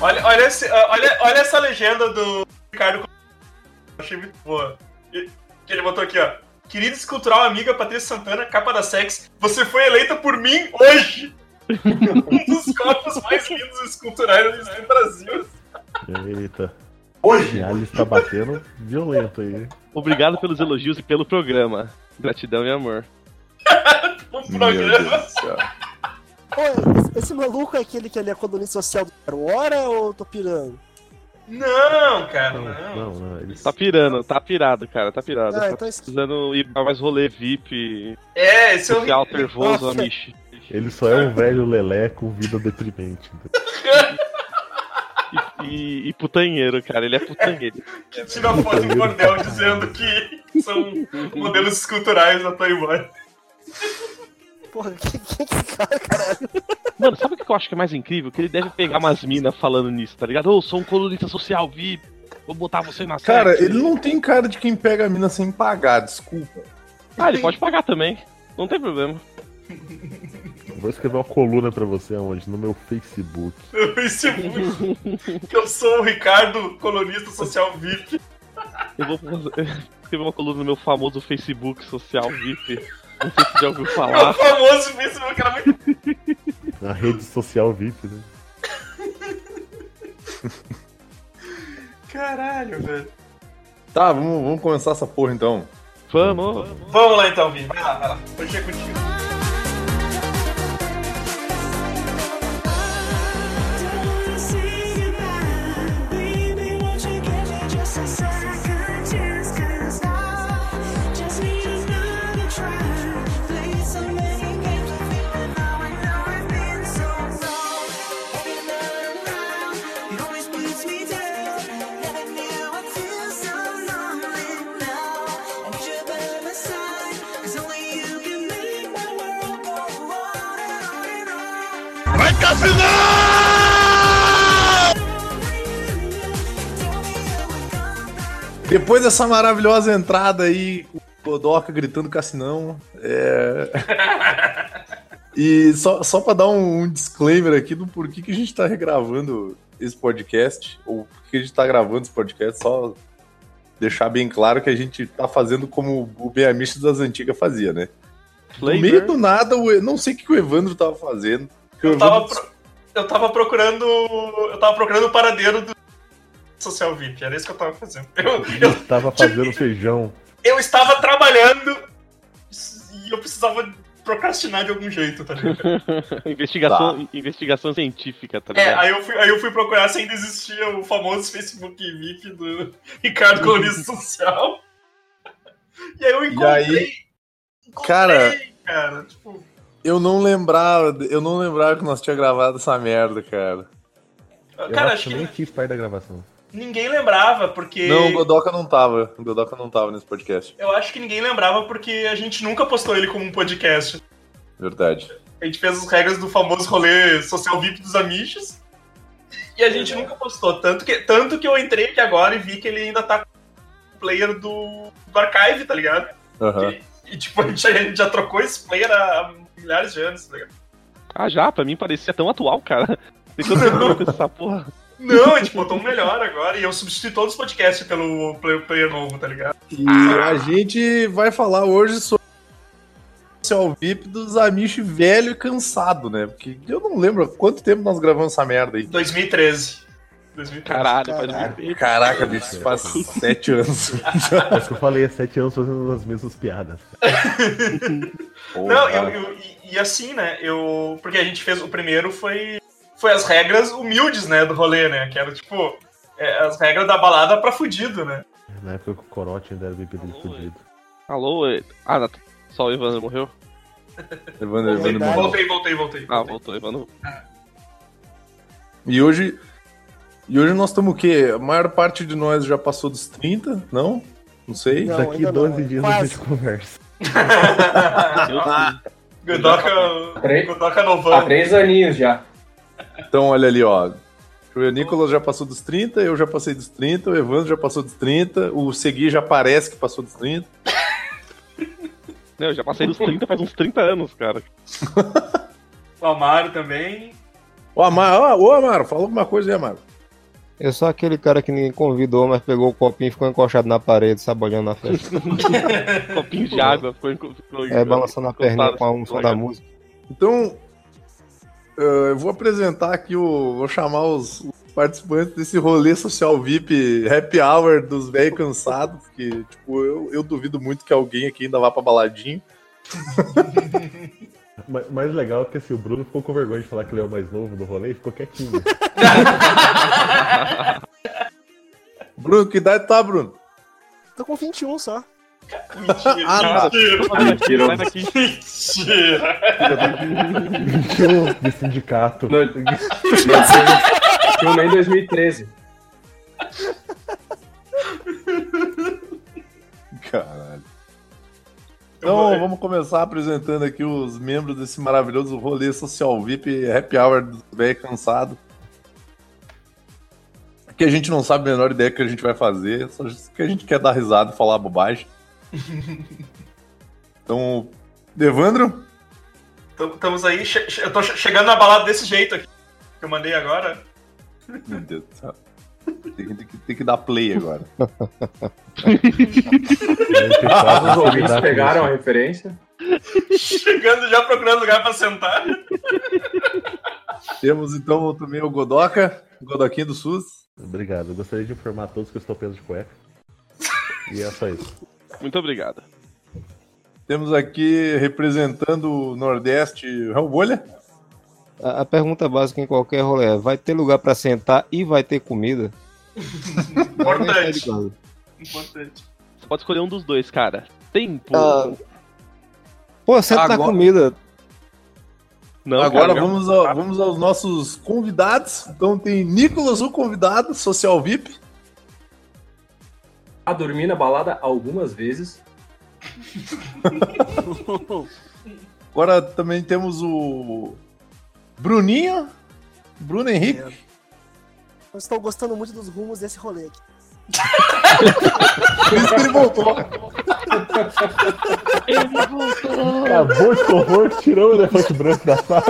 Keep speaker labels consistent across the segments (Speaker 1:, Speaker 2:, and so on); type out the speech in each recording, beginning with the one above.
Speaker 1: Olha, olha, esse- ah, olha, olha essa legenda do Ricardo. Achei muito boa. E- Que ele botou aqui, ó. Querida escultural amiga Patrícia Santana, capa da Sex, você foi eleita por mim hoje! um dos corpos mais lindos esculturais do Brasil.
Speaker 2: Eita.
Speaker 3: Hoje?
Speaker 2: Alice tá batendo violento aí.
Speaker 4: Obrigado pelos elogios e pelo programa. Gratidão e amor.
Speaker 1: Um
Speaker 3: Meu Deus
Speaker 1: programa.
Speaker 3: do céu.
Speaker 5: Ô, esse- esse maluco é aquele que ele é colunista social do Caruara ou tô pirando?
Speaker 1: Não, cara,
Speaker 2: Não,
Speaker 1: não.
Speaker 2: não, não. Ele
Speaker 4: Tá pirando, tá pirado, cara, tá pirado.
Speaker 3: É.
Speaker 5: Ah,
Speaker 4: tá
Speaker 5: então esquece.
Speaker 4: precisando ir pra mais rolê VIP,
Speaker 1: É, esse é o.
Speaker 4: social nervoso,
Speaker 5: Nossa.
Speaker 4: amish.
Speaker 2: Ele só é um velho lelé com vida deprimente.
Speaker 4: E, e, e putanheiro, cara, ele é putanheiro.
Speaker 1: que tira foto em bordel dizendo que são modelos esculturais da Playboy.
Speaker 5: Porra, que que é esse cara, caralho?
Speaker 4: Mano, sabe o que eu acho que é mais incrível? Que ele deve pegar umas minas falando nisso, tá ligado? Ô, sou um colunista social VIP, vou botar você na
Speaker 3: Cara,
Speaker 4: série.
Speaker 3: ele não tem cara de quem pega a mina sem pagar, desculpa.
Speaker 4: Ah, ele pode pagar também. Não tem problema.
Speaker 2: Eu Vou escrever uma coluna pra você aonde? No meu Facebook.
Speaker 1: no Facebook. é que eu sou o Ricardo, colunista social VIP.
Speaker 4: Eu vou fazer- escrever uma coluna no meu famoso Facebook social VIP. Não sei se já ouviu
Speaker 1: É o
Speaker 4: falar.
Speaker 1: famoso Facebook, era muito.
Speaker 2: Na rede social VIP, né?
Speaker 1: Caralho, velho.
Speaker 3: Tá, vamos, vamos começar essa porra então.
Speaker 4: Vamos!
Speaker 1: Vamos lá então, Vini. Vai lá, vai lá. Hoje é contigo.
Speaker 6: Cause only you can make my world go on and on and on.
Speaker 3: Depois dessa maravilhosa entrada aí, o Godoca gritando cassinão. É. E só, só pra dar um, um disclaimer aqui do porquê que a gente tá regravando esse podcast, ou por que a gente tá gravando esse podcast, só deixar bem claro que a gente tá fazendo como o Beamish das antigas fazia, né? No meio do nada, o, E- não sei o que o Evandro tava fazendo. que o
Speaker 1: Eu tava,
Speaker 3: Evandro-
Speaker 1: pro- eu tava procurando. Eu tava procurando o paradeiro do social VIP. Era isso que eu tava fazendo. Eu, eu,
Speaker 2: Ele tava fazendo feijão.
Speaker 1: eu estava trabalhando e eu precisava procrastinar de algum jeito, tá ligado?
Speaker 4: investigação, investigação científica, tá
Speaker 1: É,
Speaker 4: ligado?
Speaker 1: aí eu, fui, aí eu fui procurar se ainda existia o famoso Facebook VIP do Ricardo Colunista Social. E aí eu
Speaker 3: E
Speaker 1: encontrei.
Speaker 3: aí,
Speaker 1: encontrei,
Speaker 3: cara-
Speaker 1: cara, tipo,
Speaker 3: eu não lembrava, eu não lembrava que nós tinha gravado essa merda, cara.
Speaker 2: Eu
Speaker 1: cara, acho
Speaker 2: acho
Speaker 1: que
Speaker 2: que nem quis parte da gravação.
Speaker 1: ninguém lembrava, porque.
Speaker 3: Não, o Godoka não tava. O Godoka não tava nesse podcast.
Speaker 1: Eu acho que ninguém lembrava porque a gente nunca postou ele como um podcast.
Speaker 3: Verdade.
Speaker 1: A gente fez as regras do famoso rolê social VIP dos Amiches. E a gente nunca postou. Tanto que, tanto que eu entrei aqui agora e vi que ele ainda tá com o player do, do archive, tá ligado?
Speaker 3: Aham.
Speaker 1: E tipo, a gente, já- a gente já trocou esse player há há milhares de anos, tá ligado?
Speaker 4: Ah, já, pra mim parecia tão atual, cara. Tem tanto tempo com essa porra.
Speaker 1: Não, a gente botou um melhor agora e eu substituí todos os podcasts pelo play- player novo, tá ligado?
Speaker 3: E a gente vai falar hoje sobre o social VIP dos Amish velho e cansado, né? Porque eu não lembro há quanto tempo nós gravamos essa merda aí.
Speaker 1: 2013. 2013.
Speaker 4: Caralho, faz muito tempo.
Speaker 3: Caraca, bicho, faz sete anos.
Speaker 2: Parece que eu falei há sete anos fazendo as mesmas piadas.
Speaker 1: Não, eu, eu- e, e assim, né? Eu. Porque a gente fez. O primeiro foi. Foi as regras humildes, né? Do rolê, né? Que era tipo. é, as regras da balada pra fudido, né?
Speaker 2: Na época que o Corote ainda era bebida de fudido.
Speaker 4: Alô? é- Ah, não, só o Evandro morreu?
Speaker 3: Evandro, Evandro
Speaker 5: Verdade.
Speaker 3: Manoel.
Speaker 1: Voltei, voltei, voltei.
Speaker 4: É. Ah, voltou, Evandro.
Speaker 3: E hoje. E hoje nós estamos o quê? A maior parte de nós já passou dos 30, não? Não sei.
Speaker 5: Não,
Speaker 2: Daqui
Speaker 5: ainda
Speaker 2: 12
Speaker 5: não,
Speaker 2: dias a
Speaker 5: quase.
Speaker 2: gente conversa.
Speaker 1: Godoka.
Speaker 7: Três-
Speaker 1: Godoka
Speaker 7: Há
Speaker 1: novão.
Speaker 7: três aninhos já.
Speaker 3: Então, olha ali, ó. Deixa eu ver, o Nicolas já passou dos 30, eu já passei dos 30, o Evandro já passou dos 30, o Segui já parece que passou dos 30.
Speaker 4: Não, eu já passei dos 30, faz uns 30 anos, cara.
Speaker 1: O Amaro também.
Speaker 3: Ô, Amaro, ô, Amaro, fala alguma coisa aí, Amaro.
Speaker 7: Eu sou aquele cara que ninguém convidou, mas pegou o copinho e ficou encostado na parede, sabolhando na festa.
Speaker 4: Copinho de água, ficou, ficou, ficou
Speaker 7: É, balançando a perninha
Speaker 4: encostado,
Speaker 7: com a unção da música.
Speaker 3: Então, eh, eu vou apresentar aqui o. Vou chamar os, os participantes desse rolê social VIP happy hour dos velhos cansados, porque, tipo, eu, eu duvido muito que alguém aqui ainda vá pra baladinho.
Speaker 2: Ma- mais legal é que assim, o Bruno ficou com vergonha de falar que ele é o mais novo do rolê e ficou quietinho.
Speaker 3: Bruno, que idade tá, Bruno?
Speaker 5: Tô com 21 só.
Speaker 1: Mentira,
Speaker 3: Ah,
Speaker 1: mentira,
Speaker 4: Mentira. Sai daqui.
Speaker 1: mentira.
Speaker 2: Tio um de sindicato.
Speaker 8: Não, Tinha um em 2013.
Speaker 3: Caralho.
Speaker 1: Eu vou-
Speaker 3: Então, vamos começar apresentando aqui os membros desse maravilhoso rolê social VIP happy hour dos velhos cansados. Que a gente não sabe a menor ideia do que a gente vai fazer, só que a gente quer dar risada e falar bobagem. então, Devandro,
Speaker 1: Tam- Estamos aí, che- che- eu tô che- chegando na balada desse jeito aqui. Que eu mandei agora.
Speaker 3: Meu Deus do céu. Tem que, tem que- tem que dar play agora.
Speaker 8: Os ouvintes pegaram a referência.
Speaker 1: Chegando já procurando lugar pra sentar.
Speaker 3: Temos então também o Godoca, Godoquinha do SUS.
Speaker 2: Obrigado, eu gostaria de informar a todos que eu estou preso de cueca. E é só isso.
Speaker 4: Muito obrigado.
Speaker 3: Temos aqui representando o Nordeste, o Helbolha.
Speaker 7: A, a pergunta básica em qualquer rolê é: vai ter lugar pra sentar e vai ter comida? Eu nem saio de
Speaker 1: Importante.
Speaker 7: casa.
Speaker 1: Importante.
Speaker 4: Você pode escolher um dos dois, cara. Tempo.
Speaker 7: Ah, Pô, senta na
Speaker 3: Agora-
Speaker 7: comida.
Speaker 4: não,
Speaker 3: Agora
Speaker 4: Então, cara,
Speaker 3: vamos, ao- vamos aos nossos convidados. Então tem Nicolas, o convidado, social VIP.
Speaker 8: Ah, dormi na balada algumas vezes.
Speaker 3: Agora também temos o Bruninho, Bruno Henrique.
Speaker 5: Eu estou gostando muito dos rumos desse rolê aqui.
Speaker 3: Por isso que ele voltou.
Speaker 2: Acabou de horror, tirou o elefante branco da sala.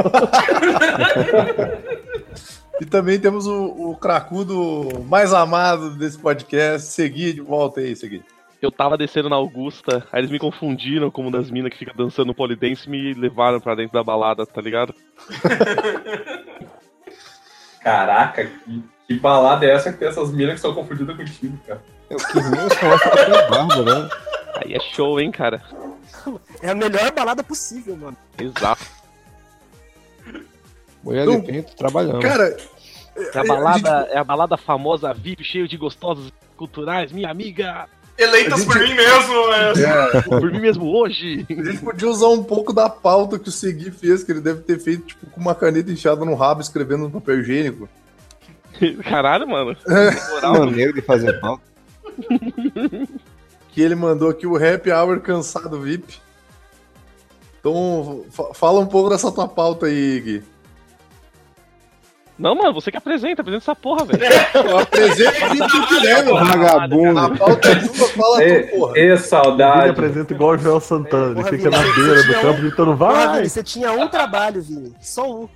Speaker 3: E também temos o, o cracudo mais amado desse podcast. Segui de volta aí, Segui.
Speaker 4: eu tava descendo na Augusta, aí eles me confundiram como um das minas que fica dançando polidense e me levaram pra dentro da balada, tá ligado?
Speaker 8: Caraca, que, que balada é essa que tem essas minas que são confundidas contigo, cara?
Speaker 7: Eu quis mesmo falar que eu tenho barba, né?
Speaker 4: Aí é show, hein, cara.
Speaker 5: É a melhor balada possível, mano.
Speaker 4: Exato.
Speaker 7: Mulher
Speaker 3: Então,
Speaker 7: de pinto trabalhando.
Speaker 3: Cara,
Speaker 4: É a balada, é a balada famosa VIP, cheio de gostosos culturais, minha amiga.
Speaker 1: Eleitas por mim mesmo, é.
Speaker 4: Por mim mesmo hoje.
Speaker 3: a gente podia usar um pouco da pauta que o Segui fez, que ele deve ter feito tipo, com uma caneta enfiada no rabo, escrevendo no papel higiênico.
Speaker 4: Caralho, mano.
Speaker 7: Que maneiro de fazer pau.
Speaker 3: que ele mandou aqui o Happy Hour Cansado VIP. Então, fa- fala um pouco dessa tua pauta aí, Gui.
Speaker 4: Não, mano, você que apresenta, apresenta essa porra, velho.
Speaker 3: Eu apresento o vídeo que der, meu.
Speaker 7: Vagabundo.
Speaker 3: A pauta é tua, fala tu,
Speaker 4: é.
Speaker 3: porra.
Speaker 8: Ê, ê,
Speaker 2: Ele
Speaker 8: saudade.
Speaker 2: apresenta igual o Joel Santana, ele
Speaker 5: Porra,
Speaker 2: fica na
Speaker 5: Vini,
Speaker 2: beira
Speaker 5: você
Speaker 2: do campo gritando,
Speaker 5: Porra,
Speaker 2: vai!
Speaker 5: Vini, você tinha um trabalho, Vini. Só um.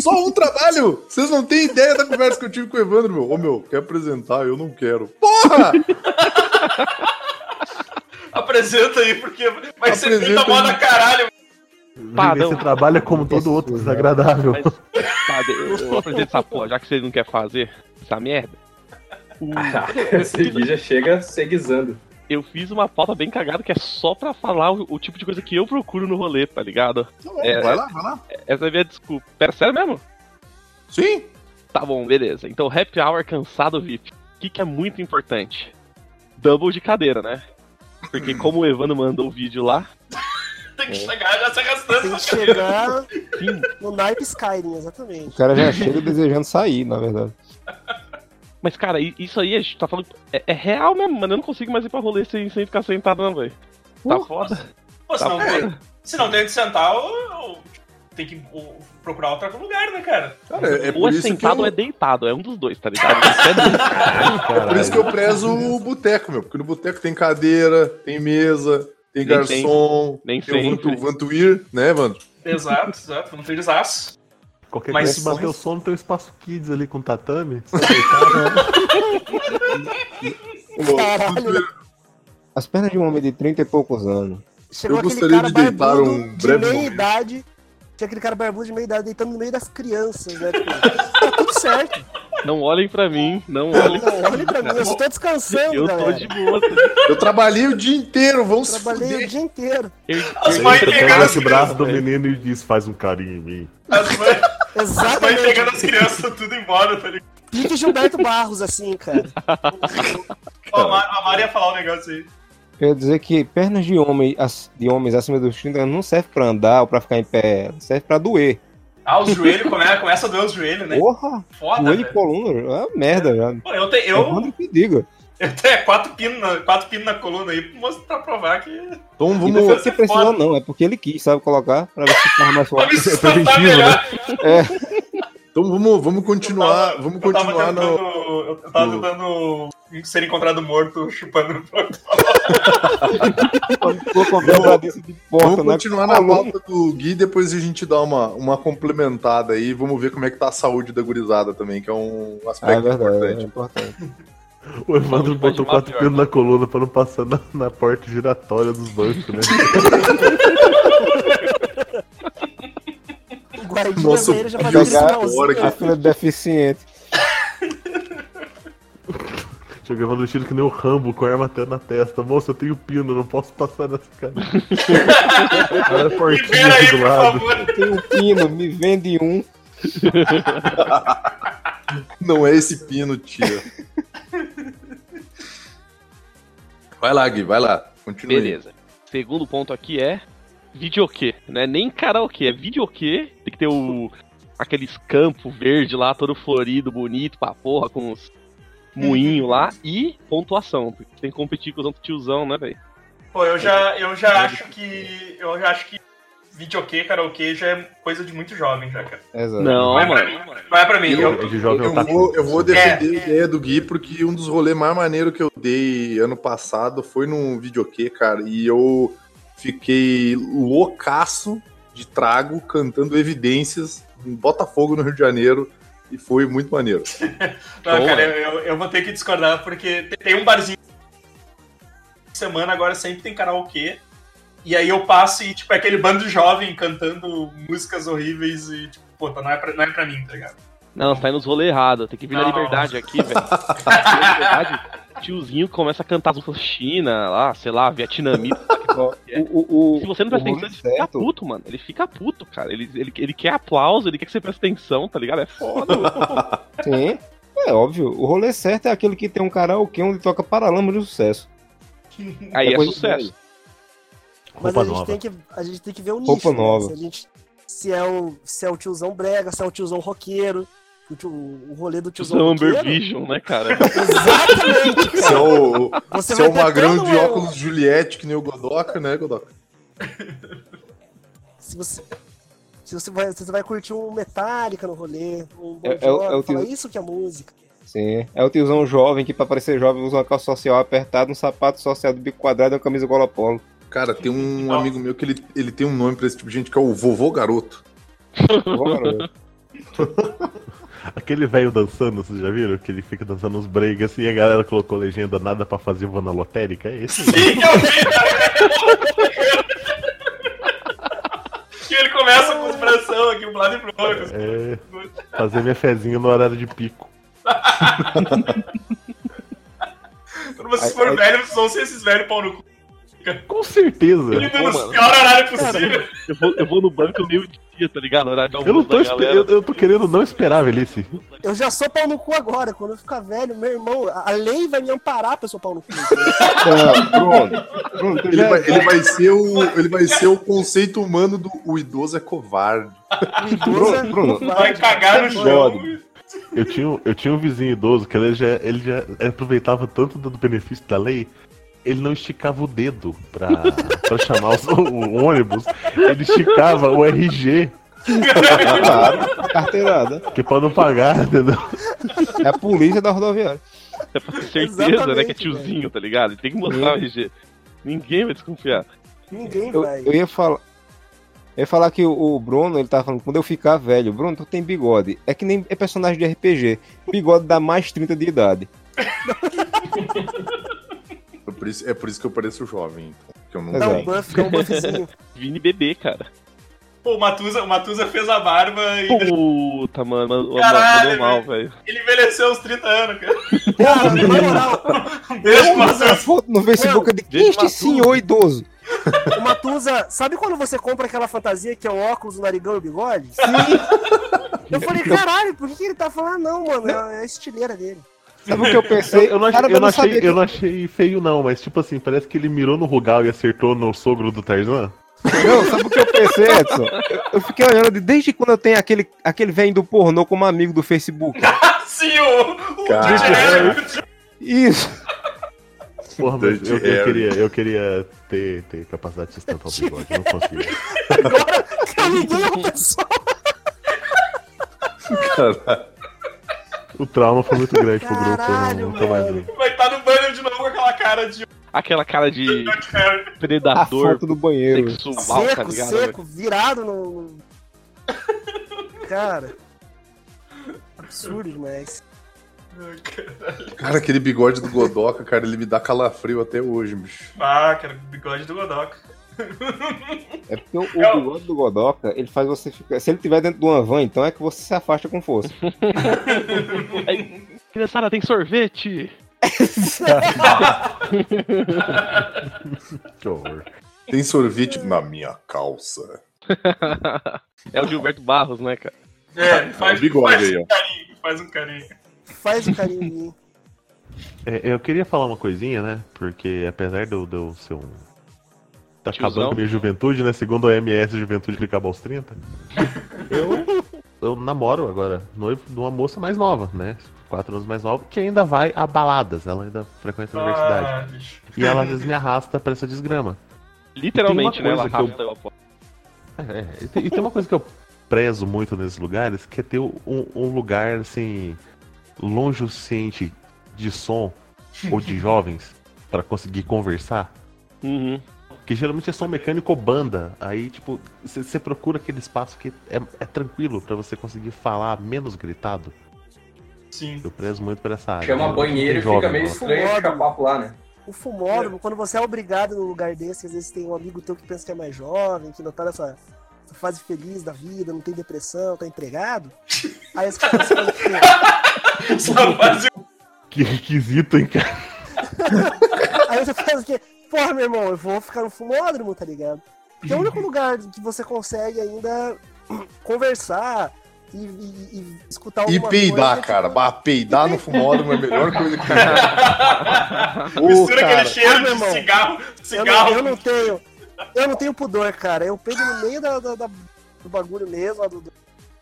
Speaker 3: Só um trabalho! Vocês não têm ideia da conversa que eu tive com o Evandro, meu. Ô, meu, quer apresentar? Eu não quero. Porra!
Speaker 1: Apresenta aí, porque vai ser
Speaker 3: Apresenta
Speaker 1: muita moda
Speaker 3: aí.
Speaker 1: caralho.
Speaker 2: Vini, você
Speaker 4: Padão.
Speaker 2: trabalha como todo outro desagradável.
Speaker 4: Mas, padre, eu, eu apresento essa porra, já que vocês não querem fazer essa merda.
Speaker 8: Caraca, Segui já chega seguizando.
Speaker 4: Eu fiz uma pauta bem cagada que é só pra falar o, o tipo de coisa que eu procuro no rolê, tá ligado?
Speaker 3: Tá bom,
Speaker 4: É.
Speaker 3: vai lá, vai lá.
Speaker 4: Essa é a minha desculpa. Pera, sério mesmo?
Speaker 3: Sim?
Speaker 4: Tá bom, beleza. Então, happy hour cansado VIP. O que, que é muito importante? Double de cadeira, né? Porque como o Evandro mandou o vídeo lá,
Speaker 1: Tem que chegar já se arrastando.
Speaker 3: Tá
Speaker 5: Tem que chegar
Speaker 4: sim,
Speaker 5: no naipe Skyrim,
Speaker 7: O
Speaker 5: exatamente.
Speaker 7: cara já chega desejando sair, na verdade.
Speaker 4: mas cara, i- isso aí a gente tá falando. É, é real mesmo, mano. Eu não consigo mais ir pra rolê sem, sem ficar sentado, não, velho. Tá foda.
Speaker 1: Pô, se,
Speaker 4: Tá
Speaker 1: não
Speaker 4: foda.
Speaker 1: tem, se não tem onde sentar, eu- eu- tem que eu- procurar outro lugar, né, cara?
Speaker 3: Cara, é, é
Speaker 4: ou
Speaker 3: por
Speaker 4: é
Speaker 3: isso
Speaker 4: sentado
Speaker 3: que eu,
Speaker 4: ou é deitado. É um dos dois, tá ligado? Você é doido.
Speaker 3: Por isso que eu prezo o boteco, meu. Porque no boteco tem cadeira, tem mesa, tem
Speaker 4: Nem
Speaker 3: garçom,
Speaker 4: Nem
Speaker 3: tem o
Speaker 4: sempre.
Speaker 3: Vantu- Vantuir, né, Evandro?
Speaker 1: um Exato, exato. Não tem desaço.
Speaker 2: Qualquer
Speaker 1: Mas-
Speaker 2: coisa que bater o sono tem um espaço kids ali com tatame. Só deitar, né?
Speaker 5: Caralho, né?
Speaker 7: As pernas de um homem de 30 e poucos anos.
Speaker 5: chegou
Speaker 3: Eu
Speaker 5: aquele
Speaker 3: gostaria
Speaker 5: cara
Speaker 3: de deitar
Speaker 5: barbudo
Speaker 3: um
Speaker 5: de
Speaker 3: breve
Speaker 5: meia
Speaker 3: momento.
Speaker 5: idade. Tinha aquele cara barbudo de meia idade deitando no meio das crianças, né? Tipo, tá tudo certo.
Speaker 4: Não olhem pra mim, não olhem
Speaker 5: Não, olha pra mim, eu só tô descansando,
Speaker 4: Eu tô
Speaker 5: galera.
Speaker 4: de boa. tá
Speaker 3: Eu trabalhei o dia inteiro, vamos se
Speaker 5: Trabalhei
Speaker 3: fuder.
Speaker 5: o dia inteiro.
Speaker 1: As
Speaker 2: Aí
Speaker 1: mães
Speaker 2: você
Speaker 1: pegando
Speaker 2: pega
Speaker 1: as
Speaker 2: esse braço
Speaker 1: crianças.
Speaker 2: do
Speaker 1: velho.
Speaker 2: menino e diz, faz um carinho em mim.
Speaker 1: As mães- as mães
Speaker 5: Exatamente.
Speaker 1: pegando as crianças tudo embora, tá ligado?
Speaker 5: Pique Gilberto Barros, assim, cara.
Speaker 1: Ó, a
Speaker 3: Tá.
Speaker 1: Mar- a Mari ia falar um negócio aí.
Speaker 7: Eu ia dizer que pernas de, homem, ac- de homens acima dos 30 anos não serve pra andar ou pra ficar em pé, ela serve pra doer.
Speaker 1: Ah, os joelhos começa, começa a doer os joelhos, né?
Speaker 7: Porra!
Speaker 1: Foda,
Speaker 7: Joelho e
Speaker 1: velho.
Speaker 7: coluna, é uma merda, velho.
Speaker 1: Pô, eu, te,
Speaker 7: É
Speaker 1: eu,
Speaker 7: nada que diga.
Speaker 1: eu tenho quatro pinos na, quatro pino na coluna aí pra mostrar- pra provar que.
Speaker 3: Então
Speaker 7: E não
Speaker 3: vamos.
Speaker 7: foi porque precisou, não, é porque ele quis, sabe, colocar pra ver se ficava mais
Speaker 1: Pra
Speaker 7: forte.
Speaker 1: tá me
Speaker 3: é
Speaker 1: sustentar
Speaker 2: preventivo,
Speaker 1: melhor.
Speaker 3: Então vamos, vamos né? continuar.
Speaker 1: Eu
Speaker 3: Vamos
Speaker 1: tava
Speaker 3: continuar
Speaker 1: tentando.
Speaker 3: no.
Speaker 1: Eu tava tentando ser encontrado morto chupando.
Speaker 7: Tô com a disso de porta,
Speaker 3: Vamos
Speaker 7: né?
Speaker 3: continuar na pauta do Gui, depois a gente dá uma, uma complementada aí. Vamos ver como é que tá a saúde da gurizada também, que é um
Speaker 7: Ah, é
Speaker 3: aspecto
Speaker 7: verdade, é
Speaker 3: importante.
Speaker 7: importante.
Speaker 2: O Evandro
Speaker 4: Pode
Speaker 2: botou
Speaker 4: matar
Speaker 2: quatro
Speaker 4: pior,
Speaker 2: pinos na coluna pra não passar na, na porta giratória dos bancos, né?
Speaker 5: O guardinha
Speaker 3: Nossa,
Speaker 5: velho já
Speaker 3: eu
Speaker 5: fazia um
Speaker 7: vi agora
Speaker 5: sinalzinho.
Speaker 3: que-
Speaker 7: A fila de deficiente.
Speaker 2: Chegou o Evandro tiro que nem o Rambo com a arma até na testa. Moça, eu tenho pino, não posso passar nessa cara. Olha a portinha
Speaker 1: Libera
Speaker 2: aqui
Speaker 1: aí,
Speaker 2: do
Speaker 1: por
Speaker 2: lado.
Speaker 1: favor.
Speaker 7: Tem um pino, me vende um.
Speaker 3: Não é esse pino, tia. vai lá, Gui, vai lá. Continue.
Speaker 4: Beleza. Segundo ponto aqui é videokê, né? Nem karaokê, é videokê. Tem que ter o aqueles campo verde lá, todo florido, bonito pra porra, com os moinho lá e pontuação, porque tem que competir com os outros tiozão, né, velho?
Speaker 1: Pô, eu já, eu já acho que. Eu já acho que videokê, karaokê já é coisa de muito jovem, já, cara.
Speaker 7: É, Exato.
Speaker 4: Não,
Speaker 1: Vai pra
Speaker 4: mano.
Speaker 1: mim, não é pra mim.
Speaker 3: Eu-
Speaker 1: Eu,
Speaker 2: É de jovem
Speaker 3: Eu
Speaker 2: otaku.
Speaker 3: vou, eu vou
Speaker 5: É,
Speaker 3: defender a ideia do Gui, porque um dos rolês mais maneiros que eu dei ano passado foi num videokê, cara, e eu fiquei loucaço de trago cantando evidências em Botafogo, no Rio de Janeiro, e foi muito maneiro.
Speaker 1: não,
Speaker 4: Boa.
Speaker 1: cara, eu, eu- eu vou ter que discordar, porque te- tem um barzinho de semana, agora sempre tem karaokê. E aí eu passo e, tipo, é aquele bando jovem cantando músicas horríveis e, tipo, puta, não é pra, não é pra mim, tá ligado?
Speaker 4: Não, você tá indo nos rolê errado. Tem que vir na
Speaker 1: Não.
Speaker 4: liberdade aqui, velho. Na liberdade, tiozinho começa a cantar as músicas China, lá, sei lá, vietnamita.
Speaker 7: Ó,
Speaker 4: é.
Speaker 7: o- o- o-
Speaker 4: Se você não presta
Speaker 7: o
Speaker 4: atenção,
Speaker 7: rolê
Speaker 4: ele fica
Speaker 7: certo-
Speaker 4: puto, mano. Ele fica puto, cara. Ele, ele, ele quer aplauso, ele quer que você preste atenção, tá ligado? É foda, mano.
Speaker 7: Sim, é óbvio. O rolê certo é aquele que tem um karaokê onde toca Paralamas do Sucesso.
Speaker 4: Aí é
Speaker 7: Depois-
Speaker 4: sucesso.
Speaker 5: Mas
Speaker 2: Roupa
Speaker 5: a gente,
Speaker 2: nova.
Speaker 5: Tem que, a gente tem que ver o nicho.
Speaker 7: Roupa
Speaker 5: né?
Speaker 7: nova.
Speaker 5: Se, a gente, se, é o, se é o tiozão brega, se é o tiozão roqueiro, o, tio- o rolê do tiozão
Speaker 4: Tiozão Amber
Speaker 5: roqueiro.
Speaker 4: Vision, né, cara?
Speaker 5: Exatamente,
Speaker 3: Você é
Speaker 5: cara.
Speaker 3: o,
Speaker 5: Você
Speaker 3: você é
Speaker 5: vai
Speaker 3: o magrão
Speaker 5: tentando,
Speaker 3: de
Speaker 5: é,
Speaker 3: óculos Juliette, que nem o Godoca, né, Godoca?
Speaker 5: Se você, se você, vai, se você vai curtir um Metallica no rolê, um Bon
Speaker 7: É- é o- é o
Speaker 5: Jovi, fala
Speaker 7: tio-
Speaker 5: isso que é música.
Speaker 7: Sim. É o tiozão jovem que, pra parecer jovem, usa uma calça social apertada, um sapato social do bico quadrado e uma camisa gola polo.
Speaker 3: Cara, tem um
Speaker 1: Nossa.
Speaker 3: amigo meu que ele, ele tem um nome pra esse tipo de gente, que é o Vovô Garoto.
Speaker 7: Bom, garoto.
Speaker 2: Aquele velho dançando, vocês já viram? Que ele fica dançando uns breaks assim e a galera colocou legenda nada pra fazer vou na lotérica. É esse?
Speaker 1: Sim, eu vi! E ele começa com os bração aqui, um lado e pro outro. tipo,
Speaker 2: É fazer minha fezinha no horário de pico.
Speaker 1: Quando vocês forem
Speaker 7: Ai,
Speaker 1: velhos, vocês vão ser esses velhos pau no cu.
Speaker 2: Com certeza.
Speaker 1: Ele
Speaker 4: Pô,
Speaker 1: no
Speaker 4: mano.
Speaker 1: pior horário possível.
Speaker 4: Eu vou, eu vou no banco meio-dia, tá ligado? Horário de almoço
Speaker 2: Eu não tô
Speaker 4: da
Speaker 2: esper-
Speaker 4: galera.
Speaker 2: eu, eu tô querendo não esperar, velhice.
Speaker 5: Eu já sou pau no cu agora. Quando eu ficar velho, meu irmão, a a lei vai me amparar pra eu ser pau no cu.
Speaker 7: Tá, Bruno. Bruno, tu
Speaker 3: Ele
Speaker 7: já-
Speaker 3: vai, ele vai ser o, ele vai ser o conceito humano do o idoso é covarde.
Speaker 5: O idoso é
Speaker 7: Bruno,
Speaker 1: Vai
Speaker 5: covarde.
Speaker 1: cagar no chão.
Speaker 2: Eu tinha, um- eu tinha um vizinho idoso que ele já, ele já aproveitava tanto do benefício da lei, ele não esticava o dedo pra, pra chamar os- o, o ônibus, ele esticava o RG,
Speaker 7: Claro, carteirada.
Speaker 2: que é pra não pagar, entendeu?
Speaker 7: É a polícia da rodoviária.
Speaker 4: É pra ter certeza,
Speaker 5: Exatamente,
Speaker 4: né, que é tiozinho, tá ligado? Ele tem que mostrar o RG. Ninguém vai desconfiar.
Speaker 5: Ninguém
Speaker 7: Eu,
Speaker 5: vai.
Speaker 7: eu ia falar. Eu ia falar que o, o Bruno, ele tava falando, quando eu ficar velho, Bruno, tu tem bigode. É que nem é personagem de RPG. Bigode dá mais 30 de idade.
Speaker 3: É por isso, é por isso que eu pareço jovem. Então, que eu não...
Speaker 1: Tá
Speaker 7: Exato.
Speaker 5: Dá um buff, dá um buffzinho.
Speaker 4: Vini bebê, cara.
Speaker 1: Pô, o Matusa, o Matusa fez a barba e
Speaker 4: Puta, mano, mano,
Speaker 1: Caralho,
Speaker 4: mano, mal, velho.
Speaker 1: ele envelheceu uns 30 anos, cara.
Speaker 5: Cara, na moral,
Speaker 1: Beijo,
Speaker 7: Mas
Speaker 1: Matusa.
Speaker 7: a foto no Facebook é de quem é este senhor idoso?
Speaker 5: o Matusa, sabe quando você compra aquela fantasia que é o óculos, o narigão e o bigode? Eu falei, caralho, por que que ele tá falando? Ah, não, mano, é a estileira dele.
Speaker 7: Sabe o que
Speaker 2: Eu,
Speaker 7: eu pensei?
Speaker 2: eu não achei,
Speaker 7: Cara,
Speaker 2: eu não achei-
Speaker 7: sabia que-
Speaker 2: eu não achei feio, não, mas tipo assim, parece que ele mirou no Rugal e acertou no sogro do Tarzan.
Speaker 7: Não, sabe o que eu pensei, Edson? Eu, eu fiquei olhando de- desde quando eu tenho aquele, aquele velho do pornô como amigo do Facebook.
Speaker 1: Sim, o, assim, o
Speaker 3: Cara.
Speaker 1: DJ Eric.
Speaker 7: Isso.
Speaker 2: Porra, mas eu, eu
Speaker 3: Dirty Harry.
Speaker 2: queria, eu queria ter, ter capacidade de sustentar o bigode, eu não consegui.
Speaker 5: Eu liguei ao pessoal.
Speaker 3: Caralho.
Speaker 2: O trauma foi muito grande pro grupo,
Speaker 5: Caralho,
Speaker 2: eu nunca mais
Speaker 5: mano.
Speaker 2: vi.
Speaker 1: vai estar no banner de novo com aquela cara de
Speaker 4: Aquela cara de
Speaker 1: cara.
Speaker 7: A
Speaker 4: predador
Speaker 7: foto do banheiro.
Speaker 4: sexual,
Speaker 5: Tá
Speaker 4: tá
Speaker 5: Seco,
Speaker 4: ligado?
Speaker 5: seco, virado no. no- Cara. Absurdo demais.
Speaker 3: Cara, aquele bigode do Godoka, cara, ele me dá calafrio até hoje, bicho.
Speaker 1: Ah, cara, bigode do Godoka.
Speaker 7: É porque o, o bigode do Godoka, ele faz você ficar. Se ele tiver dentro de uma van, então é que você se afasta com força.
Speaker 4: Criançada, tem sorvete!
Speaker 2: Que horror.
Speaker 3: Tem sorvete na minha calça.
Speaker 4: É o Gilberto Barros, né, cara?
Speaker 1: É, faz,
Speaker 3: o bigode
Speaker 1: faz
Speaker 3: aí, ó.
Speaker 1: um carinho, faz um carinho.
Speaker 5: Faz um carinho em mim.
Speaker 2: É, eu queria falar uma coisinha, né? Porque apesar de eu, de eu ser um. Tá
Speaker 4: Tiozão.
Speaker 2: acabando minha juventude, né? Segundo a OMS, juventude que acaba aos 30. eu, eu namoro agora, noivo de uma moça mais nova, né? Quatro anos mais nova, que ainda vai a baladas, ela ainda frequenta a universidade.
Speaker 1: Ah, bicho.
Speaker 2: E ela às vezes me arrasta pra essa desgrama.
Speaker 4: Literalmente,
Speaker 2: Tem
Speaker 4: né?
Speaker 2: uma
Speaker 4: Ela
Speaker 2: coisa que eu-
Speaker 4: rasta eu... aposto.
Speaker 2: É, e tem, e tem uma coisa que eu prezo muito nesses lugares, que é ter um, um lugar, assim, longe o suficiente de som ou de jovens pra conseguir conversar.
Speaker 4: Uhum.
Speaker 2: Que geralmente é som mecânico ou banda. Aí, tipo, você procura aquele espaço que é, é tranquilo pra você conseguir falar menos gritado.
Speaker 1: Sim.
Speaker 2: Eu prezo muito por essa área.
Speaker 8: Chama
Speaker 2: Eu-
Speaker 8: banheiro e
Speaker 2: jovem,
Speaker 8: fica meio
Speaker 2: mano.
Speaker 8: estranho ficar papo lá, né?
Speaker 5: O fumódromo, quando você é obrigado num lugar desse, às vezes tem um amigo teu que pensa que é mais jovem, que não tá nessa, nessa fase feliz da vida, não tem depressão, tá empregado. Aí as pessoas falam que
Speaker 1: Só faz um-
Speaker 2: Que requisito, hein, cara?
Speaker 5: Aí você faz o quê? Porra, meu irmão, eu vou ficar no fumódromo, tá ligado? Que é o
Speaker 3: Uhum.
Speaker 5: único lugar que você consegue ainda conversar e, e- e escutar
Speaker 3: E
Speaker 5: alguma
Speaker 3: peidar,
Speaker 5: coisa.
Speaker 3: cara. Bah, peidar no fumódromo é a melhor coisa que tem. Ô,
Speaker 1: Mistura
Speaker 3: cara,
Speaker 1: aquele cheiro
Speaker 5: Ah, meu
Speaker 1: de
Speaker 5: irmão.
Speaker 1: cigarro,
Speaker 5: Eu não,
Speaker 1: cigarro.
Speaker 5: eu não tenho. Eu não tenho pudor, cara. Eu peido no meio da, da- da- do bagulho mesmo, lá do, do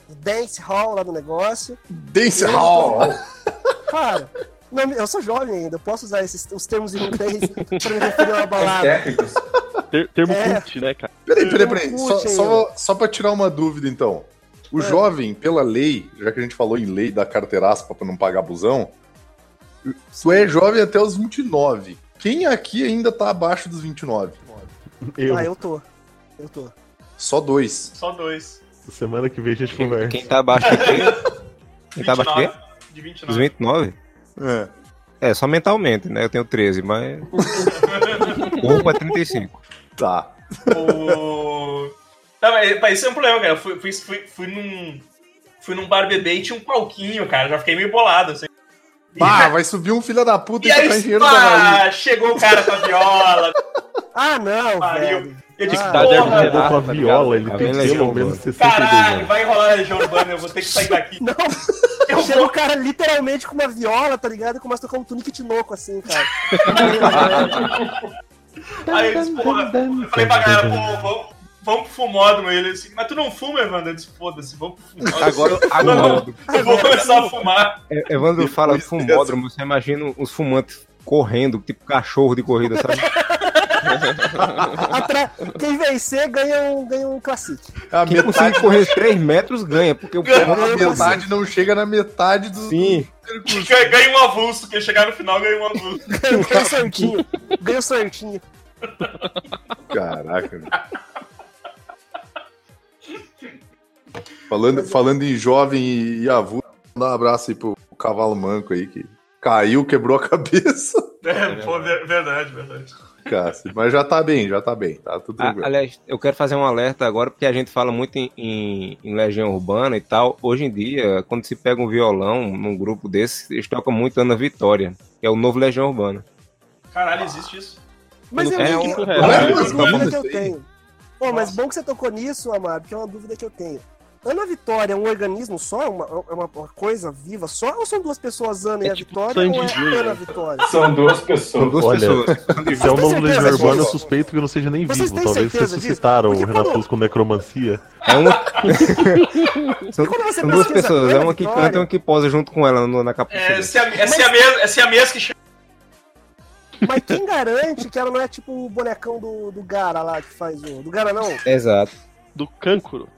Speaker 5: dance hall lá do negócio.
Speaker 3: Dance Hall!
Speaker 5: Cara, não, eu sou jovem ainda, eu posso usar esses, os termos em inglês pra me referir a uma
Speaker 8: Os
Speaker 5: balada.
Speaker 8: técnicos.
Speaker 4: Ter- termo
Speaker 5: É.
Speaker 4: cult, né, cara?
Speaker 3: Peraí, peraí,
Speaker 5: Não
Speaker 3: peraí.
Speaker 5: curte
Speaker 3: Só,
Speaker 5: ainda.
Speaker 3: só, só pra tirar uma dúvida, então. O
Speaker 5: É.
Speaker 3: jovem, pela lei, já que a gente falou em lei da carteiraspa pra não pagar abusão, tu é jovem até os 29. Quem aqui ainda tá abaixo dos 29?
Speaker 2: Eu,
Speaker 5: Ah, eu tô. Eu tô.
Speaker 3: Só dois.
Speaker 1: Só dois.
Speaker 2: semana que vem a gente conversa.
Speaker 7: Quem tá abaixo aqui. Quem tá abaixo aqui?
Speaker 1: 29, De
Speaker 7: Os
Speaker 1: 29.
Speaker 7: 29?
Speaker 3: É.
Speaker 7: É, só mentalmente, né? Eu tenho 13, mas. Roupa é 35.
Speaker 3: Tá.
Speaker 1: O... Tá, mas, mas isso é um problema, cara. Eu fui, fui, fui, fui num. Fui num bar bebê e tinha um palquinho, cara. Já fiquei meio bolado, assim. E-
Speaker 3: Bah, vai subir um filho da puta
Speaker 1: e
Speaker 3: e tocar
Speaker 1: aí,
Speaker 3: engenheiro da Bahia.
Speaker 1: pá, chegou o cara com a viola.
Speaker 5: Ah, não,
Speaker 1: Pariu.
Speaker 5: velho.
Speaker 1: Eu disse,
Speaker 5: Ah,
Speaker 4: Tá, deve
Speaker 1: porra,
Speaker 4: ser
Speaker 2: Tá com a
Speaker 4: tá ligado?
Speaker 2: viola, ele
Speaker 7: Tá
Speaker 2: tem
Speaker 7: bem legal,
Speaker 2: pelo menos
Speaker 7: mano.
Speaker 2: 62
Speaker 1: caralho,
Speaker 2: anos.
Speaker 1: vai enrolar a legião urbana, eu vou ter que sair daqui.
Speaker 5: Não,
Speaker 1: Eu
Speaker 5: Chega o
Speaker 1: vou...
Speaker 5: cara literalmente com uma viola, tá ligado? E começa a tocar um tunique de louco assim, cara.
Speaker 1: Aí eu disse, porra, eu falei pra galera, pô, vamos, vamos pro fumódromo. Ele disse, mas tu não fuma, Evandro? Eu disse, foda-se, vamos pro fumódromo.
Speaker 7: Agora,
Speaker 1: Agora- Eu vou começar a fumar.
Speaker 7: É, Evandro fala fumódromo, você imagina os fumantes correndo, tipo cachorro de corrida, sabe?
Speaker 5: Atra- Quem vencer ganha um, ganha um classic.
Speaker 3: A
Speaker 7: Quem conseguir
Speaker 3: metade,
Speaker 7: correr 3 metros ganha, porque o povo
Speaker 3: a metade não chega na metade do
Speaker 7: sim.
Speaker 3: percurso.
Speaker 1: Ganhei um avulso. Quem chegar no final ganha um avulso.
Speaker 5: Ganha um sortinho. Ganha um sortinho.
Speaker 3: Caraca. Falando, falando em jovem e, e avô, mandar um abraço aí pro cavalo manco aí, que caiu, quebrou a cabeça.
Speaker 1: É, pô, ver- verdade, verdade.
Speaker 3: Cássio, mas já tá bem, já tá bem, tá tudo
Speaker 7: Ah,
Speaker 3: tranquilo.
Speaker 7: aliás, eu quero fazer um alerta agora, porque a gente fala muito em, em- em Legião Urbana e tal. Hoje em dia, quando se pega um violão num grupo desse, eles tocam muito Ana Vitória, que é o novo Legião Urbana.
Speaker 1: Caralho, existe isso?
Speaker 5: Mas eu
Speaker 4: É,
Speaker 5: é,
Speaker 4: um-
Speaker 5: que,
Speaker 4: é,
Speaker 5: é, uma
Speaker 3: é,
Speaker 5: das
Speaker 3: tá
Speaker 5: dúvidas
Speaker 3: bom.
Speaker 5: que eu tenho. Pô, mas bom que você tocou nisso, Amado, porque é uma dúvida que eu tenho. Ana Vitória é um organismo só? É uma, é uma coisa viva só? Ou são duas pessoas, Ana e
Speaker 4: É
Speaker 5: a
Speaker 4: tipo
Speaker 5: Vitória?
Speaker 4: Sandy
Speaker 5: ou
Speaker 4: Júnior.
Speaker 5: é Ana Vitória?
Speaker 8: São duas
Speaker 7: São
Speaker 8: pessoas.
Speaker 7: duas
Speaker 2: Olha,
Speaker 7: pessoas.
Speaker 2: Se é o novo
Speaker 5: certeza
Speaker 2: Legião Urbana, eu
Speaker 5: disso?
Speaker 2: suspeito que eu não seja nem
Speaker 5: Vocês
Speaker 2: vivo.
Speaker 5: têm
Speaker 2: Talvez vocês
Speaker 5: certeza disso?
Speaker 2: suscitaram o
Speaker 5: Porque quando-
Speaker 2: Renatus com necromancia.
Speaker 7: É uma... são,
Speaker 5: E quando você
Speaker 7: são duas
Speaker 5: pesquisa
Speaker 7: pessoas, é
Speaker 5: Ana
Speaker 7: uma que
Speaker 5: Vitória-
Speaker 7: canta e uma que posa junto com ela no- na capucha.
Speaker 1: É,
Speaker 7: dele.
Speaker 1: se a, é, se a mesa, é se a mesa que chama.
Speaker 5: Mas quem garante que ela não é tipo o bonecão do, do Gara lá que faz o. Do Gara não?
Speaker 7: Exato.
Speaker 4: Do cancro.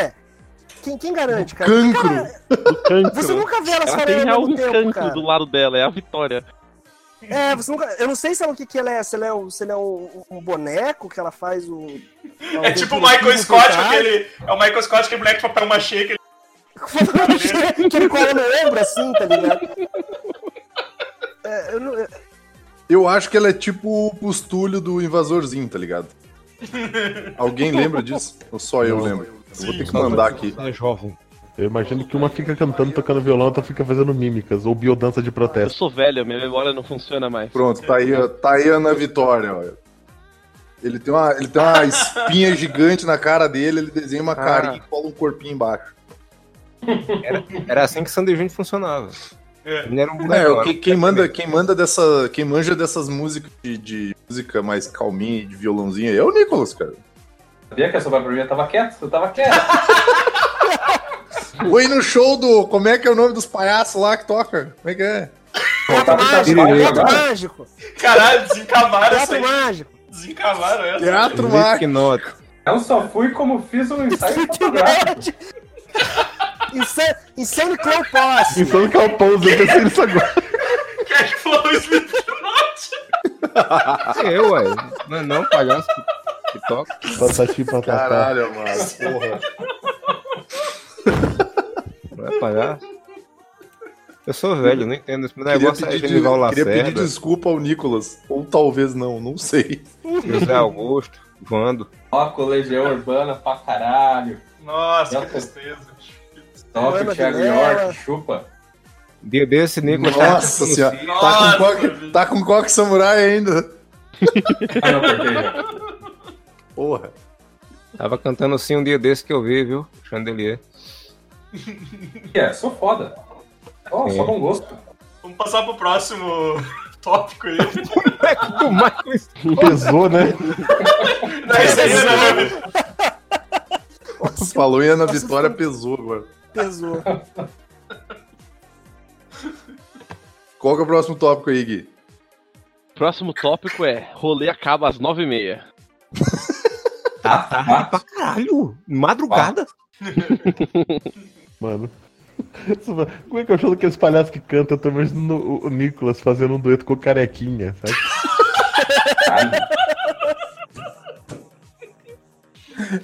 Speaker 5: É. Quem, quem garante, cara?
Speaker 3: Cancro!
Speaker 4: Do cancro.
Speaker 5: Você nunca vê elas
Speaker 4: Ela tem
Speaker 5: falando
Speaker 4: já
Speaker 5: ao mesmo
Speaker 4: um
Speaker 5: tempo,
Speaker 4: cancro
Speaker 5: cara.
Speaker 4: do lado dela, é a Vitória.
Speaker 5: É, você nunca. Eu não sei se ela o que, que ela é. Se ela é, um, se ela é um, um boneco que ela faz o.
Speaker 1: É tipo o Michael Scott,
Speaker 5: tá?
Speaker 1: aquele. É o Michael Scott, aquele moleque de papel machê que ele
Speaker 5: que ele cola no ombro assim, tá ligado? É, eu não- é,
Speaker 3: Eu acho que ela é tipo o postulho do invasorzinho, tá ligado? Alguém lembra disso? Ou só eu lembro? Eu vou ter que mandar aqui.
Speaker 7: É jovem.
Speaker 2: Eu imagino que uma fica cantando, tocando violão, outra fica fazendo mímicas, ou biodança de
Speaker 4: Eu
Speaker 2: protesto.
Speaker 4: sou velho, minha memória não funciona mais.
Speaker 3: Pronto, tá aí, ó, tá aí a Ana Vitória, ó. Ele tem, uma, ele tem uma espinha gigante na cara dele, ele desenha uma carinha e cola um corpinho embaixo.
Speaker 7: Era assim que Sandy Júnior funcionava.
Speaker 1: É.
Speaker 7: Ele era um boneco.
Speaker 3: É,
Speaker 7: era um
Speaker 3: o que- quem
Speaker 7: boneco
Speaker 3: manda,
Speaker 7: mesmo.
Speaker 3: quem manda dessa, quem manja dessas músicas de, de música mais calminha, de violãozinho, aí é o Nicolas, cara.
Speaker 8: Sabia que essa barulhinha tava quieta? Tu tava quieta.
Speaker 3: Foi no show do, como é que é o nome dos palhaços lá que toca? Como é que é?
Speaker 8: Tá né? no trabalho
Speaker 5: Gato
Speaker 8: agora?
Speaker 5: mágico!
Speaker 1: Caralho, desencavaram
Speaker 5: Gato
Speaker 1: essa aí.
Speaker 5: mágico!
Speaker 1: Desencavaram essa.
Speaker 3: Teatro
Speaker 7: Slipknot.
Speaker 3: Mágico.
Speaker 8: Eu só fui como fiz um ensaio fotográfico.
Speaker 5: Slipknot! Insane, Insane Clown Posse!
Speaker 2: Pensando que é o Pouso, eu pensei nisso agora.
Speaker 1: Quem é que falou isso? Slipknot?
Speaker 7: Ah, Eu, ué. Não é não, palhaço que- que toca.
Speaker 2: Patati patatá.
Speaker 3: Caralho, mano, porra.
Speaker 7: Não é palhaço. Eu sou velho, não entendo esse
Speaker 3: Queria
Speaker 7: negócio.
Speaker 3: pedir,
Speaker 7: Aí
Speaker 3: de-
Speaker 7: Genival
Speaker 3: queria pedir
Speaker 7: Lacerda,
Speaker 3: desculpa ao Nicolas, ou talvez não, não sei.
Speaker 7: José Augusto, Vando.
Speaker 8: Ó, colegião urbana pra caralho.
Speaker 1: Nossa, que tristeza.
Speaker 8: Toca
Speaker 5: Urbana
Speaker 8: o Thiago
Speaker 5: Vilela.
Speaker 8: York, chupa.
Speaker 7: Um Dia desse, Nicolas.
Speaker 3: Nossa
Speaker 7: tava-
Speaker 3: senhora, tá
Speaker 1: Nossa,
Speaker 3: com, coque, tá com coque samurai ainda.
Speaker 8: Ah, não, cortei já.
Speaker 3: Porra.
Speaker 7: Tava cantando sim um dia desse que eu vi, viu? Chandelier.
Speaker 8: Que é, sou foda. Ó,
Speaker 7: É.
Speaker 8: só bom gosto.
Speaker 1: Vamos passar pro próximo tópico aí.
Speaker 7: Do Michael Scott.
Speaker 2: Pesou, né?
Speaker 1: Na resenha, né, meu amigo?
Speaker 3: Falou e a Ana
Speaker 5: Nossa,
Speaker 3: Vitória
Speaker 5: foi-
Speaker 3: pesou agora.
Speaker 5: Pesou.
Speaker 3: Qual que é o próximo tópico aí, Gui?
Speaker 4: Próximo tópico é rolê acaba às 9h30.
Speaker 8: Tá, tá.
Speaker 7: pra caralho! Madrugada?
Speaker 2: Mano. Como é que eu chamo aqueles palhaços que cantam? Eu tô imaginando o- o Nicolas fazendo um dueto com o Carequinha, sabe?
Speaker 8: Caralho.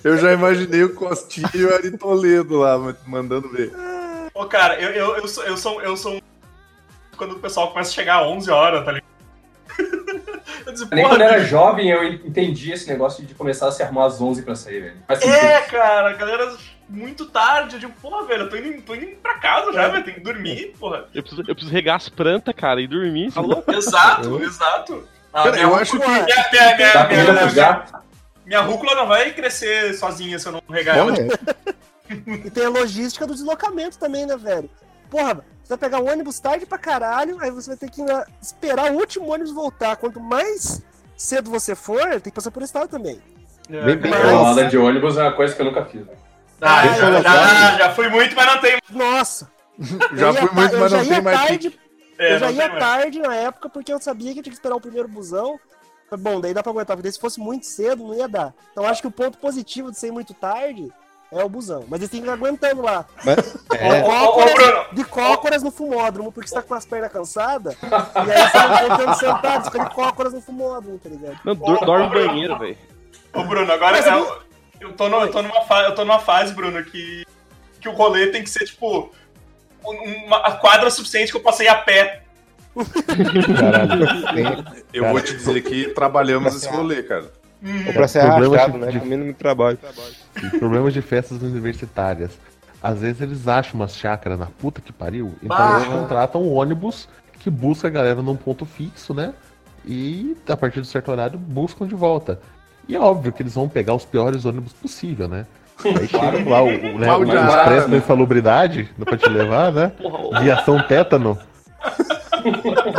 Speaker 3: Eu já imaginei o Costinho e o Ari Toledo lá, mandando ver.
Speaker 1: Ô, cara, eu, eu, eu, sou, eu, sou, eu sou um. Quando o pessoal começa a chegar às 11 horas, tá ligado? Eu disse,
Speaker 8: Nem quando eu
Speaker 1: porra,
Speaker 8: era jovem eu entendi esse negócio de começar a se arrumar às 11 pra sair, velho. Faz sentido.
Speaker 1: É, cara, a galera muito tarde. Eu digo, porra, velho, eu tô indo, tô indo pra casa já, velho, tem que dormir, porra.
Speaker 4: Eu preciso, eu preciso regar as plantas, cara, e dormir. Tá louco?
Speaker 1: Exato, exato. Ah,
Speaker 3: Cara,
Speaker 1: minha,
Speaker 3: eu acho que.
Speaker 5: Porra,
Speaker 1: minha, minha,
Speaker 8: Dá
Speaker 1: minha,
Speaker 8: comida
Speaker 1: minha,
Speaker 8: pro
Speaker 1: minha,
Speaker 8: gato.
Speaker 1: minha rúcula não vai crescer sozinha se eu não regar ela.
Speaker 7: Porra,
Speaker 5: E tem a logística do deslocamento também, né, velho? Porra, você vai pegar o ônibus tarde pra caralho, aí você vai ter que ainda esperar o último ônibus voltar. Quanto mais cedo você for, tem que passar por estado também.
Speaker 7: Bem, bem,
Speaker 5: Mas-
Speaker 8: Balada de ônibus é uma coisa que eu nunca fiz. velho.
Speaker 1: Ah,
Speaker 5: Bem
Speaker 1: já, já,
Speaker 3: colocado.
Speaker 1: já fui muito, mas não tem.
Speaker 5: Nossa!
Speaker 3: Já
Speaker 5: eu ia
Speaker 3: fui
Speaker 5: ta-
Speaker 3: muito,
Speaker 5: eu
Speaker 3: mas
Speaker 5: já
Speaker 3: não
Speaker 5: ia
Speaker 3: tem mais
Speaker 5: tarde,
Speaker 1: É,
Speaker 5: Eu já
Speaker 1: não
Speaker 5: ia tá.
Speaker 1: tem mais.
Speaker 5: tarde na época, porque eu sabia que eu tinha que esperar o primeiro busão. Mas, Bom, daí dá pra aguentar, porque daí se fosse muito cedo, não ia dar. Então acho que o ponto positivo de ser muito tarde é o busão. Mas eles têm que ir aguentando lá.
Speaker 1: Ô, ô, ô, Bruno,
Speaker 5: De cócoras no fumódromo, porque você tá com as pernas cansadas, e aí você não tá tentando sentado, você fica de cócoras no fumódromo, tá ligado?
Speaker 4: Não, dor,
Speaker 1: Ô,
Speaker 4: dorme
Speaker 1: ô,
Speaker 4: no banheiro, velho.
Speaker 1: ô, Bruno, agora
Speaker 5: Mas
Speaker 1: é
Speaker 5: eu
Speaker 1: o- Eu tô, no- eu tô numa fase, eu tô numa fase, Bruno, que, que o rolê tem que ser, tipo, um- uma a quadra suficiente que eu possa ir a pé.
Speaker 2: Caralho.
Speaker 3: Eu vou te dizer que trabalhamos esse rolê, cara.
Speaker 1: Hum,
Speaker 7: Ou pra ser
Speaker 2: Problema
Speaker 7: arrastado,
Speaker 2: de-
Speaker 7: né?
Speaker 2: de-
Speaker 7: Com mínimo de trabalho.
Speaker 2: Problemas de festas universitárias. Às vezes eles acham umas chácaras na puta que pariu, então
Speaker 1: Bah!
Speaker 2: eles contratam um ônibus que busca a galera num ponto fixo, né? E a partir de certo horário buscam de volta. E é óbvio que eles vão pegar os piores ônibus possível, né? Aí chega lá o, o, né,
Speaker 3: Mal
Speaker 2: o
Speaker 3: de arara,
Speaker 2: expresso da
Speaker 3: né?
Speaker 2: insalubridade pra te levar, né?
Speaker 4: Porra,
Speaker 2: Viação tétano.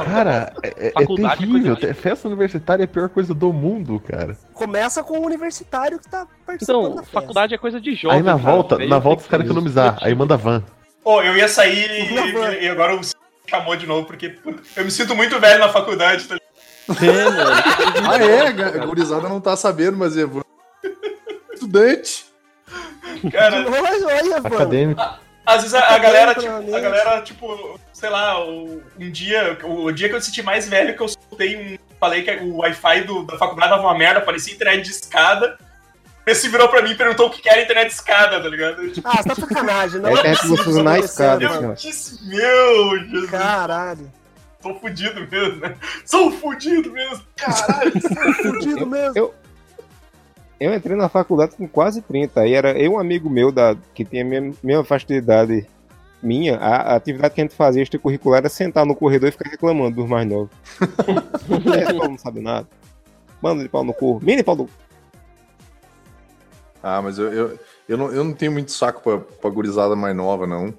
Speaker 2: Cara, é, é- é
Speaker 4: Faculdade é
Speaker 2: terrível.
Speaker 4: coisa-
Speaker 2: Festa universitária é a pior coisa do mundo, cara.
Speaker 5: Começa com o universitário que tá participando
Speaker 4: então,
Speaker 5: da festa.
Speaker 4: faculdade é coisa de jovem.
Speaker 2: Aí na
Speaker 4: cara.
Speaker 2: volta,
Speaker 4: Velho,
Speaker 2: na
Speaker 4: tem
Speaker 2: volta
Speaker 4: que
Speaker 2: os caras
Speaker 4: ser
Speaker 2: economizar, aí manda van.
Speaker 1: Pô, eu ia sair e, e agora o chamou de novo, porque puta, eu me sinto muito velho na faculdade. Tá? ligado?
Speaker 3: Ah, é? A gurizada não tá sabendo, mas eu vou. Estudante.
Speaker 1: Cara,
Speaker 5: Olha, olha,
Speaker 7: Tá
Speaker 5: mano.
Speaker 2: Acadêmico.
Speaker 1: às vezes a, a galera, tipo, a
Speaker 5: Provavelmente.
Speaker 1: galera, tipo, sei lá, o- um dia, o, o dia que eu me senti mais velho, que eu soltei um. Falei que o Wi-Fi do- da faculdade tava uma merda, parecia internet de escada. Esse virou pra mim e perguntou o que que era internet de escada, tá ligado? Eu, tipo,
Speaker 5: Ah, você tá sacanagem, não?
Speaker 7: É
Speaker 5: é
Speaker 7: que a gente
Speaker 5: possível
Speaker 7: usa na
Speaker 5: isso
Speaker 7: escada,
Speaker 5: acontecendo,
Speaker 7: assim,
Speaker 5: mano.
Speaker 7: ó.
Speaker 1: disse, meu Jesus,
Speaker 5: Caralho.
Speaker 1: tô fudido mesmo, né? Sou fudido mesmo. Caralho,
Speaker 5: Fudido mesmo.
Speaker 7: Eu entrei na faculdade com quase 30. Aí era eu, um amigo meu, da, que tinha a mesma, mesma faixa de idade minha. A, a atividade que a gente fazia extracurricular era sentar no corredor e ficar reclamando dos mais novos. é, o povo não sabe nada. Manda de pau no cu. Mini pau no cu.
Speaker 3: Ah, mas eu, eu, eu, não, eu não tenho muito saco pra, pra gurizada mais nova, não.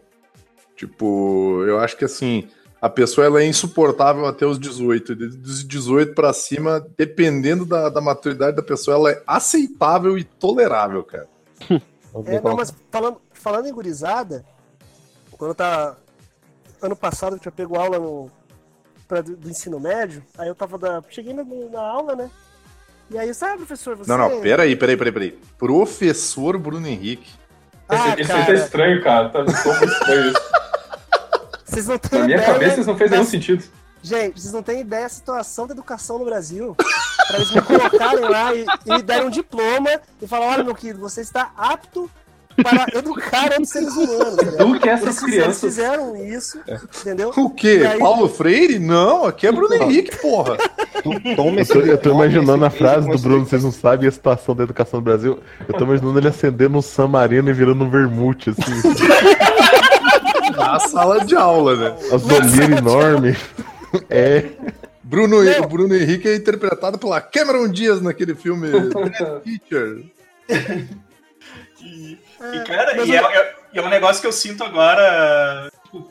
Speaker 3: Tipo, eu acho que assim, a pessoa ela é insuportável até os 18. De- Dos 18 pra cima, dependendo da, da maturidade da pessoa, ela é aceitável e tolerável, cara.
Speaker 5: É, não, mas falando, falando em gurizada, quando tá. Ano passado eu tinha pego aula no, pra- do, do ensino médio, aí eu tava da. Cheguei na, na aula, né? E aí, sabe, professor, você.
Speaker 3: Não, não, peraí, peraí, peraí, peraí. Professor Bruno Henrique.
Speaker 5: Ah,
Speaker 8: esse, esse aí tá
Speaker 5: cara,
Speaker 8: estranho, cara. Tá ficou muito estranho isso.
Speaker 5: vocês não têm
Speaker 8: Na minha
Speaker 5: ideia.
Speaker 8: cabeça isso não fez nenhum
Speaker 5: Mas-
Speaker 8: sentido.
Speaker 5: Gente, vocês não têm ideia da situação da educação no Brasil. Pra eles me colocarem lá e, e me darem um diploma e falar: olha, meu querido, você está apto para educar outros seres humanos. tá ligado?
Speaker 8: Do que
Speaker 5: Eles
Speaker 8: essas
Speaker 5: fizeram- eles
Speaker 8: crianças. É.
Speaker 5: fizeram isso, entendeu?
Speaker 3: O quê?
Speaker 5: E aí-
Speaker 3: Paulo Freire? Não, aqui é Bruno
Speaker 7: Não.
Speaker 3: Henrique, porra.
Speaker 7: Toma
Speaker 2: Eu
Speaker 7: esse-
Speaker 2: tô, eu tô
Speaker 7: toma
Speaker 2: imaginando a
Speaker 7: esse
Speaker 2: frase do
Speaker 7: beijo com
Speaker 2: Bruno,
Speaker 7: esse-
Speaker 2: vocês não sabem a situação da educação do Brasil. Eu tô imaginando ele acendendo um samarino e virando um vermute, assim,
Speaker 3: Na sala de aula, né?
Speaker 2: as olheiras enormes. um É,
Speaker 3: Bruno,
Speaker 5: Não.
Speaker 3: o Bruno Henrique é interpretado pela Cameron Diaz naquele filme Bad Teacher.
Speaker 1: E, e, cara,
Speaker 5: mas
Speaker 1: e é, é- e é um negócio que eu sinto agora, tipo,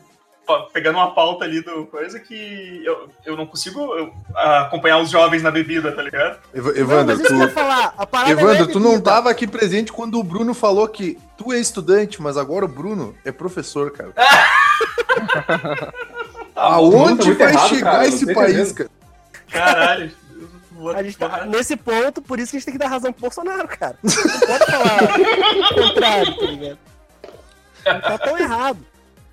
Speaker 1: ó, pegando uma pauta ali do coisa que eu, eu não consigo eu, acompanhar os jovens na bebida, tá ligado?
Speaker 3: Ev-
Speaker 5: Não, mas
Speaker 3: Evandro,
Speaker 5: isso que é eu ia
Speaker 3: tu,
Speaker 5: falar. A parada
Speaker 3: Evandro,
Speaker 5: é
Speaker 3: tu não tá-
Speaker 5: bebida.
Speaker 3: tava aqui presente quando o Bruno falou que tu é estudante, mas agora o Bruno é professor, cara.
Speaker 8: Bruno tá
Speaker 3: Aonde
Speaker 8: muito
Speaker 3: vai
Speaker 8: errado,
Speaker 3: chegar
Speaker 8: cara, eu não
Speaker 3: esse
Speaker 8: tô
Speaker 3: país,
Speaker 8: entendendo.
Speaker 3: cara?
Speaker 1: Caralho. eu vou-
Speaker 5: A gente tá nesse ponto, por isso que a gente tem que dar razão pro Bolsonaro, cara. Não pode falar o contrário, tá ligado? Não tá tão errado.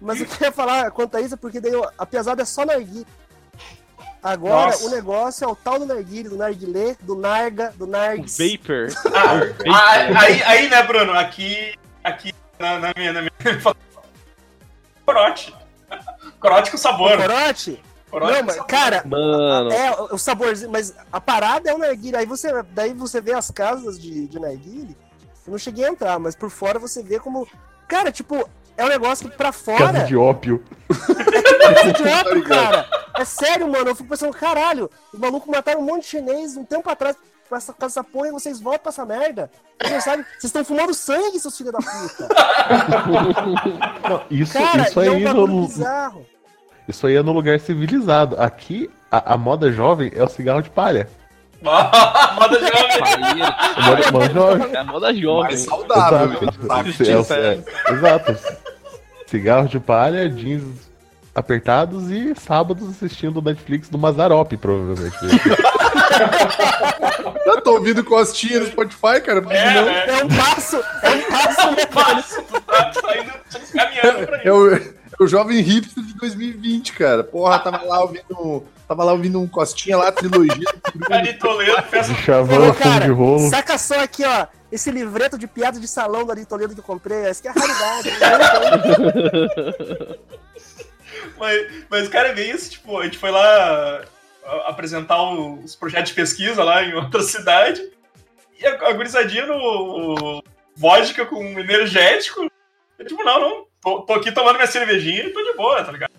Speaker 5: Mas o que eu ia falar quanto a isso é porque daí ó, a pesada é só narguilha. Agora
Speaker 1: Nossa.
Speaker 5: o negócio é o tal do narguilha, do narguilé, do narga, do nargues.
Speaker 4: Vapor.
Speaker 1: Ah, aí, aí, né, Bruno, aqui, aqui na, na minha, na minha corote. Corote com sabor.
Speaker 5: Corote?
Speaker 1: Corote
Speaker 5: Não,
Speaker 1: com
Speaker 5: mas,
Speaker 1: sabor.
Speaker 5: cara,
Speaker 4: Mano.
Speaker 5: é o- o saborzinho, mas a parada é o narguilha. Aí você, daí você vê as casas de, de narguilha. Eu não cheguei a entrar, mas por fora você vê como. Cara, tipo, é um negócio que pra fora.
Speaker 2: casa de tá ópio.
Speaker 5: Esse idiota, cara. É sério, mano. Eu fico pensando, caralho, os malucos mataram um monte de chinês um tempo atrás com essa, com essa porra e vocês voltam pra essa merda. Vocês não sabem, vocês estão fumando sangue, seus filhos da puta.
Speaker 2: Isso,
Speaker 5: Cara,
Speaker 2: isso,
Speaker 5: e
Speaker 2: aí
Speaker 5: é um
Speaker 2: no,
Speaker 5: bagulho bizarro.
Speaker 2: isso aí é no lugar civilizado. Aqui, a, a moda jovem é o cigarro de palha.
Speaker 1: Moda jovem.
Speaker 2: A moda, a moda jovem.
Speaker 4: É a moda jovem.
Speaker 3: Mais saudável, né? Tá
Speaker 2: Exato.
Speaker 3: Ah, sabe?
Speaker 2: É o-
Speaker 3: né?
Speaker 2: é- exato. Cigarro de palha, jeans apertados e sábados assistindo o Netflix do Mazarop, provavelmente.
Speaker 3: Eu tô ouvindo costinha no Spotify, cara. porque
Speaker 1: É,
Speaker 3: não-
Speaker 1: é,
Speaker 5: É um passo, é um passo mecânico.
Speaker 1: Mas tu tá saindo caminhando pra
Speaker 3: É
Speaker 1: ele.
Speaker 3: o, é o jovem hipster de 2020, cara. Porra, tava lá ouvindo, tava lá ouvindo um costinha lá, trilogia.
Speaker 1: Cari Toledo, festa
Speaker 2: De chavão
Speaker 5: Falou,
Speaker 2: a fundo
Speaker 5: cara,
Speaker 2: de rolo.
Speaker 5: Saca só aqui, ó. esse livreto de piada de salão da Ari Toledo que eu comprei. Isso que é raridade. né?
Speaker 1: Mas, mas, cara, é bem isso, tipo, a gente foi lá a- apresentar o- os projetos de pesquisa lá em outra cidade, e a, a gurizadinha no vodka com energético, eu tipo, não, não, tô, tô aqui tomando minha cervejinha e tô de boa, tá ligado?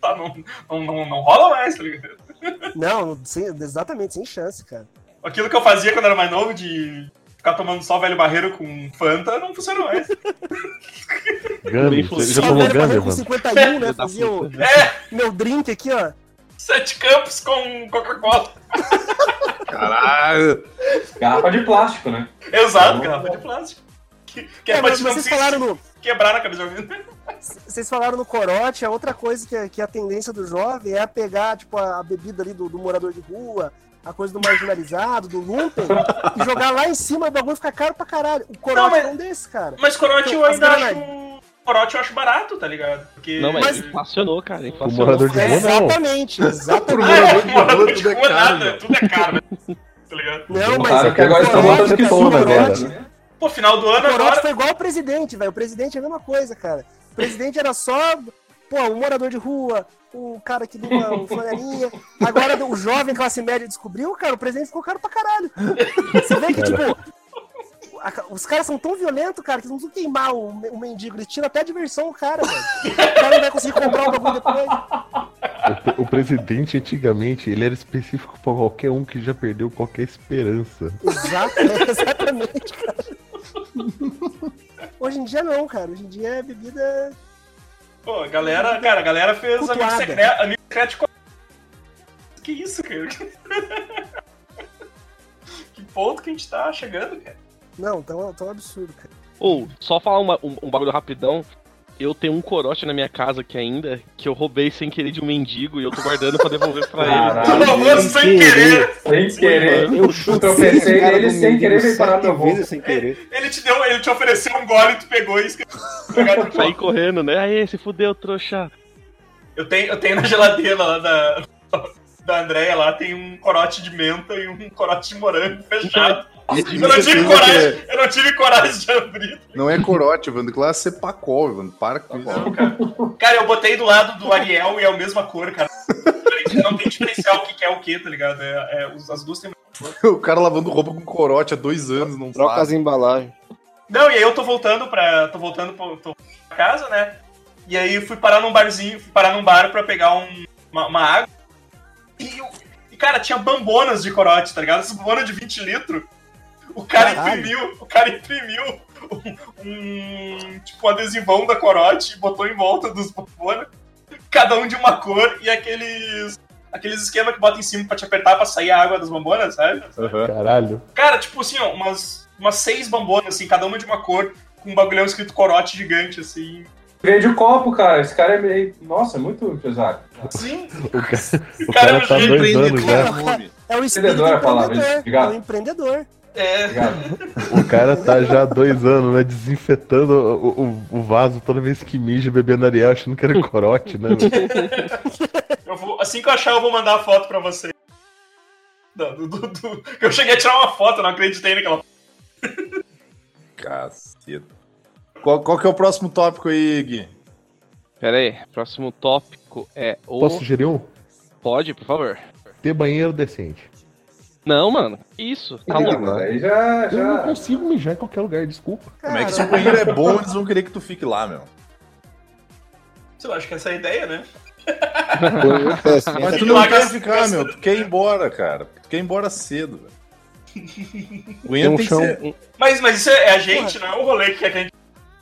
Speaker 1: Tá, não, não, não, não rola mais, tá ligado?
Speaker 5: Então, não, sem- exatamente, sem chance, cara.
Speaker 1: Aquilo que eu fazia quando era mais novo, de ficar tomando só velho barreiro com Fanta, não funciona mais.
Speaker 2: Gami, você já
Speaker 5: Só
Speaker 2: tomou
Speaker 5: velho
Speaker 2: Gami,
Speaker 5: barreiro com
Speaker 2: mano?
Speaker 5: 51, né?
Speaker 4: Filho da
Speaker 5: Fazia o
Speaker 4: puta.
Speaker 1: É,
Speaker 5: meu drink aqui, ó.
Speaker 1: sete campos com Coca-Cola.
Speaker 3: Caralho.
Speaker 8: Garrafa de plástico, né?
Speaker 1: Exato, garrafa de plástico. Que, que é,
Speaker 5: Tá É,
Speaker 1: pra
Speaker 5: mas
Speaker 1: te não
Speaker 5: vocês
Speaker 1: se
Speaker 5: falaram no,
Speaker 1: quebrar na cabeça de alguém.
Speaker 5: Vocês falaram no corote, a outra coisa que, é, que a tendência do jovem é a pegar, tipo, a, a bebida ali do, do morador de rua, a coisa do marginalizado, do lumpen, e jogar lá em cima o bagulho fica caro pra caralho. O corote
Speaker 1: Não, mas-
Speaker 5: é um desse, cara.
Speaker 1: Mas corote eu
Speaker 5: As
Speaker 1: ainda
Speaker 5: granadas.
Speaker 1: acho. Corote eu acho barato, tá ligado? Porque.
Speaker 4: Não, mas,
Speaker 5: Mas-
Speaker 4: inflacionou, cara.
Speaker 2: O
Speaker 4: Inflacionou.
Speaker 2: morador de
Speaker 5: É,
Speaker 2: rua, não.
Speaker 5: exatamente, exatamente.
Speaker 1: Ah, é, morador
Speaker 3: tudo
Speaker 1: de
Speaker 3: é
Speaker 1: rua,
Speaker 3: caro,
Speaker 1: nada,
Speaker 3: velho.
Speaker 1: tudo é caro, né? tá ligado?
Speaker 5: Não, mas
Speaker 8: claro é que agora
Speaker 5: o
Speaker 8: estão
Speaker 5: corote,
Speaker 8: outras que
Speaker 5: cara,
Speaker 8: são,
Speaker 5: o
Speaker 8: né,
Speaker 5: corote-
Speaker 8: velho?
Speaker 1: Pô, final do ano
Speaker 5: O corote tá
Speaker 1: agora.
Speaker 5: foi igual o presidente, velho. O presidente é a mesma coisa, cara. O presidente era só, pô, um morador de rua, o cara que doa um flanelinha. Agora o jovem classe média descobriu, cara, o presidente ficou caro pra caralho. Você vê que, tipo. a- os caras são tão violentos, cara, que eles não precisam queimar o, me- o mendigo. Eles tiram até a diversão do cara, velho. O cara não vai conseguir comprar o bagulho depois.
Speaker 2: O pre- O presidente antigamente, ele era específico pra qualquer um que já perdeu qualquer esperança.
Speaker 5: Exato, é, exatamente, cara. Hoje em dia não, cara. Hoje em dia é bebida.
Speaker 1: Pô, a galera, cara, a galera fez
Speaker 5: Cultuada.
Speaker 1: amigo secreto, amigo secreto de co- Que isso, cara? que ponto que a gente tá chegando, cara?
Speaker 5: Não, tão, tão absurdo, cara.
Speaker 4: Ou, só falar uma- um, um bagulho rapidão. Eu tenho um corote na minha casa aqui ainda, que eu roubei sem querer de um mendigo e eu tô guardando pra devolver pra ele.
Speaker 8: Caralho.
Speaker 1: Não, mano, sem querer.
Speaker 8: Sem querer.
Speaker 7: Eu
Speaker 8: Eu tropecei nele sem querer reparar
Speaker 3: tá
Speaker 8: meu
Speaker 7: sete
Speaker 8: voo.
Speaker 7: vezes sem querer.
Speaker 1: Ele te deu, ele te ofereceu um gole, tu pegou e esqueceu.
Speaker 4: Saí correndo, né? Aê, se fudeu, trouxa.
Speaker 1: Eu tenho, eu tenho na geladeira lá da, da Andrea lá, tem um corote de menta e um corote de morango fechado. Eu não tive coragem, eu não tive coragem de abrir.
Speaker 3: Não é corote, Evandro. Claro, você pacou, Evandro. Para com isso.
Speaker 1: Não, cara. Cara, eu botei do lado do Ariel e é a mesma cor, cara. Não tem diferencial o que que é o que, tá ligado? É, é, os- as duas têm.
Speaker 3: O cara lavando roupa com corote há dois anos, não
Speaker 7: Troca as
Speaker 3: sabe.
Speaker 7: embalagens.
Speaker 1: Não, e aí eu tô voltando pra. tô voltando pra, tô pra casa, né? E aí eu fui parar num barzinho, fui parar num bar pra pegar um- uma, uma água. E, eu- e, cara, tinha bambonas de corote, tá ligado? Essas bambonas de 20 litros. O cara
Speaker 5: Caralho.
Speaker 1: imprimiu, o cara imprimiu um, um, tipo um adesivão da corote e botou em volta dos bambonas. Cada um de uma cor e aqueles. Aqueles esquema que bota em cima pra te apertar pra sair a água das bambonas, sabe?
Speaker 2: Caralho.
Speaker 1: Cara, tipo assim, ó, umas, umas seis bambonas, assim, cada uma de uma cor, com um bagulhão escrito corote gigante, assim.
Speaker 8: Vende o copo, cara. Esse cara é meio. Nossa, é muito empresário.
Speaker 1: Sim,
Speaker 2: O cara, o
Speaker 1: cara
Speaker 2: cara tá
Speaker 1: é um
Speaker 2: dois anos já.
Speaker 5: É o espírito do
Speaker 8: Empreendedor é a palavra,
Speaker 5: empreendedor. É
Speaker 8: obrigado.
Speaker 5: o empreendedor.
Speaker 1: é.
Speaker 8: Obrigado.
Speaker 2: O cara tá já há dois anos, né? Desinfetando o, o- o vaso toda vez que mija bebendo Ariel, achando que era corote, né? velho?
Speaker 1: Eu vou, assim que eu achar, eu vou mandar a foto pra vocês. Não, do, do- do- eu cheguei a tirar uma foto, não acreditei naquela.
Speaker 3: Caceta. Qual, qual que é o próximo tópico aí, Gui?
Speaker 4: Pera aí, próximo tópico é o.
Speaker 2: Posso sugerir um?
Speaker 4: Pode, por favor?
Speaker 2: Ter banheiro decente.
Speaker 4: Não, mano. que Isso, tá
Speaker 7: é
Speaker 8: Não,
Speaker 4: louco.
Speaker 8: mas
Speaker 7: né?
Speaker 8: aí já.
Speaker 2: Eu não
Speaker 8: já...
Speaker 2: consigo mijar em qualquer lugar, desculpa.
Speaker 3: Como é que se o
Speaker 5: Cara,
Speaker 3: banheiro é bom, eles vão querer que tu fique lá, meu.
Speaker 1: Sei lá, acho que essa é a ideia, né?
Speaker 2: É,
Speaker 7: Acontece.
Speaker 3: Mas tu
Speaker 1: que
Speaker 3: não
Speaker 1: larga
Speaker 3: quer
Speaker 1: essa
Speaker 3: ficar,
Speaker 1: peça.
Speaker 3: meu. Tu quer ir embora, cara. Tu quer ir embora cedo, velho. O
Speaker 7: Tem
Speaker 3: banheiro tem
Speaker 7: um
Speaker 3: que
Speaker 7: chão.
Speaker 3: ser...
Speaker 7: um-
Speaker 1: Mas, mas isso é, é a gente, não é o rolê que a gente.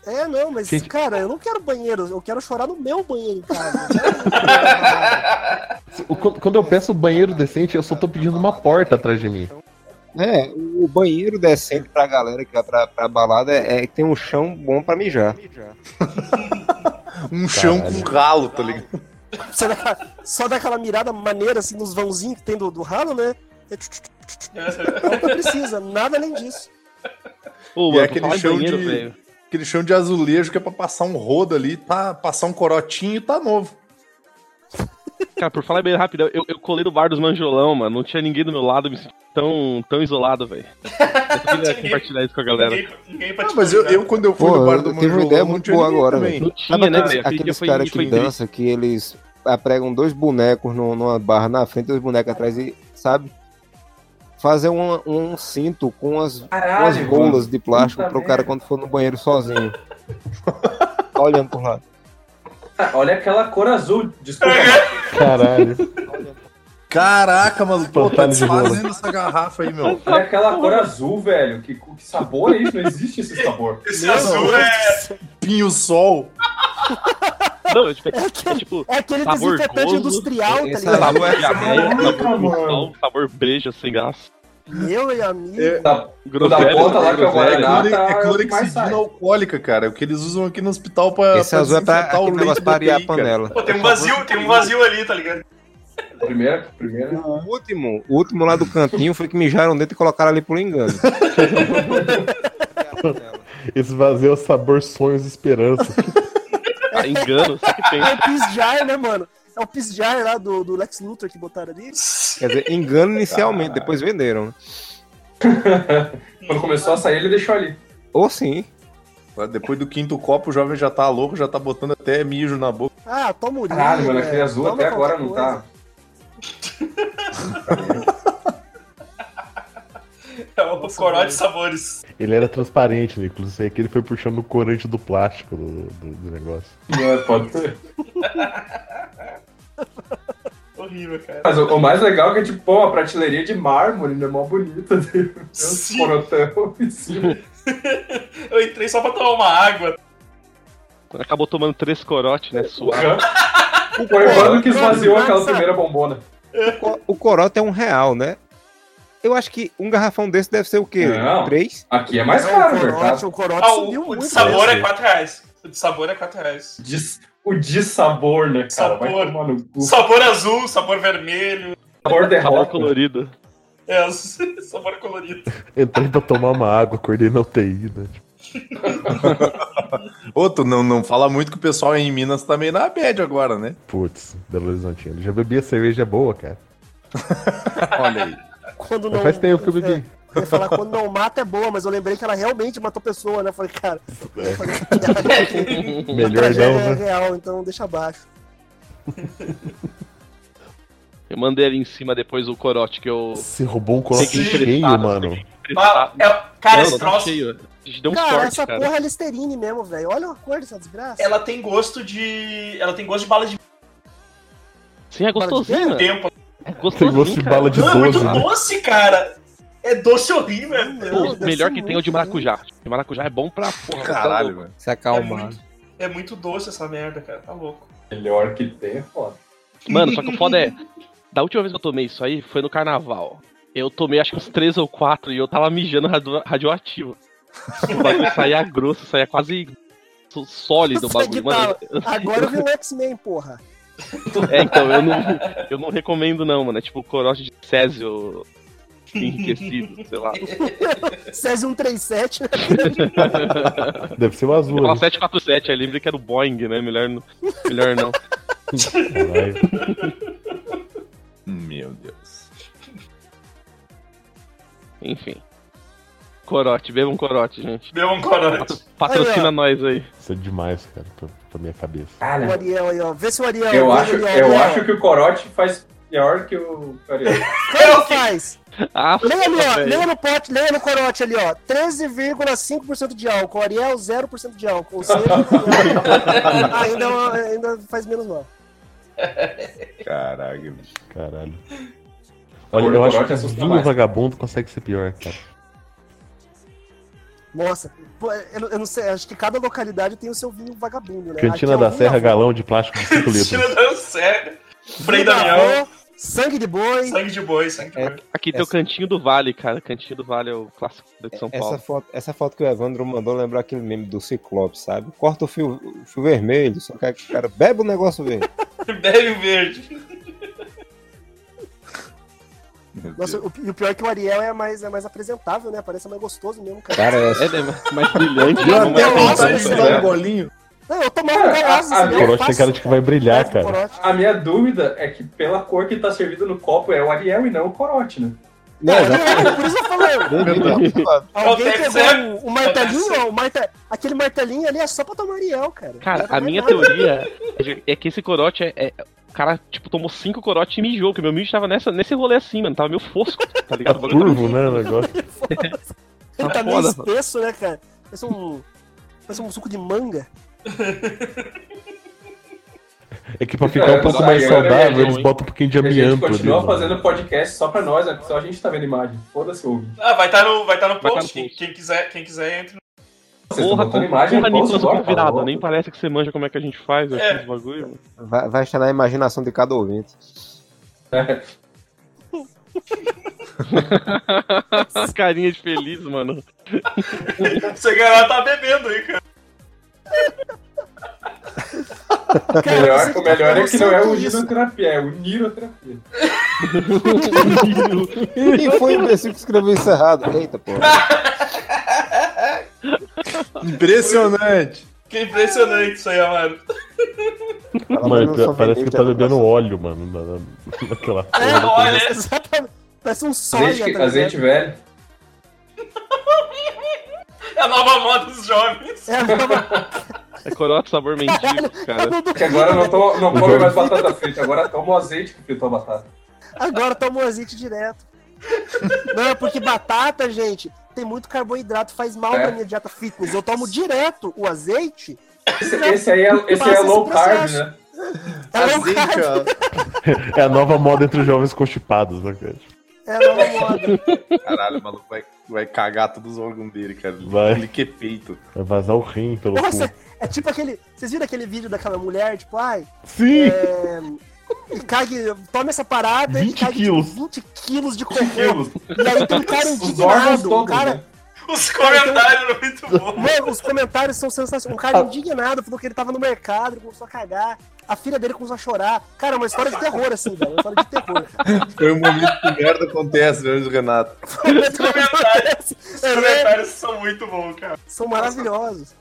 Speaker 5: É, não, mas,
Speaker 2: Gente.
Speaker 5: cara, eu não quero banheiro, eu quero chorar no meu banheiro em casa.
Speaker 2: O- Quando quando eu peço banheiro decente, eu só tô pedindo uma porta atrás de mim.
Speaker 7: É, o banheiro decente pra galera que vai pra, pra balada é, é que tem um chão bom pra mijar.
Speaker 3: um chão
Speaker 2: Caralho.
Speaker 3: com ralo, tá ligado?
Speaker 5: Só daquela- Só dá aquela mirada maneira, assim, nos vãozinhos que tem do, do ralo, né? É tch, tch, tch, é o que precisa, nada além disso.
Speaker 4: Ô,
Speaker 3: E
Speaker 4: mano,
Speaker 3: é
Speaker 4: por
Speaker 3: aquele
Speaker 4: falar em
Speaker 3: show
Speaker 4: banheiro,
Speaker 3: de-
Speaker 4: velho.
Speaker 3: Aquele chão de azulejo que é pra passar um rodo ali, tá, passar um corotinho e tá novo.
Speaker 4: Cara, por falar bem rápido, eu, eu colei no bar dos Manjolão, mano. Não tinha ninguém do meu lado, eu me senti tão, tão isolado, velho. Eu queria compartilhar isso com a galera.
Speaker 1: Ninguém, ninguém pra
Speaker 3: Ah,
Speaker 1: te
Speaker 3: mas eu,
Speaker 1: julgar.
Speaker 3: eu, quando eu fui
Speaker 7: Pô,
Speaker 3: no bar
Speaker 7: eu
Speaker 3: do
Speaker 7: tive uma
Speaker 3: Manjolão,
Speaker 7: ideia
Speaker 3: não
Speaker 7: muito
Speaker 3: tinha
Speaker 7: boa
Speaker 3: ninguém
Speaker 7: agora,
Speaker 3: também.
Speaker 4: Não
Speaker 7: Sabe
Speaker 4: tinha, né,
Speaker 7: aqueles,
Speaker 4: velho? Aquele dia
Speaker 7: aqueles
Speaker 4: foi,
Speaker 7: caras que
Speaker 4: foi triste.
Speaker 7: dançam, que eles apregam dois bonecos no- numa barra na frente, dois bonecos atrás e, sabe? Fazer um, um cinto com as, com as
Speaker 8: Caralho,
Speaker 7: bolas de plástico
Speaker 8: Puta
Speaker 7: pro cara
Speaker 8: merda.
Speaker 7: quando for no banheiro sozinho. Tá olhando por lá.
Speaker 8: Ah, Olha aquela cor azul. Desculpa.
Speaker 2: Caralho.
Speaker 3: Caraca, mano, pô, tá
Speaker 2: Espantalho de bola.
Speaker 3: desfazendo essa garrafa aí, meu.
Speaker 8: olha aquela cor azul, velho. Que, que sabor é isso? Não existe esse sabor.
Speaker 1: Esse
Speaker 5: Meu
Speaker 1: azul
Speaker 5: Deus
Speaker 1: é.
Speaker 5: do céu.
Speaker 3: Pinho Sol.
Speaker 4: Não, é tipo,
Speaker 5: É
Speaker 4: é
Speaker 5: aquele,
Speaker 4: tipo
Speaker 5: é aquele
Speaker 4: Sabor
Speaker 5: desinfetante
Speaker 4: gordo.
Speaker 5: industrial, tá
Speaker 7: Tá Esse
Speaker 5: ligado?
Speaker 7: sabor é
Speaker 4: diabetes,
Speaker 8: Caraca,
Speaker 4: sabor
Speaker 8: mano.
Speaker 4: função, um sabor assim, ah, breja sem gás.
Speaker 5: Meu e amigo.
Speaker 3: É,
Speaker 8: Da, o da
Speaker 4: Groselha,
Speaker 8: ponta lá que eu vou
Speaker 7: groselha.
Speaker 8: negar,
Speaker 3: clore-
Speaker 8: tá
Speaker 3: é
Speaker 8: mais
Speaker 3: clorexidina
Speaker 8: sai.
Speaker 3: alcoólica, cara. É o que eles usam aqui no hospital pra,
Speaker 7: Esse azul é pra
Speaker 3: desinfetar
Speaker 7: aquele
Speaker 3: da
Speaker 7: negócio pra arear a
Speaker 3: UTI, cara.
Speaker 7: panela.
Speaker 1: Pô, tem um vazio, tem um vazio ali, tá ligado?
Speaker 8: Primeira, primeira.
Speaker 7: O último, o último lá do cantinho foi que mijaram dentro e colocaram ali por engano.
Speaker 2: Esse vazio é o sabor sonhos e esperança.
Speaker 4: Cara, tá engano, só que tem.
Speaker 5: É o pisjar, né, mano? É o pisjar lá do, do Lex Luthor que botaram ali.
Speaker 7: Quer dizer, engano inicialmente, depois venderam.
Speaker 8: Quando começou a sair, ele deixou ali.
Speaker 7: Ou sim.
Speaker 3: Depois do quinto copo, o jovem já tá louco, já tá botando até mijo na boca.
Speaker 5: Ah, toma o é,
Speaker 8: Caralho, mano, aquele azul até agora não tá.
Speaker 1: É o coró de sabores.
Speaker 2: Ele era transparente, Nicolas. Isso aí que ele foi puxando o corante do plástico do, do- do negócio.
Speaker 8: É, pode ser.
Speaker 1: Horrível, cara.
Speaker 8: Mas o, o mais legal é que, tipo, pô, a prateleria de mármore, né? Mó bonita. né? Tem uns
Speaker 1: Sim.
Speaker 8: corotão em cima.
Speaker 1: Eu entrei só pra tomar uma água.
Speaker 4: Acabou tomando três corotes, né? Suave.
Speaker 8: O Corvano que esvaziou
Speaker 5: Cara,
Speaker 8: aquela
Speaker 5: nossa.
Speaker 8: primeira bombona.
Speaker 7: Co- O corota é um real, né? Eu acho que um garrafão desse deve ser o quê?
Speaker 8: Não.
Speaker 7: Três?
Speaker 8: Aqui é mais
Speaker 5: Não,
Speaker 8: caro,
Speaker 5: o
Speaker 8: verdade.
Speaker 5: corote, o corote
Speaker 1: Ah,
Speaker 5: subiu
Speaker 1: o, o
Speaker 5: muito.
Speaker 1: de sabor
Speaker 5: né?
Speaker 1: é 4 reais. O de sabor é 4 reais.
Speaker 8: Dis- o dissabor, né, cara? Vai
Speaker 1: Sabor.
Speaker 8: tomar no cu.
Speaker 1: Sabor azul, sabor vermelho.
Speaker 8: Sabor de
Speaker 4: Sabor
Speaker 8: rock.
Speaker 4: colorido.
Speaker 1: É, azul, sabor colorido.
Speaker 2: Entrei pra tomar uma água, acordei na UTI, né? Tipo,
Speaker 3: Outro, não, não fala muito que o pessoal em Minas tá meio na bad agora, né?
Speaker 2: putz, Belo Horizontino. Ele já bebia cerveja boa, cara.
Speaker 3: Olha aí.
Speaker 5: Quando
Speaker 2: Mas
Speaker 5: não, é,
Speaker 2: faz tempo que eu bebi.
Speaker 5: Eu ia falar, quando não mata é boa, mas eu lembrei que ela realmente matou pessoa, né? Eu falei, cara, eu falei, a
Speaker 2: É. Melhor
Speaker 5: tragédia é
Speaker 2: não, né?
Speaker 5: real, então deixa abaixo.
Speaker 4: Eu mandei ali em cima depois o corote que eu.
Speaker 2: Você roubou um corote
Speaker 4: Peguei
Speaker 2: cheio,
Speaker 4: emprestado, assim,
Speaker 2: mano.
Speaker 1: Ah, é- cara,
Speaker 4: Não,
Speaker 1: esse
Speaker 4: não, tá
Speaker 1: troço,
Speaker 4: cheio. A gente
Speaker 1: um
Speaker 4: deu uns
Speaker 5: cara,
Speaker 4: cortes,
Speaker 5: essa
Speaker 4: cara.
Speaker 5: porra é Listerine mesmo, velho. Olha a cor dessa desgraça.
Speaker 1: ela tem gosto de... Ela tem gosto de bala de
Speaker 4: Sim, é né? gostosinho, né?
Speaker 1: tempo.
Speaker 4: É
Speaker 2: Tem gosto
Speaker 4: gostosinho,
Speaker 2: de
Speaker 4: cara.
Speaker 2: bala de
Speaker 1: Não, é muito
Speaker 2: 12.
Speaker 1: doce, cara. É doce horrível, é
Speaker 5: Não,
Speaker 4: Pô,
Speaker 5: deve
Speaker 4: o melhor
Speaker 5: ser
Speaker 4: que tem é
Speaker 5: muito
Speaker 4: o de maracujá. De maracujá é bom pra porra.
Speaker 3: Caralho, velho.
Speaker 7: Se
Speaker 1: É
Speaker 7: acalmar.
Speaker 1: muito, é muito doce essa merda, cara. Tá louco.
Speaker 8: Melhor que tem, é foda.
Speaker 4: Mano, só que o foda é. Da última vez que eu tomei isso aí foi no carnaval. Eu tomei acho que uns três ou quatro e eu tava mijando radio- radioativo. O bagulho saía grosso, saía quase só- sólido o
Speaker 5: Nossa,
Speaker 4: bagulho.
Speaker 5: que
Speaker 4: Mano,
Speaker 5: Agora eu vi o X-Men, porra.
Speaker 4: é, então, eu não, eu não recomendo não, mano. É tipo corote de césio enriquecido, sei lá.
Speaker 5: Césio 137, né?
Speaker 2: Deve ser o azul.
Speaker 4: Fala
Speaker 2: ali.
Speaker 4: 747, aí lembrei que era o Boeing, né? Melhor, não- melhor não.
Speaker 2: Caralho.
Speaker 3: Meu Deus.
Speaker 4: Enfim. Corote, beba um corote, gente.
Speaker 1: Deu um corote.
Speaker 4: Patrocina
Speaker 5: Aí, ó.
Speaker 4: nós aí.
Speaker 2: Isso é demais, cara, pra, pra minha cabeça.
Speaker 5: o
Speaker 8: Cara,
Speaker 5: Ariel aí, ó. Vê se o Ariel.
Speaker 8: eu
Speaker 5: vê o
Speaker 8: acho,
Speaker 5: Ariel,
Speaker 8: eu
Speaker 5: Ariel.
Speaker 8: acho que o corote faz pior que o. Pera aí.
Speaker 1: É
Speaker 5: Como faz?
Speaker 4: Ah,
Speaker 5: Leia ali, ó.
Speaker 4: velho.
Speaker 5: Leia no pote, leia no corote ali, ó. 13,5% de álcool. Ariel, 0% de álcool. Ou seja, ainda, é uma- ainda faz menos mal.
Speaker 3: Caraca, bicho.
Speaker 2: Caralho. Olha, eu
Speaker 8: Olho
Speaker 2: acho
Speaker 8: corote
Speaker 2: que
Speaker 8: assusta
Speaker 2: vinho
Speaker 8: mais.
Speaker 2: vagabundo consegue ser pior, cara.
Speaker 5: Nossa, pô, eu, eu não sei, acho que cada localidade tem o seu vinho vagabundo, né?
Speaker 2: Cantina
Speaker 5: Aqui é
Speaker 2: da
Speaker 5: o vinho
Speaker 2: Serra,
Speaker 5: avô,
Speaker 2: galão de plástico de 5 litros.
Speaker 1: Tira da sério. Frei
Speaker 5: vinho da
Speaker 1: Damião.
Speaker 5: avó, Sangue de boi.
Speaker 1: Sangue de boi, sangue de
Speaker 7: É.
Speaker 1: boi.
Speaker 4: Aqui tem o
Speaker 7: Essa-
Speaker 4: Cantinho do Vale, cara. Cantinho do Vale é o clássico de São Paulo.
Speaker 7: Essa foto, essa foto que o Evandro mandou lembrar aquele meme do Ciclope, sabe? Corta o fio, o fio vermelho, só quer que o cara bebe o negócio verde.
Speaker 1: Bebe o verde.
Speaker 3: Meu Deus.
Speaker 5: Nossa, o, e o pior é que o Ariel é mais, é mais apresentável, né? Parece mais gostoso mesmo, cara.
Speaker 7: Cara, é
Speaker 4: Ela é mais brilhante.
Speaker 3: Deu até
Speaker 5: Nossa,
Speaker 3: vontade de
Speaker 5: isso
Speaker 3: dar
Speaker 8: é.
Speaker 3: um golinho.
Speaker 5: Não, eu tomava um
Speaker 8: Cara,
Speaker 5: golaço.
Speaker 8: a-
Speaker 5: assim,
Speaker 8: a-
Speaker 5: eu
Speaker 8: o
Speaker 2: Corote tem
Speaker 5: faço-
Speaker 2: cara de que vai brilhar,
Speaker 5: faço
Speaker 2: cara.
Speaker 5: corote.
Speaker 8: A minha dúvida é que pela cor que tá servida no copo é o Ariel e não o Corote, né?
Speaker 7: Não,
Speaker 5: É,
Speaker 7: já
Speaker 5: não, por isso eu falei. Alguém
Speaker 1: Acontece,
Speaker 5: pegou o, o martelinho,
Speaker 1: Acontece.
Speaker 5: ó, o martel, aquele martelinho ali é só pra tomar Ariel,
Speaker 8: Tá
Speaker 5: cara.
Speaker 4: Cara,
Speaker 5: Não é
Speaker 4: a minha
Speaker 5: nada.
Speaker 4: teoria é que esse corote é. é- o cara, tipo, tomou cinco corotes e mijou, que meu mijo tava nessa, nesse rolê assim, mano. Tava meio fosco, tá
Speaker 2: Tá
Speaker 4: ligado? O bagulho
Speaker 2: curvo, né, o negócio.
Speaker 5: Ele tá meio
Speaker 4: foda,
Speaker 5: espesso, né, cara? Parece um, parece um suco de manga.
Speaker 2: É que pra ficar um pouco mais saudável, eles botam um pouquinho de
Speaker 8: E a gente
Speaker 2: amianto ali.
Speaker 8: continua
Speaker 2: mano.
Speaker 8: fazendo podcast só pra nós, né? só a gente tá vendo imagem. Foda-se, ouvinte.
Speaker 1: Ah, vai estar no, vai tá no
Speaker 4: Vai tá no
Speaker 1: post. quem,
Speaker 4: post.
Speaker 1: quem quiser, quem quiser entra.
Speaker 8: Vocês estão
Speaker 4: Porra,
Speaker 8: botando
Speaker 4: porra,
Speaker 8: imagem no post
Speaker 4: Nicolas
Speaker 8: agora,
Speaker 4: convidado,
Speaker 8: cara?
Speaker 4: nem parece que você manja como é que a gente faz aqui,
Speaker 1: É.
Speaker 4: os bagulho. mano.
Speaker 7: vai, vai estar na imaginação de cada ouvinte.
Speaker 8: É,
Speaker 4: As carinhas de feliz, mano.
Speaker 1: no- Você galera tá bebendo aí, cara.
Speaker 8: O Tá melhor,
Speaker 5: você tá
Speaker 8: o melhor
Speaker 5: tem
Speaker 8: é que não é o
Speaker 5: noção disso?
Speaker 8: niroterapia, é o niroterapia.
Speaker 7: Quem foi o imbecil que escreveu isso errado? Eita, porra.
Speaker 3: Impressionante.
Speaker 1: Que impressionante isso aí, Amaro.
Speaker 7: Fala,
Speaker 2: Mano,
Speaker 7: mas não sou
Speaker 2: parece que
Speaker 7: vendetta,
Speaker 2: tá
Speaker 7: não.
Speaker 2: bebendo óleo, mano. na- na- Naquela
Speaker 1: É,
Speaker 2: porra.
Speaker 1: olha.
Speaker 5: Exatamente. Parece um soja.
Speaker 8: Azeite,
Speaker 5: tá ligado?
Speaker 8: azeite velho.
Speaker 1: É a nova moda dos jovens.
Speaker 5: É, tava-
Speaker 4: É corote sabor mendigo,
Speaker 5: eu
Speaker 4: cara.
Speaker 5: não
Speaker 8: Que
Speaker 5: duvido,
Speaker 8: agora eu não,
Speaker 5: né?
Speaker 8: tô, não como mais batata frita, agora tomo azeite que fritou a batata.
Speaker 5: Agora toma um azeite direto. Não, é porque batata, gente, tem muito carboidrato, faz mal
Speaker 8: É.
Speaker 5: pra minha dieta fitness. Eu tomo direto o azeite.
Speaker 8: Esse, esse aí é, esse aí é
Speaker 5: Passa
Speaker 8: low
Speaker 5: esse
Speaker 8: carb,
Speaker 5: processo.
Speaker 8: né?
Speaker 5: Ela é um
Speaker 3: Azeite,
Speaker 5: cara-
Speaker 3: ó.
Speaker 2: É a nova moda entre os jovens constipados, né, cara?
Speaker 5: ela é uma moda.
Speaker 3: Caralho, o maluco vai, vai cagar todos os órgãos dele, cara.
Speaker 2: Vai.
Speaker 3: Ele que peito.
Speaker 2: Vai vazar o rim pelo
Speaker 5: Nossa,
Speaker 2: cu.
Speaker 5: é tipo aquele. Vocês viram aquele vídeo daquela mulher, tipo, ai,
Speaker 2: Sim!
Speaker 5: e cague, um toma essa parada e
Speaker 2: 20
Speaker 5: cague tipo,
Speaker 2: quilos.
Speaker 5: 20 quilos de cocô.
Speaker 8: Quilos.
Speaker 5: E aí tem um cara
Speaker 8: Os órgãos
Speaker 5: indignado. Um
Speaker 8: todos,
Speaker 5: cara,
Speaker 8: né?
Speaker 1: Os comentários eram muito bons.
Speaker 5: Mano, os comentários são sensacionais. Um
Speaker 4: Ah.
Speaker 5: cara indignado falou que ele tava no mercado, ele começou a cagar. A filha dele começou a chorar. Cara, é uma história de terror, assim, velho. Uma história de terror.
Speaker 3: Foi um momento que merda acontece, né, Renato?
Speaker 8: É
Speaker 1: comentários. Os
Speaker 5: É, né?
Speaker 1: comentários são muito bons, cara.
Speaker 5: São maravilhosos.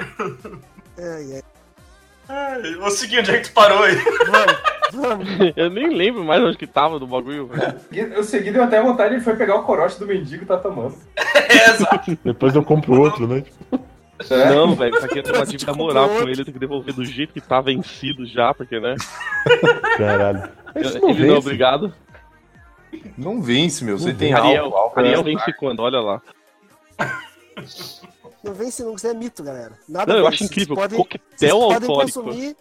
Speaker 5: Ai, ai.
Speaker 1: Ai, vou seguir onde é que tu parou aí.
Speaker 5: Vamos.
Speaker 4: Eu nem lembro mais onde que tava do bagulho, velho.
Speaker 8: Eu segui, deu até vontade, ele foi pegar o corote do mendigo e tá tomando.
Speaker 1: É, exato.
Speaker 2: Depois eu compro outro, né?
Speaker 8: É.
Speaker 4: Não, velho, isso aqui é uma
Speaker 5: Trouxe
Speaker 4: dívida
Speaker 5: de
Speaker 4: moral
Speaker 5: corote.
Speaker 4: com ele, eu tenho que devolver do jeito que tá vencido já, porque, né?
Speaker 2: Caralho. Mas isso não
Speaker 4: Ele não é
Speaker 2: vence.
Speaker 4: obrigado.
Speaker 3: Não vence, meu. Você tem
Speaker 4: Ariel,
Speaker 3: álcool, álcool. né?
Speaker 4: Ariel vence quando, olha lá.
Speaker 5: Não vence nunca, isso é mito, galera. Nada
Speaker 4: Não, eu
Speaker 5: vence.
Speaker 4: acho incrível.
Speaker 5: Vocês podem, vocês
Speaker 4: Coquetel
Speaker 5: podem
Speaker 4: alcoólico.
Speaker 5: consumir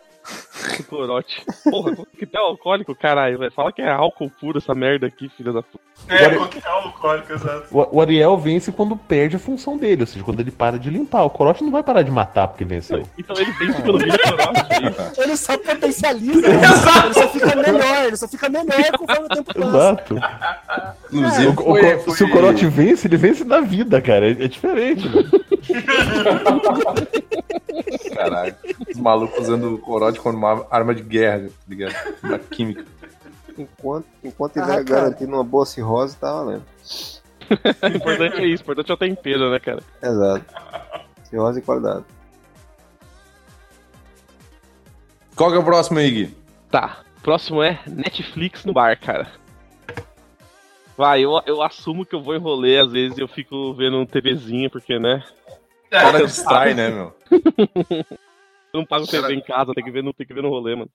Speaker 4: Que Corote. Porra, coquetel alcoólico, caralho, velho. Fala que é álcool puro essa merda aqui, filha da puta.
Speaker 1: É, coquetel alcoólico, exato.
Speaker 2: O, o Ariel vence quando perde a função dele, ou seja, quando ele para de limpar. O Corote não vai parar de matar porque venceu.
Speaker 4: Então ele vence pelo vídeo corote, é isso.
Speaker 5: Ele só potencializa, né? ele só fica melhor, ele só fica melhor conforme o tempo passa.
Speaker 2: Exato.
Speaker 3: Inclusive,
Speaker 2: O- o-
Speaker 3: foi-
Speaker 2: o- Se o
Speaker 3: foi-
Speaker 2: Corote vence, ele vence na vida, cara. É, é diferente. velho.
Speaker 3: Caralho. Os malucos usando o corote como uma arma de guerra, tá ligado? Da química.
Speaker 7: Enquanto, enquanto
Speaker 5: Ah,
Speaker 7: tiver
Speaker 5: cara.
Speaker 7: garantindo uma boa cirrose, tá valendo.
Speaker 4: O importante é isso, o importante é o tempero, né, cara?
Speaker 7: Exato. Cirrose e qualidade.
Speaker 3: Qual que é o próximo aí, Gui?
Speaker 4: Tá, próximo é Netflix no bar, cara. Vai, eu, eu assumo que eu vou enrolar, às vezes eu fico vendo um TVzinho, porque, né?
Speaker 5: É.
Speaker 3: Cara distrai, né, meu?
Speaker 4: Eu não pago TV em casa, tem que ver no, tem que ver no rolê, mano.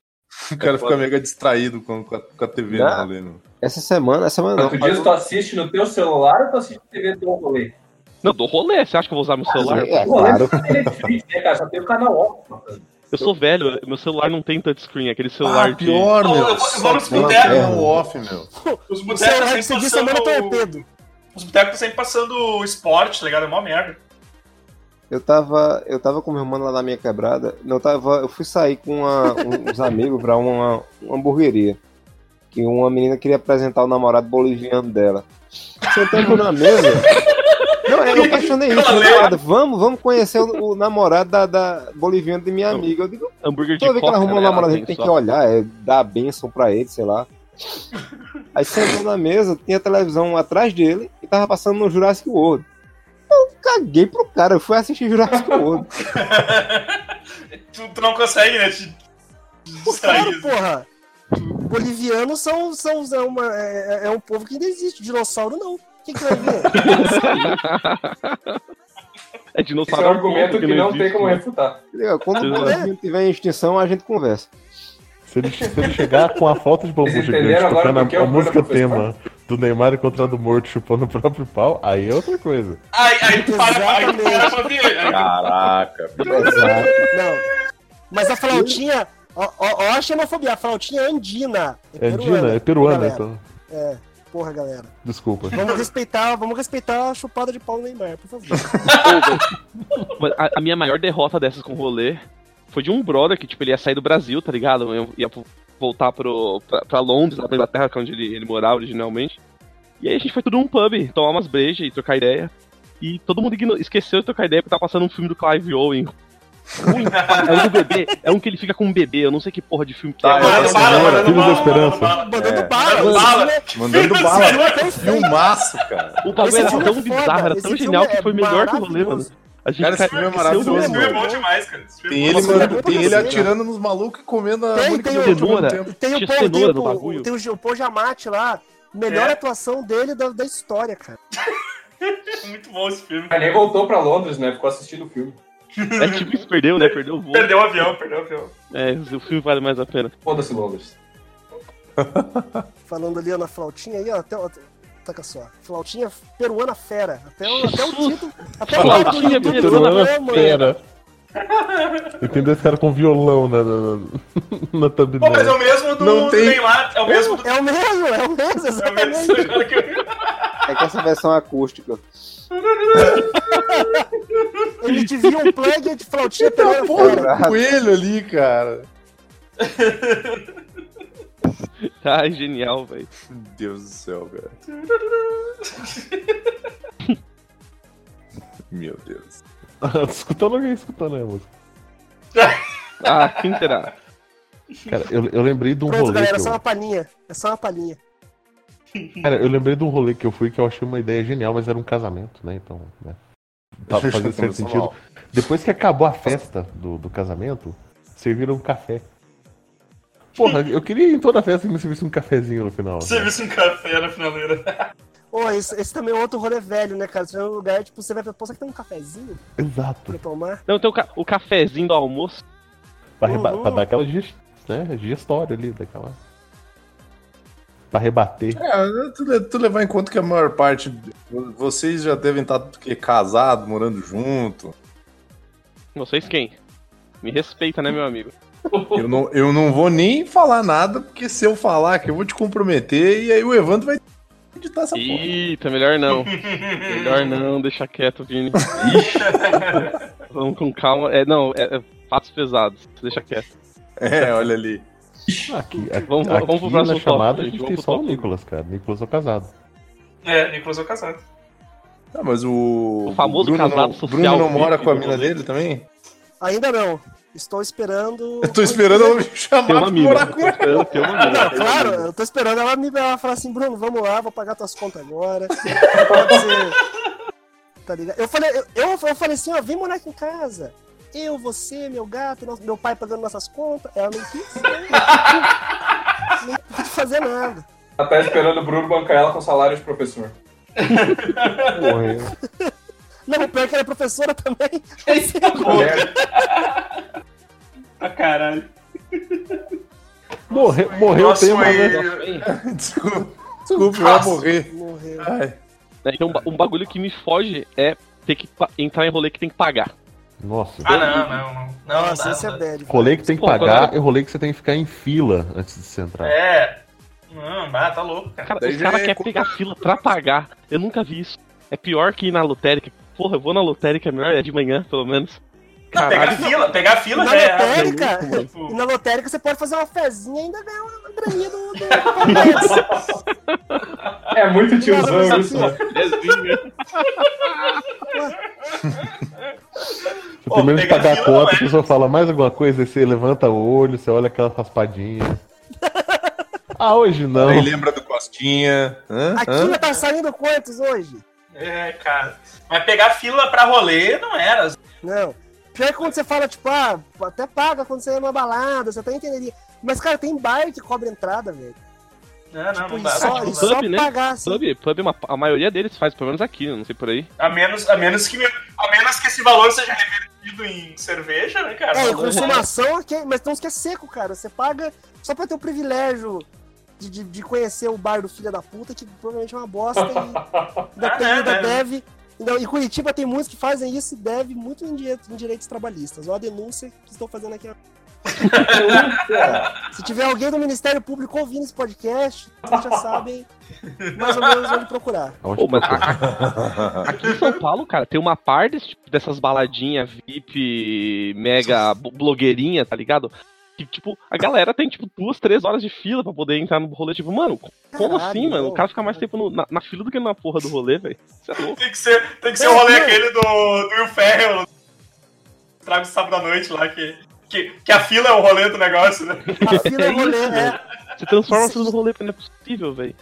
Speaker 3: O cara fica mega distraído com, com, a, com a TV no
Speaker 7: Dá.
Speaker 3: rolê, meu.
Speaker 7: Essa semana, essa semana não.
Speaker 8: Outro dia tu assiste no teu celular ou tu assiste TV do teu rolê?
Speaker 4: Não, do rolê, você acha que eu vou usar meu tá celular?
Speaker 7: É,
Speaker 8: O rolê
Speaker 7: claro.
Speaker 8: não tem Netflix, né, cara? Só tem o canal off. mano. é um
Speaker 4: Eu sou velho, meu celular não tem touchscreen,
Speaker 7: Ah,
Speaker 4: aquele celular de...
Speaker 1: Não, eu vou- eu vou nos
Speaker 3: Só tem
Speaker 1: botecos.
Speaker 3: um off, meu.
Speaker 1: Os
Speaker 5: O celular
Speaker 1: botecos
Speaker 5: que você
Speaker 1: sempre
Speaker 5: disse semana
Speaker 1: passando.
Speaker 5: torpedo.
Speaker 1: Os botecos sempre passando esporte, tá ligado? É mó merda.
Speaker 7: Eu tava, eu tava com meu irmão lá na minha quebrada. Não, eu, tava, eu fui sair com uma- um- uns amigos pra uma, uma hamburgueria. Que uma menina queria apresentar o namorado boliviano dela. Sentamos na mesa. Não, eu questionei isso.
Speaker 1: Valeu.
Speaker 7: namorada, Vamos, vamos conhecer o, o namorado da, da boliviana de minha amiga. Eu digo,
Speaker 4: Hambúrguer de
Speaker 7: toda vez que ela arruma um
Speaker 4: né,
Speaker 7: namorado, a
Speaker 4: tem
Speaker 7: gente tem
Speaker 4: só-
Speaker 7: que olhar, é, dar a bênção pra ele, sei lá. Aí sentou na mesa, tinha a televisão atrás dele e tava passando no Jurassic World. Eu, caguei pro cara, eu fui assistir Jurassic World.
Speaker 1: tu, tu não consegue, né? Te, te distrair.
Speaker 5: Claro, porra. Bolivianos são, são, é, uma- é- é um povo que ainda existe. Dinossauro não. O que, que vai ver?
Speaker 4: É
Speaker 8: Esse
Speaker 4: dinossauro.
Speaker 8: é
Speaker 4: é
Speaker 8: um
Speaker 4: um ponto
Speaker 8: argumento que não tem
Speaker 4: existe,
Speaker 8: como
Speaker 4: né?
Speaker 8: refutar.
Speaker 7: Entendeu? Quando o Brasil tiver em extinção, a gente conversa.
Speaker 2: Se ele, se ele chegar com a falta de bambu
Speaker 8: Vocês
Speaker 2: gigante,
Speaker 8: entenderam agora
Speaker 2: tocando
Speaker 8: por que é
Speaker 2: a, a
Speaker 8: o Bruno
Speaker 2: música
Speaker 8: não fez
Speaker 2: tema do Neymar encontrando morto chupando o próprio pau, aí é outra coisa.
Speaker 1: Aí, aí tu para, aí tu para pra ver. Aí
Speaker 9: Caraca.
Speaker 5: Não. Mas a flautinha. Ó, ó, ó a xenofobia. A flautinha é andina.
Speaker 2: É andina, é peruana,
Speaker 5: galera. é.
Speaker 2: então.
Speaker 5: Porra, galera.
Speaker 2: Desculpa.
Speaker 5: Vamos respeitar, vamos respeitar a chupada de pau no Neymar, por favor.
Speaker 2: É.
Speaker 4: Mas a, a minha maior derrota dessas com rolê foi de um brother que, tipo, ele ia sair do Brasil, tá ligado? Eu ia pro- voltar pro, pra, pra Londres, lá pra Inglaterra, que é onde ele, ele morava originalmente. E aí a gente foi tudo num pub, tomar umas brejas e trocar ideia. E todo mundo igno- esqueceu de trocar ideia porque tava passando um filme do Clive Owen. Ruim, é um do bebê, é um que ele fica com um bebê, eu não sei que porra de filme que
Speaker 3: Ah,
Speaker 9: Tá,
Speaker 4: é.
Speaker 9: mano.
Speaker 1: mandando bala, mandando
Speaker 9: É.
Speaker 5: Mandando bala.
Speaker 1: bala, mandando bala. Mandando
Speaker 2: Filhos da Esperança.
Speaker 5: esse
Speaker 1: bala.
Speaker 5: filme é-
Speaker 9: Mandando
Speaker 1: Filhos da
Speaker 9: bala.
Speaker 1: Esperança.
Speaker 5: Bem feito.
Speaker 3: Filmaço, cara.
Speaker 4: assim, O bagulho era
Speaker 5: Esse filme
Speaker 4: tão
Speaker 5: é foda,
Speaker 4: bizarro, era
Speaker 5: esse
Speaker 4: tão
Speaker 5: filme
Speaker 4: genial
Speaker 5: é
Speaker 4: que foi melhor que o rolê, mano.
Speaker 5: maravilhoso.
Speaker 4: A gente
Speaker 3: Cara, esse filme é
Speaker 4: esqueceu
Speaker 3: maravilhoso,
Speaker 4: do-
Speaker 1: Esse filme é
Speaker 5: mano.
Speaker 1: bom demais, cara. Esse filme
Speaker 3: Tem
Speaker 1: é bom
Speaker 3: ele,
Speaker 1: demais.
Speaker 3: mano, tem ele
Speaker 5: Tem,
Speaker 3: atirando nos malucos e comendo a
Speaker 5: tem
Speaker 3: Mônica
Speaker 5: o
Speaker 3: Bellucci ao mesmo
Speaker 4: Demora.
Speaker 3: tempo.
Speaker 5: é Tem um o
Speaker 4: Tinha
Speaker 5: Paul, tem
Speaker 4: cenoura
Speaker 5: o
Speaker 4: no
Speaker 5: Paul,
Speaker 4: bagulho.
Speaker 5: tem o Gil- Paul Giamatti lá. Melhor
Speaker 1: É.
Speaker 5: atuação dele da, da história, cara.
Speaker 1: é Muito bom esse filme.
Speaker 8: Ele voltou pra Londres, né? Ficou assistindo o filme.
Speaker 4: É tipo isso, perdeu, né? Perdeu o voo.
Speaker 1: Perdeu o avião, perdeu o avião.
Speaker 4: É, o filme vale mais a pena.
Speaker 8: Foda-se Londres.
Speaker 5: Falando ali ó, na flautinha aí, ó. Até, ó taca só. Flautinha peruana fera. Até, o- até o
Speaker 4: Jesus.
Speaker 5: título. Até o lado
Speaker 4: Flautinha
Speaker 5: do título é
Speaker 4: peruana
Speaker 5: do programa.
Speaker 2: Pera. E tem dois caras com violão né, na, na, na, na thumbnail.
Speaker 1: Pô, mas é o mesmo do,
Speaker 3: Não
Speaker 1: do
Speaker 3: tem-
Speaker 1: Neymar. É o mesmo do.
Speaker 5: É o mesmo, é o mesmo,
Speaker 1: É o
Speaker 5: exatamente.
Speaker 1: mesmo cara que eu-
Speaker 7: É que essa versão acústica.
Speaker 5: Ele devia um plug de flautinha peruana
Speaker 3: Porra,
Speaker 5: fera.
Speaker 3: um coelho ali, cara.
Speaker 4: Tá, genial, velho.
Speaker 3: Meu Deus do céu, cara. Meu Deus.
Speaker 2: escutando alguém escutando né, aí a música.
Speaker 4: Ah, quem será?
Speaker 2: Cara, eu, eu lembrei de um
Speaker 5: Pronto,
Speaker 2: rolê.
Speaker 5: galera, é
Speaker 2: que
Speaker 5: só uma
Speaker 2: eu,
Speaker 5: palhinha. É só uma palhinha.
Speaker 2: cara, eu lembrei de um rolê que eu fui que eu achei uma ideia genial, mas era um casamento, né? Então, né? Tá fazendo certo sentido. Depois que acabou a festa do, do casamento, serviram um café. Porra, eu queria ir em toda a festa que me servisse um cafezinho no final.
Speaker 1: Você visse um café na finaleira.
Speaker 5: Ô, esse, esse também é outro rolê velho, né, cara? Você vai num lugar, tipo, você vai pra. Pô, será que tem um cafezinho pra
Speaker 2: Exato.
Speaker 5: tomar?
Speaker 4: Não, tem o, ca- o cafezinho do almoço.
Speaker 2: Pra, reba-
Speaker 5: Uhum.
Speaker 2: pra dar aquela gest- né, gestória ali, daquela. Pra rebater.
Speaker 3: É, tu, le- tu levar em conta que a maior parte. Vocês já devem estar que, casado, morando junto.
Speaker 4: Vocês quem? Me respeita, né, meu amigo?
Speaker 3: Eu não, eu não vou nem falar nada, porque se eu falar que eu vou te comprometer, e aí o Evandro vai editar essa porra.
Speaker 4: Eita, melhor não. Melhor não, deixa quieto, Vini. Vamos com calma. É, não, é, é fatos pesados. Deixa quieto.
Speaker 3: É, olha ali.
Speaker 2: Aqui, aqui,
Speaker 4: Vamos- vamos pro
Speaker 2: aqui
Speaker 4: próximo
Speaker 2: na chamada
Speaker 4: tópico,
Speaker 2: a gente tem
Speaker 4: gente, vamos pro
Speaker 2: só o
Speaker 4: tópico.
Speaker 2: Nicolas, cara. Nicolas é casado.
Speaker 1: É, Nicolas é o casado.
Speaker 3: Ah, mas o.
Speaker 4: O famoso
Speaker 3: Bruno
Speaker 4: casado
Speaker 3: não,
Speaker 4: social
Speaker 3: Bruno não
Speaker 4: hippie
Speaker 3: mora com a
Speaker 4: do
Speaker 3: mina
Speaker 4: rolê.
Speaker 3: dele também?
Speaker 5: Ainda não. Estou esperando.
Speaker 3: Eu tô esperando ela me chamar
Speaker 4: Tem uma
Speaker 3: pra morar
Speaker 4: mina.
Speaker 3: com ela.
Speaker 4: Eu tenho uma mina.
Speaker 5: Não, claro, eu tô esperando ela me ela falar assim, Bruno, vamos lá, vou pagar tuas contas agora. Pode ser. Tá ligado? Eu falei, eu, eu, eu falei assim, ó, vem morar aqui em casa. Eu, você, meu gato, nosso- meu pai pagando nossas contas. Ela não quis. né? Não pude fazer nada.
Speaker 8: Ela tá esperando o Bruno bancar ela com salário de professor.
Speaker 7: Porra, eu-
Speaker 5: Não, o pior é que ela é professora também.
Speaker 8: Merda.
Speaker 1: Pra caralho.
Speaker 2: Morre, morreu o
Speaker 1: Próximo
Speaker 2: tema,
Speaker 1: aí.
Speaker 2: né?
Speaker 3: Desculpa, desculpa, eu vou morrer.
Speaker 5: Morreu.
Speaker 3: Ai,
Speaker 4: Né, Então, um ba- um bagulho que me foge é ter que pa- entrar em rolê que tem que pagar.
Speaker 2: Nossa.
Speaker 1: Ah, não, não, não. Não, não
Speaker 5: Nossa,
Speaker 1: dá,
Speaker 5: esse é
Speaker 1: não dá.
Speaker 5: bad.
Speaker 2: Rolê que tem que
Speaker 4: Pô,
Speaker 2: pagar
Speaker 4: agora-
Speaker 2: e rolê que você tem que ficar em fila antes de você entrar.
Speaker 1: É. Não, dá, tá louco, cara.
Speaker 4: Cara,
Speaker 3: Daí
Speaker 4: os
Speaker 3: já
Speaker 4: caras
Speaker 3: é
Speaker 4: querem pegar fila pra pagar. Eu nunca vi isso. É pior que ir na lotérica. Porra, eu vou na lotérica, é melhor é de manhã, pelo menos.
Speaker 1: Não, pegar
Speaker 4: Caralho.
Speaker 1: fila, pegar fila
Speaker 5: Na
Speaker 1: já é.
Speaker 5: lotérica,
Speaker 1: Tipo,
Speaker 5: e na lotérica você pode fazer uma fezinha e ainda ganhar uma uma graninha do, do, do
Speaker 8: É muito tiozão isso, né?
Speaker 2: Você termina de
Speaker 1: pegar
Speaker 2: pagar a
Speaker 1: fila não
Speaker 2: conta,
Speaker 1: é.
Speaker 2: a pessoa fala mais alguma coisa, aí você levanta o olho, você olha aquela raspadinha. ah, hoje não.
Speaker 3: Aí lembra do Costinha. Hã?
Speaker 5: A
Speaker 3: Hã?
Speaker 5: Kina tá saindo quantos hoje?
Speaker 1: É, cara. Mas pegar fila pra rolê não é. era.
Speaker 5: Não. Pior que quando você fala, tipo, ah, até paga quando você é numa balada, você até entenderia. Mas, cara, tem bar que cobra entrada, velho.
Speaker 1: Não, não,
Speaker 5: Tipo,
Speaker 1: não
Speaker 5: e
Speaker 1: dá.
Speaker 5: só,
Speaker 1: não
Speaker 5: e
Speaker 1: dá.
Speaker 5: só
Speaker 4: Pub, né?
Speaker 5: pagar, assim.
Speaker 4: Pub, pub, é uma- a maioria deles faz, pelo menos aqui, não sei por aí.
Speaker 1: A, menos, a, menos que, a menos que esse valor seja revertido em cerveja, né, cara?
Speaker 5: É, e
Speaker 1: Não,
Speaker 5: consumação, ok, mas tem uns que é seco, cara. Você paga só pra ter o privilégio de, de, de conhecer o bar do filho da puta, que provavelmente é uma bosta e ainda,
Speaker 1: Ah,
Speaker 5: tem,
Speaker 1: é,
Speaker 5: ainda
Speaker 1: né?
Speaker 5: deve. Ainda, e Curitiba tem muitos que fazem isso e deve muito em, dire- em direitos trabalhistas. Olha a denúncia que estão fazendo aqui. Se tiver alguém do Ministério Público ouvindo esse podcast, vocês já sabem mais ou menos onde procurar.
Speaker 2: Aonde
Speaker 4: Pô, mas
Speaker 2: procura?
Speaker 4: a- a- aqui em São Paulo, cara, tem uma par desse tipo- dessas baladinhas VIP, mega bo- blogueirinha, tá ligado? Que, tipo, a galera tem, tipo, duas, três horas de fila pra poder entrar no rolê. Tipo, mano, como
Speaker 5: Caralho,
Speaker 4: assim, mano?
Speaker 5: não.
Speaker 4: O cara fica mais tempo no- na, na fila do que na porra do rolê, velho. Você é louco.
Speaker 1: Tem que ser, tem que ser o rolê
Speaker 5: É,
Speaker 1: aquele do, do Will Ferrell. Trago sábado à noite lá, que, que, que a fila é o rolê do negócio, né?
Speaker 5: A fila é rolê,
Speaker 4: isso,
Speaker 5: é.
Speaker 4: Você transforma a fila do rolê, porque não é possível, velho.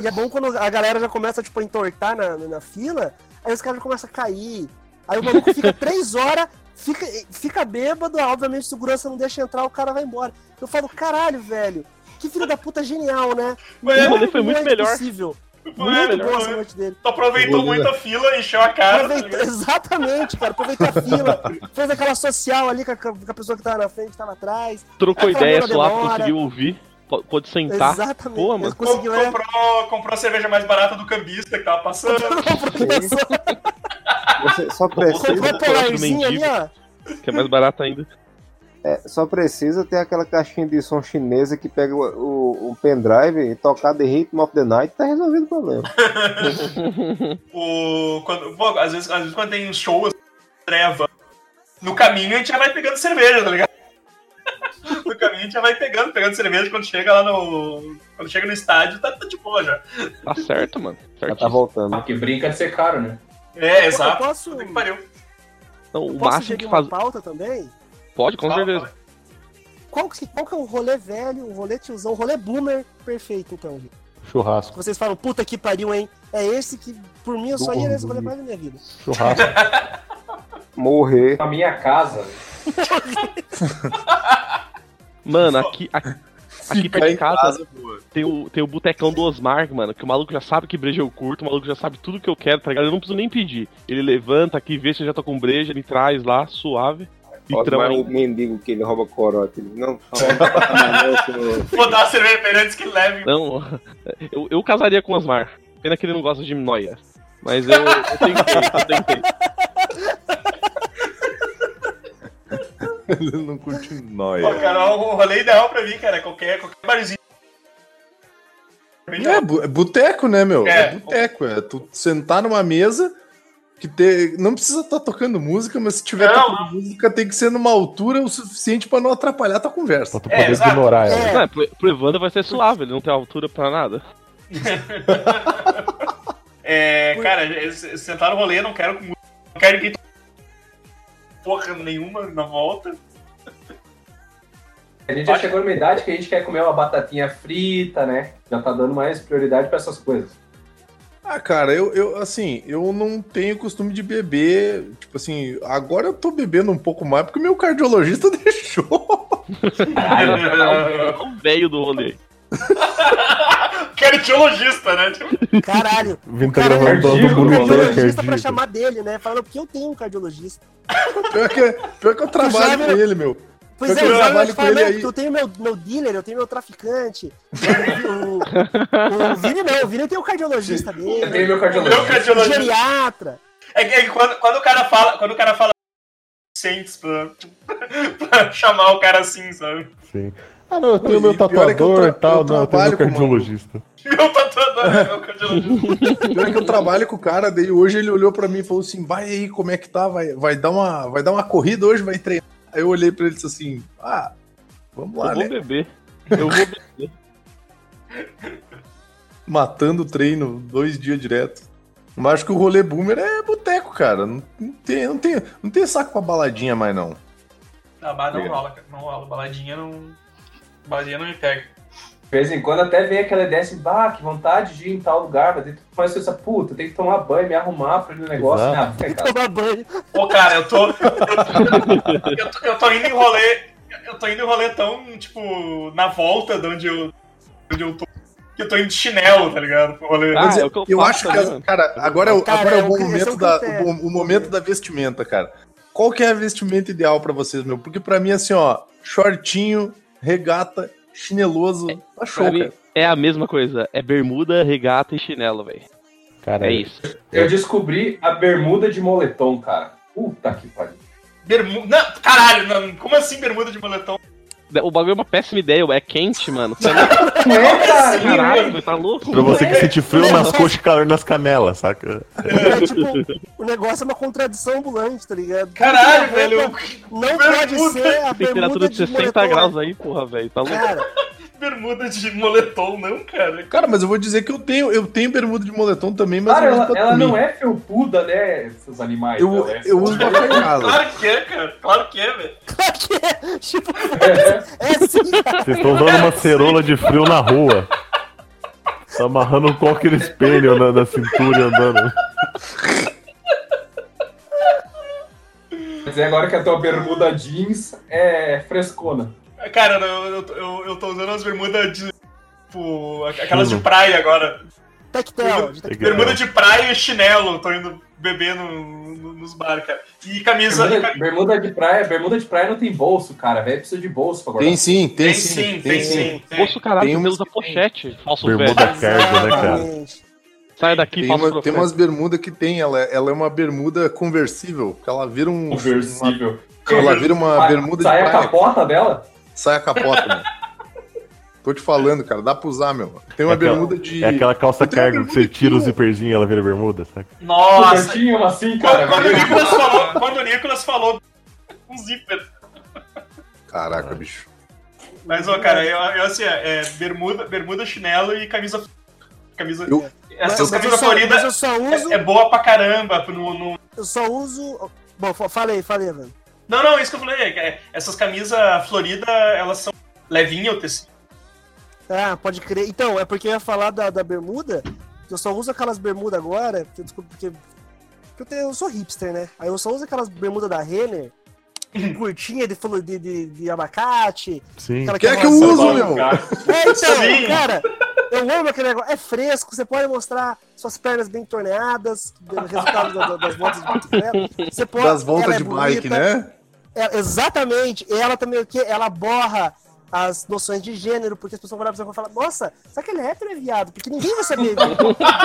Speaker 5: E é bom quando a galera já começa, tipo, a entortar na, na fila, aí os caras já começam a cair. Aí o maluco fica três horas, fica, fica bêbado, obviamente segurança não deixa entrar, o cara vai embora. Eu falo, caralho, velho, que filho da puta genial, né?
Speaker 1: Mas é,
Speaker 4: O rolê foi muito
Speaker 5: Noite
Speaker 4: melhor.
Speaker 5: Possível.
Speaker 1: foi
Speaker 5: Muito
Speaker 1: melhor,
Speaker 5: boa essa
Speaker 1: né?
Speaker 5: noite dele.
Speaker 1: Tu aproveitou
Speaker 3: Boa, né?
Speaker 1: muito a fila, encheu a cara. tá
Speaker 5: Aproveitou-
Speaker 1: ligado?
Speaker 5: exatamente, cara, aproveitou a fila, fez aquela social ali com a, com a pessoa que tava na frente, que tava atrás.
Speaker 4: Trocou
Speaker 5: A
Speaker 4: ideia,
Speaker 5: família
Speaker 4: lá,
Speaker 5: demora.
Speaker 4: conseguiu ouvir, po- pôde sentar.
Speaker 5: exatamente.
Speaker 4: Boa, tá? mano.
Speaker 5: Ele conseguiu,
Speaker 1: Com-
Speaker 5: né?
Speaker 1: comprou, comprou a cerveja mais barata do cambista que tava passando.
Speaker 7: Você só
Speaker 5: Comprou
Speaker 7: precisa,
Speaker 5: a polarzinha ali,
Speaker 4: é mendigo.
Speaker 5: ó.
Speaker 4: Que é mais barato ainda.
Speaker 7: é, só precisa ter aquela caixinha de som chinesa que pega o, o- o pendrive e tocar The Rhythm of the Night tá resolvido o problema.
Speaker 1: o, quando, pô, às, vezes, às vezes quando tem uns shows, treva, no caminho a gente já vai pegando cerveja, tá ligado? No caminho a gente já vai pegando, pegando cerveja quando chega lá no. Quando chega no estádio, tá, tá de boa já.
Speaker 4: Tá certo, mano.
Speaker 7: Já
Speaker 4: Certíssimo.
Speaker 7: tá voltando.
Speaker 8: Ah, que brinca de ser caro, né?
Speaker 1: É,
Speaker 5: Eu
Speaker 1: exato.
Speaker 5: posso,
Speaker 1: Puta que pariu.
Speaker 4: Então, o
Speaker 5: posso
Speaker 4: máximo
Speaker 5: sugerir
Speaker 4: que
Speaker 5: uma
Speaker 4: faz.
Speaker 5: pauta também?
Speaker 4: Pode, com
Speaker 1: Fala,
Speaker 4: certeza.
Speaker 5: Qual que, qual que é o rolê velho, o rolê tiozão, o rolê boomer perfeito, então, gente?
Speaker 2: Churrasco.
Speaker 5: Que Vocês falam, puta que pariu, hein? É esse que, por mim, eu só ia nesse rolê mais da minha vida.
Speaker 2: Churrasco.
Speaker 7: Morrer.
Speaker 8: Na minha casa,
Speaker 4: Mano, aqui, aqui, aqui perto de casa
Speaker 3: boa.
Speaker 4: tem o, tem o botecão do Osmar, mano. Que o maluco já sabe que breja eu curto, o maluco já sabe tudo que eu quero, tá ligado? Eu não preciso nem pedir. Ele levanta aqui, vê se eu já tô com breja, me traz lá, suave. E
Speaker 7: Olha mais
Speaker 4: trama
Speaker 7: o
Speaker 4: ainda.
Speaker 7: mendigo que ele rouba corote. Ele, Não, não, não,
Speaker 1: Vou dar uma cerveja pra ele antes que ele leve.
Speaker 4: Não, eu, eu casaria com o Osmar. Pena que ele não gosta de noia. Mas eu, eu tentei, eu tentei.
Speaker 3: Ele não curte nóia.
Speaker 1: Pô, cara, o rolê ideal pra mim, cara. Qualquer, qualquer barzinho.
Speaker 3: É, bu- é boteco, né, meu?
Speaker 1: É.
Speaker 3: É, boteco. É tu sentar numa mesa que te... não precisa estar tocando música, mas se tiver
Speaker 1: Não,
Speaker 3: tocando música, tem que ser numa altura o suficiente pra não atrapalhar a tua
Speaker 2: Pra
Speaker 3: conversa.
Speaker 2: tu
Speaker 1: É,
Speaker 2: poder
Speaker 1: exato.
Speaker 2: ignorar ela.
Speaker 4: Não, é, pro, pro Evandro vai ser suave, ele não tem altura pra nada.
Speaker 1: É, cara, é, se- sentar no rolê, não quero com música, não quero ninguém to- porra nenhuma na volta.
Speaker 8: a gente já chegou numa idade que a gente quer comer uma batatinha frita, né? Já tá dando mais prioridade pra essas coisas.
Speaker 3: Ah, cara, eu, eu, assim, eu não tenho costume de beber. Tipo assim, agora eu tô bebendo um pouco mais porque meu cardiologista deixou.
Speaker 4: É o velho do rolê.
Speaker 1: quero teologista, né? Tipo,
Speaker 5: Caralho,
Speaker 2: Vindo
Speaker 5: Cara, é
Speaker 2: tá
Speaker 3: um
Speaker 2: gravando todo
Speaker 8: cardíaco,
Speaker 2: mundo
Speaker 8: rolê
Speaker 2: rolê,
Speaker 5: cardiologista pra
Speaker 2: perdido.
Speaker 5: chamar dele, né? Falando, porque eu tenho um cardiologista.
Speaker 3: Pior que, pior que eu trabalho
Speaker 5: sabe,
Speaker 3: com ele, meu.
Speaker 5: Pois
Speaker 3: Porque
Speaker 5: é,
Speaker 3: eu
Speaker 5: o Zé
Speaker 3: trabalho
Speaker 5: te
Speaker 3: com
Speaker 5: fala,
Speaker 3: ele
Speaker 5: não,
Speaker 3: aí.
Speaker 5: porque eu tenho meu, meu dealer, eu tenho meu traficante. O, o- o Vini não, o Vini tem o cardiologista
Speaker 8: Eu
Speaker 5: dele,
Speaker 3: é
Speaker 8: tenho meu
Speaker 1: meu
Speaker 8: cardiologista.
Speaker 5: o
Speaker 1: cardiologista.
Speaker 5: geriatra.
Speaker 1: É que, é que quando, quando o cara fala. Quando o cara fala. Saints pra, pra chamar o cara assim, sabe?
Speaker 2: Sim. Ah, não, eu tenho
Speaker 3: E
Speaker 2: meu
Speaker 3: pior é que eu
Speaker 2: tatuador
Speaker 3: tra-
Speaker 2: e
Speaker 3: eu
Speaker 2: tal. Não, eu tenho
Speaker 3: trabalho
Speaker 2: meu
Speaker 3: com uma-
Speaker 2: cardiologista.
Speaker 1: Meu tatuador é meu cardiologista.
Speaker 3: Pior que eu trabalho com o cara, daí hoje ele olhou pra mim e falou assim: vai aí, como é que tá? Vai, vai, dar, uma, vai dar uma corrida hoje, vai treinar. Aí eu olhei pra ele e disse assim: ah, vamos lá,
Speaker 4: Eu vou
Speaker 3: né?
Speaker 4: beber. Eu vou beber.
Speaker 3: Matando o treino dois dias direto. Mas acho que o rolê boomer é boteco, cara. Não, não tem, não, tem, não tem saco pra baladinha mais, não.
Speaker 1: Tá, Não, mas não rola, cara. Não rola. Baladinha não. Baladinha não me pega.
Speaker 8: De vez em quando até vem aquela ideia assim, bah, que vontade de ir em tal lugar, mas dentro mas essa puta, tem que tomar banho, me arrumar pra ir no negócio.
Speaker 2: Exato.
Speaker 8: Ah, fica em casa.
Speaker 5: Tomar banho.
Speaker 1: Pô, cara, eu tô. Eu tô, eu tô indo em rolê. Eu tô indo em rolê tão, tipo, na volta de onde eu, onde eu tô. Que eu tô indo de chinelo, tá ligado? Pro rolê.
Speaker 4: Ah, é o que eu
Speaker 3: Eu
Speaker 4: faço
Speaker 3: acho que,
Speaker 4: também, mano.
Speaker 3: cara, agora é o,
Speaker 5: Cara,
Speaker 3: agora é o
Speaker 5: é um
Speaker 3: bom
Speaker 5: cri- esse é um
Speaker 3: momento da, o,
Speaker 5: critério.
Speaker 3: bom- o momento da vestimenta, cara. Qual que é a vestimenta ideal pra vocês, meu? Porque pra mim, assim, ó, shortinho, regata, chineloso, tá show,
Speaker 4: Pra mim,
Speaker 3: cara.
Speaker 4: é a mesma coisa. É bermuda, regata e chinelo, velho.
Speaker 2: Cara,
Speaker 4: É isso.
Speaker 8: Eu descobri a bermuda de moletom, cara. Puta que pariu.
Speaker 1: Bermuda. Não, caralho, não, como assim bermuda de moletom?
Speaker 4: O bagulho é uma péssima ideia, é quente, mano. Você não
Speaker 8: Não é, cara?
Speaker 4: caralho, velho, tá louco?
Speaker 2: Pra você que sente frio nas
Speaker 5: Não,
Speaker 2: coxas e calor nas canelas, saca?
Speaker 5: É, tipo, o negócio é uma contradição ambulante, tá ligado?
Speaker 1: Caralho,
Speaker 5: Não
Speaker 1: velho. eu-
Speaker 5: Não
Speaker 1: Bermuda.
Speaker 5: pode ser a
Speaker 4: Temperatura
Speaker 5: bermuda
Speaker 4: de
Speaker 5: de
Speaker 4: 60
Speaker 5: moletom.
Speaker 4: graus aí, porra, velho. Tá louco?
Speaker 5: Cara,
Speaker 1: Bermuda de moletom, não, cara.
Speaker 3: Cara, mas eu vou dizer que eu tenho, eu tenho bermuda de moletom também, mas
Speaker 8: Cara,
Speaker 3: eu uso
Speaker 8: ela,
Speaker 3: pra
Speaker 8: ela
Speaker 3: dormir.
Speaker 8: não é felpuda, né? Seus animais.
Speaker 3: Eu,
Speaker 8: né?
Speaker 3: eu uso pra ficar em casa.
Speaker 1: Claro que é, cara. Claro que é, velho.
Speaker 5: claro que é. Tipo,
Speaker 8: É.
Speaker 5: é sim, cara.
Speaker 2: Vocês estão usando uma cerola de frio na rua. Tá amarrando com aquele espelho na, na cintura e andando.
Speaker 8: Quer dizer, é agora que a tua bermuda jeans é frescona.
Speaker 1: Cara, eu, eu, eu, eu tô usando as bermudas de. Tipo, aquelas de
Speaker 2: Chulo.
Speaker 1: praia agora.
Speaker 5: tá Tectel. de tectel.
Speaker 2: Legal.
Speaker 1: Bermuda de praia e chinelo, tô indo beber no- no- nos bar, cara. E camisa. e
Speaker 8: Bermuda,
Speaker 1: cami-
Speaker 8: bermuda de praia, bermuda de praia não tem bolso, cara. Velho, precisa de bolso pra guardar.
Speaker 3: Tem sim, tem,
Speaker 1: Tem
Speaker 3: sim,
Speaker 1: sim, tem sim. tem.
Speaker 4: Poxa, caralho,
Speaker 3: Tem
Speaker 4: você
Speaker 3: umas
Speaker 4: usa
Speaker 3: que
Speaker 4: pochete, falso
Speaker 2: Bermuda
Speaker 4: velho.
Speaker 2: cargo, né, cara?
Speaker 5: Exatamente.
Speaker 4: Sai daqui,
Speaker 3: Tem,
Speaker 4: falso
Speaker 3: uma- tem
Speaker 4: profeta.
Speaker 3: umas bermudas que tem, ela, ela é uma bermuda conversível, que ela vira um. uma-
Speaker 8: Conversível.
Speaker 3: ela vira uma
Speaker 8: Sai-
Speaker 3: bermuda de
Speaker 8: Sai a
Speaker 3: praia.
Speaker 8: capota dela?
Speaker 3: Sai a capota, mano. Tô te falando, cara, dá pra usar, meu. Tem uma
Speaker 2: É aquela-
Speaker 3: bermuda de.
Speaker 2: É aquela calça
Speaker 3: Eu tenho
Speaker 2: cargo que você tira o zíperzinho e ela vira bermuda, saca?
Speaker 1: Nossa!
Speaker 8: Curtinho assim, cara.
Speaker 1: Quando, quando o
Speaker 8: velho.
Speaker 1: Nicolas falou, quando o Nicolas falou um zíper.
Speaker 3: Caraca, bicho.
Speaker 1: Mas, ó, cara, eu, eu assim, é, é, bermuda, bermuda, chinelo e camisa. Camisa.
Speaker 3: Eu-
Speaker 5: Mas- mas eu
Speaker 1: Essas camisas
Speaker 5: só- mas eu
Speaker 1: floridas
Speaker 5: só uso.
Speaker 1: é, é boa pra caramba. No, no-
Speaker 5: Eu só uso. Bom, fa- fala aí, fala aí, velho.
Speaker 1: Não, não, isso que eu falei. é, essas camisas floridas, elas são levinhas o tecido.
Speaker 5: Ah, pode crer. Então, é porque eu ia falar da, da bermuda, que eu só uso aquelas bermudas agora, porque, desculpa, porque, porque eu, tenho- eu sou hipster, né? Aí eu só uso aquelas bermudas da Renner, curtinha de, flor- de, de, de abacate.
Speaker 2: Sim.
Speaker 5: Aquela
Speaker 3: Que é que eu
Speaker 5: arrasa-
Speaker 3: uso, meu?
Speaker 5: É, então,
Speaker 1: Sim.
Speaker 5: cara, eu amo aquele negócio. É fresco, você pode mostrar suas pernas bem torneadas, do resultado da- da- das voltas de bicicleta. Você pode,
Speaker 3: Das
Speaker 5: ela
Speaker 3: voltas
Speaker 5: é
Speaker 3: de bike,
Speaker 5: bonita,
Speaker 3: né?
Speaker 5: é, exatamente. E ela também o quê? Ela borra as noções de gênero, porque as pessoas vão olhar pra você e vão falar, nossa, será que ele é hétero ou é viado? Porque ninguém vai saber.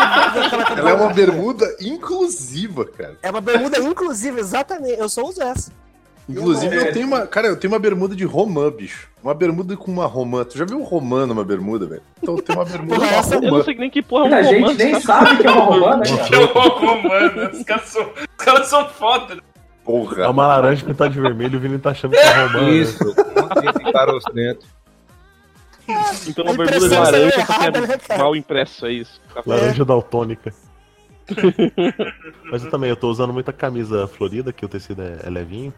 Speaker 3: Ela é uma bermuda inclusiva, cara.
Speaker 5: É uma bermuda inclusiva, exatamente. Eu só uso essa.
Speaker 3: Inclusive,
Speaker 1: Eu-
Speaker 3: eu tenho uma. Cara, eu tenho uma bermuda de romã, bicho. Uma bermuda com uma romã. Tu já viu um romã numa bermuda, velho? Então eu tenho uma bermuda com
Speaker 5: Porra,
Speaker 3: uma
Speaker 5: essa-
Speaker 4: Eu não
Speaker 3: romã.
Speaker 4: sei nem que porra é
Speaker 8: Muita
Speaker 4: um
Speaker 8: gente
Speaker 4: romance,
Speaker 8: nem
Speaker 4: sabe?
Speaker 8: sabe que é uma romã, né, cara?
Speaker 1: Eu amo, mano. Os caras são, os caras são foda. né?
Speaker 2: É
Speaker 3: Porra.
Speaker 2: uma laranja pintada de vermelho e o Vini tá achando que é romano.
Speaker 7: Isso, um monte de caroço dentro.
Speaker 4: Então
Speaker 5: A
Speaker 4: uma bermuda de
Speaker 5: impressão saiu
Speaker 4: laranja só
Speaker 5: errada, né,
Speaker 4: tem
Speaker 5: cara?
Speaker 4: mal impresso, é isso.
Speaker 2: Laranja daltônica. Mas eu também, eu tô usando muita camisa florida, que o tecido é, é levinho.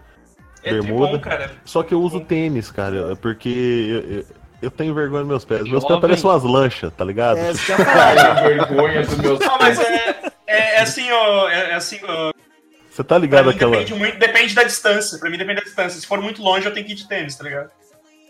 Speaker 1: É
Speaker 2: Bermuda.
Speaker 1: bom, cara.
Speaker 2: Só que eu uso tênis, cara, porque eu, eu- eu tenho vergonha dos meus pés. Meus
Speaker 4: Jovem.
Speaker 2: pés parecem umas lanchas, tá ligado?
Speaker 5: É, isso que eu ia falar.
Speaker 8: Cara, vergonha dos meus
Speaker 1: Não, mas é, é, é assim, ó. É, é assim, ó.
Speaker 2: Você tá
Speaker 1: Pra
Speaker 2: ligado
Speaker 1: mim
Speaker 2: aquela.
Speaker 1: depende, muito, depende da distância. Pra mim depende da distância. Se for muito longe, eu tenho que ir de tênis, tá ligado?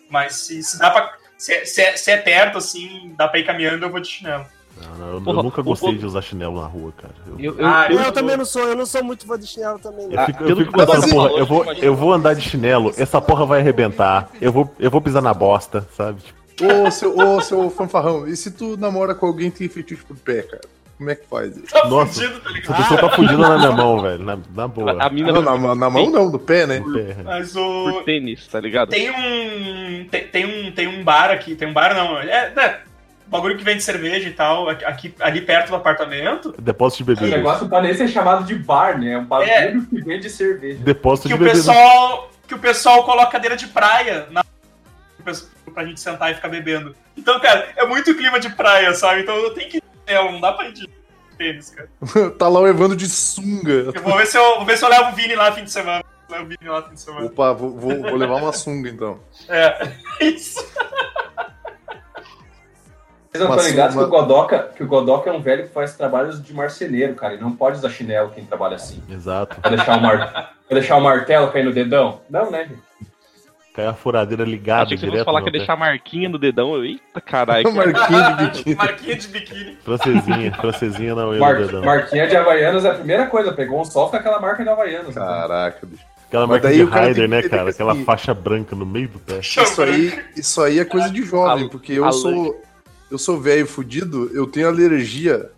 Speaker 1: Mas se, se dá pra. Se, é- se, é- se é perto, assim, dá pra ir caminhando, eu vou de chinelo.
Speaker 2: Não, não, eu, eu
Speaker 4: Porra,
Speaker 2: nunca
Speaker 4: o
Speaker 2: gostei
Speaker 4: povo-
Speaker 2: de usar chinelo na rua, cara. Eu,
Speaker 4: Eu,
Speaker 1: Ah,
Speaker 5: Não, eu também não sou, eu não sou muito fã de chinelo também,
Speaker 3: Ah,
Speaker 5: não.
Speaker 2: eu fico, eu
Speaker 4: pelo
Speaker 2: fico
Speaker 4: que você
Speaker 2: pensando,
Speaker 3: falou,
Speaker 2: porra, eu vou, eu vou andar de chinelo, essa porra vai arrebentar, eu vou, eu vou pisar na bosta, sabe? Tipo,
Speaker 3: Ô, seu, ô, seu fanfarrão, e se tu namora com alguém que tem fetiche por pé, cara? Como é que faz isso?
Speaker 1: Tá
Speaker 2: Nossa.
Speaker 1: fudido, tá ligado?
Speaker 2: essa pessoa tá fugindo na minha mão, velho, na, na boa.
Speaker 4: A mina
Speaker 3: Não, na, na mão não, no pé, né?
Speaker 2: Terra.
Speaker 1: Mas o.
Speaker 4: por tênis, tá ligado?
Speaker 1: Tem um. Tem, tem um, tem um bar aqui, tem um bar não. É, né, bagulho que vende cerveja e tal, aqui- aqui, ali perto do apartamento.
Speaker 2: Depósito de
Speaker 8: O
Speaker 2: bebidas.
Speaker 8: negócio tá nem ser chamado de bar, né? É um bagulho que vende cerveja.
Speaker 2: Depósito
Speaker 1: Que
Speaker 2: de né?
Speaker 1: o
Speaker 2: bebidas.
Speaker 1: pessoal. Que o pessoal coloca cadeira de praia na. Pra gente sentar e ficar bebendo. Então, cara, é muito clima de praia, sabe? Então eu tenho que. É, não dá pra ir de tênis, cara.
Speaker 3: Tá lá o Evandro de sunga.
Speaker 1: Eu vou ver se eu, vou ver se eu levo o Vini lá fim de semana. Levo o Vini lá fim de semana.
Speaker 3: Opa, vou, vou- vou levar uma sunga então.
Speaker 1: É, isso.
Speaker 8: Vocês não
Speaker 3: Uma
Speaker 8: estão ligados
Speaker 3: suma-
Speaker 8: que o Godoka, que o Godoka é um velho que faz trabalhos de marceneiro, cara, e não pode usar chinelo quem trabalha assim.
Speaker 2: Exato.
Speaker 8: Vai deixar o, mar... vai deixar o martelo cair no dedão? Não, né, gente?
Speaker 2: Cai a furadeira ligada
Speaker 4: Achei que você fosse
Speaker 2: direto. né?
Speaker 4: falar
Speaker 2: no
Speaker 4: que ia
Speaker 2: pé.
Speaker 4: deixar a marquinha no dedão. Eu, Eita, caralho.
Speaker 3: Marquinho de biquíni.
Speaker 1: Marquinha de biquíni.
Speaker 2: Francesinha, francesinha na unha
Speaker 8: Mar...
Speaker 2: do dedão.
Speaker 8: Marquinha de Havaianas é a primeira coisa, pegou um sol com aquela marca de Havaianas. então.
Speaker 3: Caraca, bicho.
Speaker 2: Aquela
Speaker 3: Mas
Speaker 2: marca
Speaker 3: daí
Speaker 2: de
Speaker 3: o cara tem
Speaker 2: Raider,
Speaker 3: que
Speaker 2: né,
Speaker 3: entender
Speaker 2: cara?
Speaker 3: que
Speaker 2: Aquela
Speaker 3: assim-
Speaker 2: faixa branca no meio do pé.
Speaker 3: Isso
Speaker 1: né?
Speaker 3: aí, isso aí é coisa de jovem,
Speaker 4: A-
Speaker 3: porque eu
Speaker 4: a-
Speaker 3: sou eu sou velho fudido, eu tenho alergia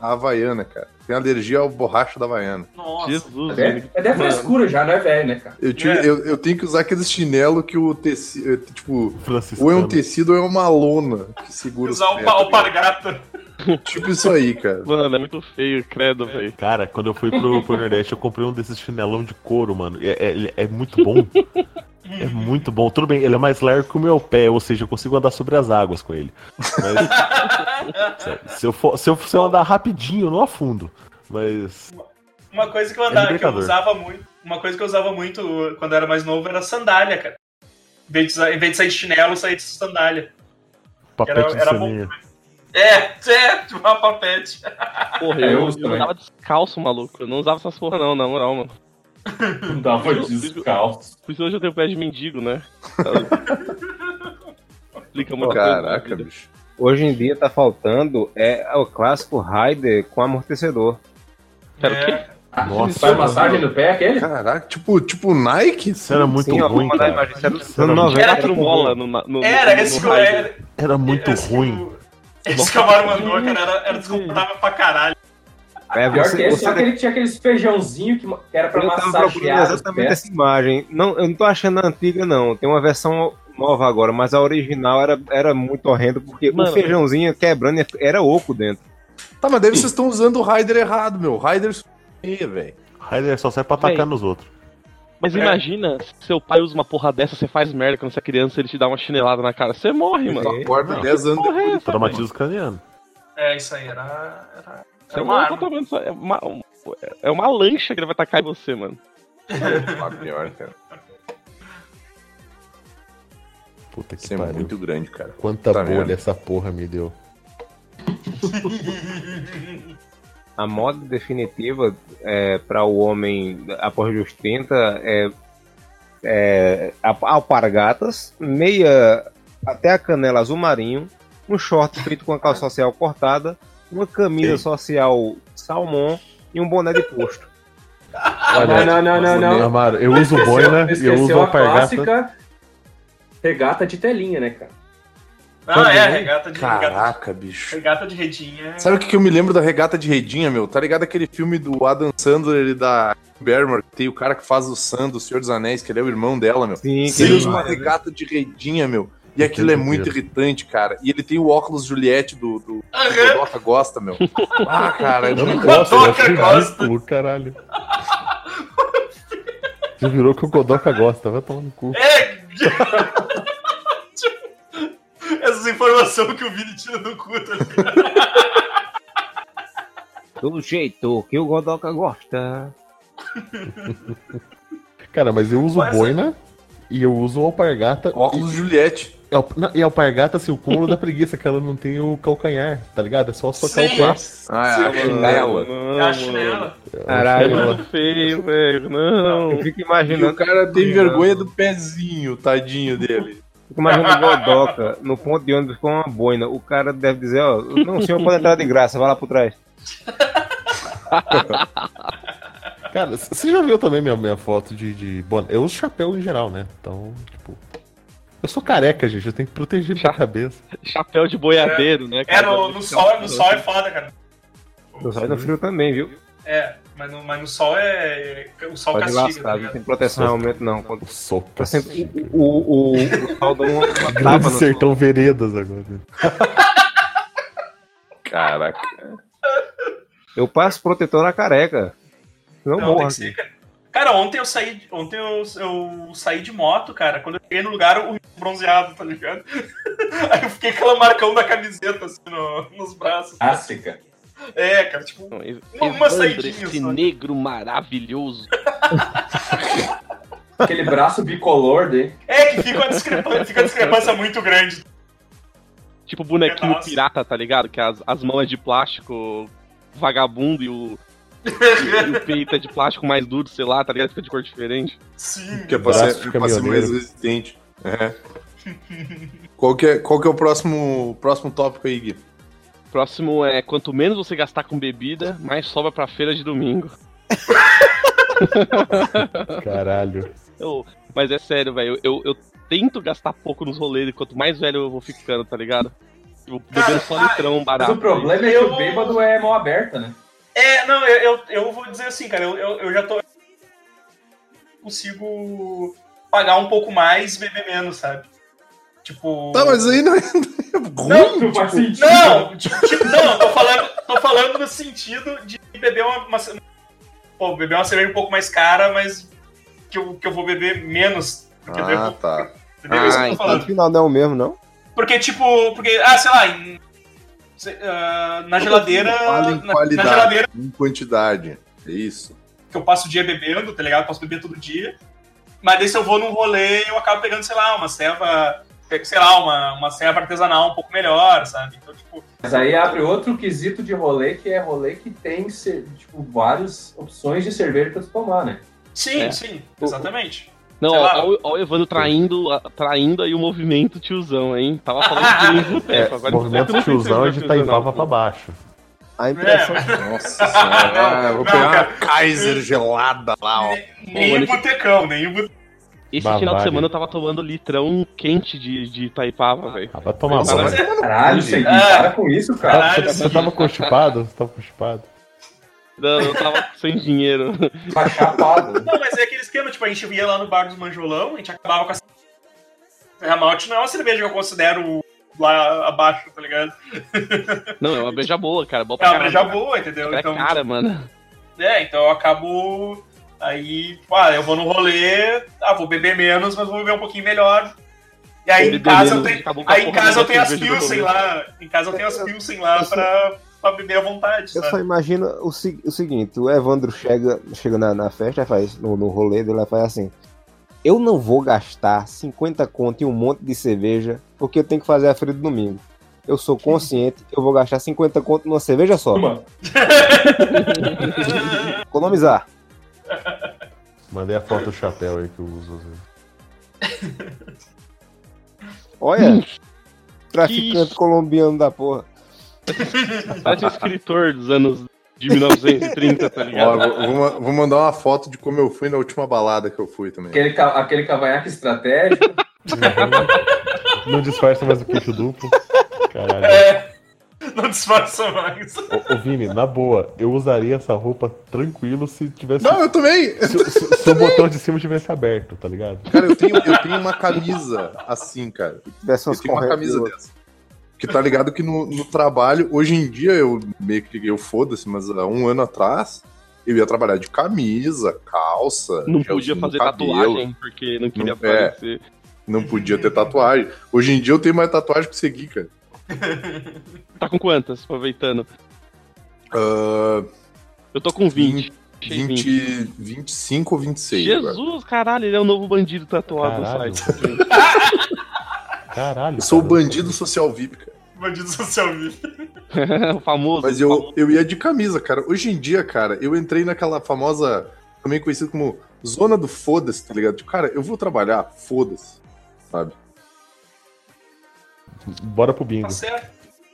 Speaker 3: à Havaiana, cara. Tenho alergia ao borracho da Havaiana.
Speaker 1: Nossa.
Speaker 4: Jesus,
Speaker 8: É,
Speaker 4: mano.
Speaker 8: é até frescura já, não é velho, né, cara?
Speaker 3: Eu, tinha-
Speaker 1: É.
Speaker 3: eu, eu tenho que usar aqueles chinelo que o tecido, tipo,
Speaker 2: Francisco.
Speaker 3: ou é um tecido ou é uma lona que segura os
Speaker 1: Usar um o
Speaker 3: pés,
Speaker 1: pa-
Speaker 3: tá
Speaker 1: o alpargata.
Speaker 3: ligado? Tipo isso aí, cara.
Speaker 4: Mano, é muito feio, credo, velho.
Speaker 2: Cara, quando eu fui pro, pro Nordeste, eu comprei um desses chinelão de couro, mano. É, é- ele é muito bom. É muito bom. Tudo bem, ele é mais largo que o meu pé, ou seja, eu consigo andar sobre as águas com ele. Mas. sério, se, eu for, se, eu, se eu andar rapidinho, eu não afundo. Mas.
Speaker 1: Uma coisa que eu, andava,
Speaker 2: É
Speaker 1: que eu
Speaker 2: libertador.
Speaker 1: usava muito. Uma coisa que eu usava muito quando eu era mais novo era sandália, cara. Em vez de, usar- em vez de sair de chinelo, eu saía de sandália.
Speaker 2: Papete
Speaker 1: Era- era
Speaker 2: de
Speaker 1: bom.
Speaker 2: sininho.
Speaker 1: É, é, tipo uma papete.
Speaker 4: Porra,
Speaker 8: É, eu
Speaker 4: eu,
Speaker 8: uso
Speaker 4: eu
Speaker 8: também.
Speaker 4: andava descalço, maluco. Eu não usava essas porra, não, na moral, mano.
Speaker 8: Não dava descalço.
Speaker 4: Por isso hoje eu tenho pé de mendigo, né? Explica muita coisa na
Speaker 3: Caraca,
Speaker 4: vida.
Speaker 3: bicho.
Speaker 7: Hoje em dia tá faltando é o clássico Raider com amortecedor.
Speaker 4: Pera, o quê?
Speaker 1: É.
Speaker 2: Nossa,
Speaker 8: Faz massagem no pé, aquele?
Speaker 3: Caraca, tipo, tipo Nike?
Speaker 2: Isso era muito
Speaker 7: Sim, ó, vou
Speaker 2: ruim,
Speaker 7: mandar
Speaker 2: cara.
Speaker 7: a imagem. Isso era dos
Speaker 2: Era
Speaker 7: anos
Speaker 2: muito-
Speaker 7: 90.
Speaker 4: Era outro mola no, na- no-
Speaker 1: É. Era,
Speaker 4: no-
Speaker 1: esse
Speaker 4: no
Speaker 1: que era,
Speaker 2: Era muito
Speaker 1: esse que
Speaker 2: ruim.
Speaker 1: o- Esse que o Amaro mandou, cara, era, era desconfortável pra caralho.
Speaker 7: É,
Speaker 8: Ah, Pior que
Speaker 7: você,
Speaker 8: esse,
Speaker 7: você
Speaker 8: só que é ele tinha aqueles feijãozinho que que era pra
Speaker 7: eu tava tá procurando
Speaker 8: massagear os
Speaker 7: exatamente
Speaker 8: pés.
Speaker 7: essa imagem. Não, eu não tô achando a antiga, não. Tem uma versão nova agora, mas a original era, era muito horrenda, porque
Speaker 4: Mano.
Speaker 7: o feijãozinho quebrando era oco dentro.
Speaker 3: Tá, mas daí vocês estão usando o Raider errado, meu. Raider feia, velho.
Speaker 2: Raider só serve pra atacar nos outros.
Speaker 4: Mas imagina, se seu pai usa uma porra dessa, você faz merda quando você é criança, ele te dá uma chinelada na cara. Você morre, mano.
Speaker 3: Acorda 10 anos
Speaker 4: Porra, é essa, mano?
Speaker 2: Traumatiza o craniano.
Speaker 1: É, isso aí, era. Era,
Speaker 4: Você
Speaker 1: era
Speaker 4: é
Speaker 1: uma
Speaker 4: uma,
Speaker 1: arma.
Speaker 4: totalmente, é, uma, é uma lancha que ele vai tacar em você, mano.
Speaker 3: Ah, pior, cara.
Speaker 2: Puta que
Speaker 3: Isso é
Speaker 2: pariu.
Speaker 3: muito grande, cara.
Speaker 2: Quanta
Speaker 3: Tá
Speaker 2: bolha
Speaker 3: vendo?
Speaker 2: essa porra me deu.
Speaker 7: A moda definitiva é, para o homem após os 30 é, é a- alpargatas, meia até a canela azul marinho, um short feito com a calça social cortada, uma camisa social salmão e um boné de posto.
Speaker 2: Olha,
Speaker 8: não, não, não, não, não.
Speaker 2: Amaro, eu uso boina e eu uso
Speaker 8: Esqueceu a
Speaker 2: alpargata.
Speaker 8: clássica regata de telinha, né, cara?
Speaker 1: Não, é, regata de, regata,
Speaker 3: Caraca, bicho.
Speaker 1: regata de redinha.
Speaker 3: Sabe o que que eu me lembro da regata de redinha, meu? Tá ligado aquele filme do Adam Sandler e da Bermore, que tem o cara que faz o Sam do Senhor dos Anéis, que ele é o irmão dela, meu?
Speaker 7: Sim,
Speaker 3: Ele usa uma regata de redinha, meu. E aquilo é muito irritante, cara. E ele tem o óculos Juliette do, do que o
Speaker 1: Aham.
Speaker 3: Godoka gosta, meu. Ah, cara, eu
Speaker 2: Eu não
Speaker 3: não...
Speaker 2: gosto, eu acho
Speaker 1: Godoka gosta.
Speaker 2: ridículo, caralho. Já virou que o Godoka gosta, vai tomar no cu.
Speaker 1: É! Essas informações que o Vini tira do cu, tá ligado?
Speaker 7: Do jeito que o Godoka gosta.
Speaker 2: Cara, mas eu uso
Speaker 8: é-
Speaker 1: Mas-
Speaker 2: boina e eu uso alpargata.
Speaker 3: óculos Juliette.
Speaker 2: E, alp- não, e alpargata, assim, o cúmulo da preguiça, que ela não tem o calcanhar, tá ligado? É só socar
Speaker 1: Sim.
Speaker 2: o pé.
Speaker 3: Ah, é a chinela.
Speaker 1: É a chinela.
Speaker 4: É
Speaker 7: Caralho,
Speaker 4: muito feio, velho. Não.
Speaker 7: eu fico
Speaker 3: E o
Speaker 7: imaginando,
Speaker 3: cara tem vergonha do pezinho, tadinho dele.
Speaker 7: fico imaginando o Godoka no ponto de ônibus com uma boina. O cara deve dizer, ó, não, o senhor pode entrar de graça, vai lá por trás.
Speaker 2: Cara, c- você já viu também minha, minha foto de, de boina? Eu uso chapéu em geral, né? Então, tipo. Eu sou careca, gente, eu tenho que proteger minha cabeça.
Speaker 4: Chapéu de boiadeiro, né?
Speaker 1: É, no,
Speaker 2: Tá,
Speaker 1: no sol, no sol é foda, cara.
Speaker 7: Eu saio no frio também, viu?
Speaker 1: É, mas no, mas no sol é. O sol
Speaker 7: Pode
Speaker 1: castiga, tá
Speaker 7: lascar, não
Speaker 1: ligado?
Speaker 7: tem proteção realmente não. Quando
Speaker 2: Eu sou
Speaker 7: tá sempre, o, o, o, o pau dá uma, uma tapa
Speaker 2: Grande
Speaker 7: no
Speaker 2: sertão veredas agora. né?
Speaker 3: Caraca.
Speaker 7: Eu passo protetor na careca. Não,
Speaker 1: Não, Então, tem
Speaker 7: morra.
Speaker 1: que ser, cara. Cara, ontem eu saí. Ontem eu, eu saí de moto, cara. Quando eu cheguei no lugar, o bronzeado, tá ligado? Aí eu fiquei com aquela marcão da camiseta, assim, no- nos braços.
Speaker 8: Clássica.
Speaker 1: É, cara, tipo, Uma- uma
Speaker 4: Evandro,
Speaker 1: saidinha
Speaker 4: esse
Speaker 1: só.
Speaker 4: negro maravilhoso.
Speaker 8: Aquele braço bicolor dele.
Speaker 1: É que fica uma discrepância, fica uma discrepância muito grande.
Speaker 4: Tipo bonequinho
Speaker 1: Nossa.
Speaker 4: pirata, tá ligado? Que as, as mãos é de plástico vagabundo e o, e o peito é de plástico mais duro, sei lá, tá ligado? Fica de cor diferente.
Speaker 1: Sim.
Speaker 3: Que é pra ser,
Speaker 2: Braço de
Speaker 3: pra ser mais
Speaker 2: caminhoneiro.
Speaker 3: resistente. É. qual, que é, qual que é o próximo, próximo tópico aí, Gui?
Speaker 4: Próximo é quanto menos você gastar com bebida, mais sobra pra feira de domingo.
Speaker 2: Caralho.
Speaker 4: Eu- mas é sério, velho. Eu, eu tento gastar pouco nos rolês, e quanto mais velho eu vou ficando, tá ligado? Eu bebendo só
Speaker 1: Cara,
Speaker 4: litrão
Speaker 7: Tá,
Speaker 8: Mas
Speaker 4: barato. tá
Speaker 8: o problema é que o bêbado é mão aberta, né?
Speaker 1: É, não, eu, eu, eu vou dizer assim, cara, eu, eu, eu já tô. Consigo pagar um pouco mais e beber menos, sabe? Tipo.
Speaker 3: Tá, mas aí não é, não é ruim.
Speaker 7: tipo,
Speaker 8: não faz sentido.
Speaker 1: Não, tipo, tipo, não, tô falando, tô falando no sentido de beber uma, uma ce- pô, beber uma cerveja um pouco mais cara, mas que eu, que eu vou beber menos. Porque eu
Speaker 7: Ah,
Speaker 1: bebo,
Speaker 3: tá.
Speaker 1: entendeu? Isso que eu
Speaker 4: Ah,
Speaker 1: tô
Speaker 7: No
Speaker 1: falando.
Speaker 7: final não é o mesmo, não?
Speaker 1: Porque, tipo, porque, ah, sei lá, em- sei- ah, na geladeira.
Speaker 3: Fala em
Speaker 1: na- na
Speaker 3: qualidade.
Speaker 1: geladeira
Speaker 3: Em quantidade. É isso.
Speaker 1: que eu passo o dia bebendo, tá ligado? Eu posso beber todo dia. Mas daí se eu vou num rolê, eu acabo pegando, sei lá, uma ceva, pego, sei lá, uma, uma ceva artesanal um pouco melhor, sabe? Então, tipo,
Speaker 8: Mas aí abre outro quesito de rolê, que é rolê que tem, ce- tipo, várias opções de cerveja pra tu tomar, né?
Speaker 1: sim,
Speaker 4: É.
Speaker 1: sim, exatamente.
Speaker 4: Não,
Speaker 1: Sei
Speaker 4: ó,
Speaker 1: lá.
Speaker 4: ó, o- ó o Evandro traindo, a- traindo aí o movimento tiozão, hein? Tava falando de boteco,
Speaker 2: O
Speaker 4: agora
Speaker 2: movimento
Speaker 4: não sei se
Speaker 2: tiozão é de
Speaker 4: tiozão,
Speaker 3: tá
Speaker 2: Itaipava
Speaker 4: não.
Speaker 2: pra baixo.
Speaker 7: A
Speaker 1: É,
Speaker 7: impressão.
Speaker 3: Nossa senhora. eu vou
Speaker 1: não,
Speaker 3: pegar
Speaker 1: cara.
Speaker 3: uma Kaiser gelada lá, ó.
Speaker 1: Nem
Speaker 4: olha
Speaker 1: o
Speaker 4: que-
Speaker 1: botecão, nem o botecão.
Speaker 4: Esse
Speaker 2: Bavária.
Speaker 4: final de semana eu tava tomando litrão quente de, de Itaipava, velho.
Speaker 2: Ah, vai tomar
Speaker 4: Nossa,
Speaker 2: banho.
Speaker 4: mas-
Speaker 8: Caralho, Segui, para com isso,
Speaker 2: Tá-
Speaker 8: cara.
Speaker 1: Caralho,
Speaker 2: Você, você tava constipado? Você tava constipado?
Speaker 4: Não, eu tava sem dinheiro.
Speaker 8: Tá chapado.
Speaker 1: Não, mas é aquele esquema, tipo, a gente ia lá no bar dos Manjolão, a gente acabava com a Terra Malte, não é uma cerveja que eu considero lá abaixo, tá ligado?
Speaker 4: Não, é uma beija boa, cara. Boa
Speaker 1: É
Speaker 4: pra
Speaker 1: uma
Speaker 4: caralho.
Speaker 1: breja boa, então. entendeu?
Speaker 4: Cara, é cara, mano.
Speaker 1: É, então eu acabo. Aí, tipo, ah, eu vou no rolê, ah, vou beber menos, mas vou beber um pouquinho melhor. E aí em
Speaker 4: Beber
Speaker 1: casa eu
Speaker 4: menos,
Speaker 1: tenho.
Speaker 4: acabou com a
Speaker 1: Aí em
Speaker 4: porra
Speaker 1: casa eu
Speaker 4: da
Speaker 1: tenho as
Speaker 4: cerveja do
Speaker 1: Pilsen
Speaker 4: rolê.
Speaker 1: lá. Em casa eu tenho as Pilsen lá
Speaker 7: eu só-
Speaker 1: pra, pra beber à vontade,
Speaker 7: Eu só
Speaker 1: sabe?
Speaker 7: imagino o, se- o seguinte, o Evandro chega, chega na, na festa, faz no, no rolê dele, faz assim. Eu não vou gastar 50 conto em um monte de cerveja, porque eu tenho que fazer a feira do domingo. Eu sou consciente, eu vou gastar 50 conto numa cerveja só.
Speaker 8: Uma.
Speaker 7: Economizar.
Speaker 2: Mandei a foto do chapéu aí que eu uso. assim. às vezes.
Speaker 7: Olha, traficante colombiano da porra.
Speaker 4: Parece um escritor dos anos de 1930, tá
Speaker 3: Ó,
Speaker 4: ligado?
Speaker 3: eu vou, vou ma- vou mandar uma foto de como eu fui na última balada que eu fui também.
Speaker 8: Aquele, ca- aquele cavanhaque estratégico.
Speaker 2: Não disfarça mais o queixo duplo. Caralho.
Speaker 1: Não disfarça mais.
Speaker 2: Ô, ô, Vini, na boa, eu usaria essa roupa tranquilo se tivesse.
Speaker 3: Não, eu também!
Speaker 2: se, se- se o botão de cima tivesse aberto, tá ligado?
Speaker 3: Cara, eu tenho, eu tenho uma camisa assim, cara.
Speaker 7: Tivesse
Speaker 3: Eu
Speaker 7: umas
Speaker 3: tenho uma
Speaker 7: correntes de
Speaker 3: camisa
Speaker 7: outro.
Speaker 3: dessa. Que tá ligado que no, no trabalho, hoje em dia eu meio que eu foda-se, mas há um ano atrás eu ia trabalhar de camisa, calça.
Speaker 4: Não
Speaker 3: gelzinho
Speaker 4: podia
Speaker 3: no
Speaker 4: fazer
Speaker 3: um cabelo,
Speaker 4: tatuagem porque não queria
Speaker 3: Não- é.
Speaker 4: aparecer.
Speaker 3: Não podia ter tatuagem. Hoje em dia eu tenho mais tatuagem que segui, cara.
Speaker 4: Tá com quantas, aproveitando?
Speaker 3: Ah,
Speaker 4: Eu tô com 20. Achei
Speaker 3: 20, 25 ou 26. agora.
Speaker 4: Jesus, caralho, ele é o novo bandido tatuado no
Speaker 2: Caralho.
Speaker 4: site.
Speaker 2: Caralho.
Speaker 3: Eu sou o
Speaker 2: cara.
Speaker 3: bandido social VIP, cara.
Speaker 1: Bandido social vivo.
Speaker 4: o famoso.
Speaker 3: Mas
Speaker 4: o
Speaker 3: eu,
Speaker 4: famoso.
Speaker 3: eu ia de camisa, cara. Hoje em dia, cara, eu entrei naquela famosa, também conhecida como zona do foda-se, tá ligado? Tipo, cara, eu vou trabalhar, foda-se, sabe?
Speaker 2: Bora pro bingo.
Speaker 1: Tá certo.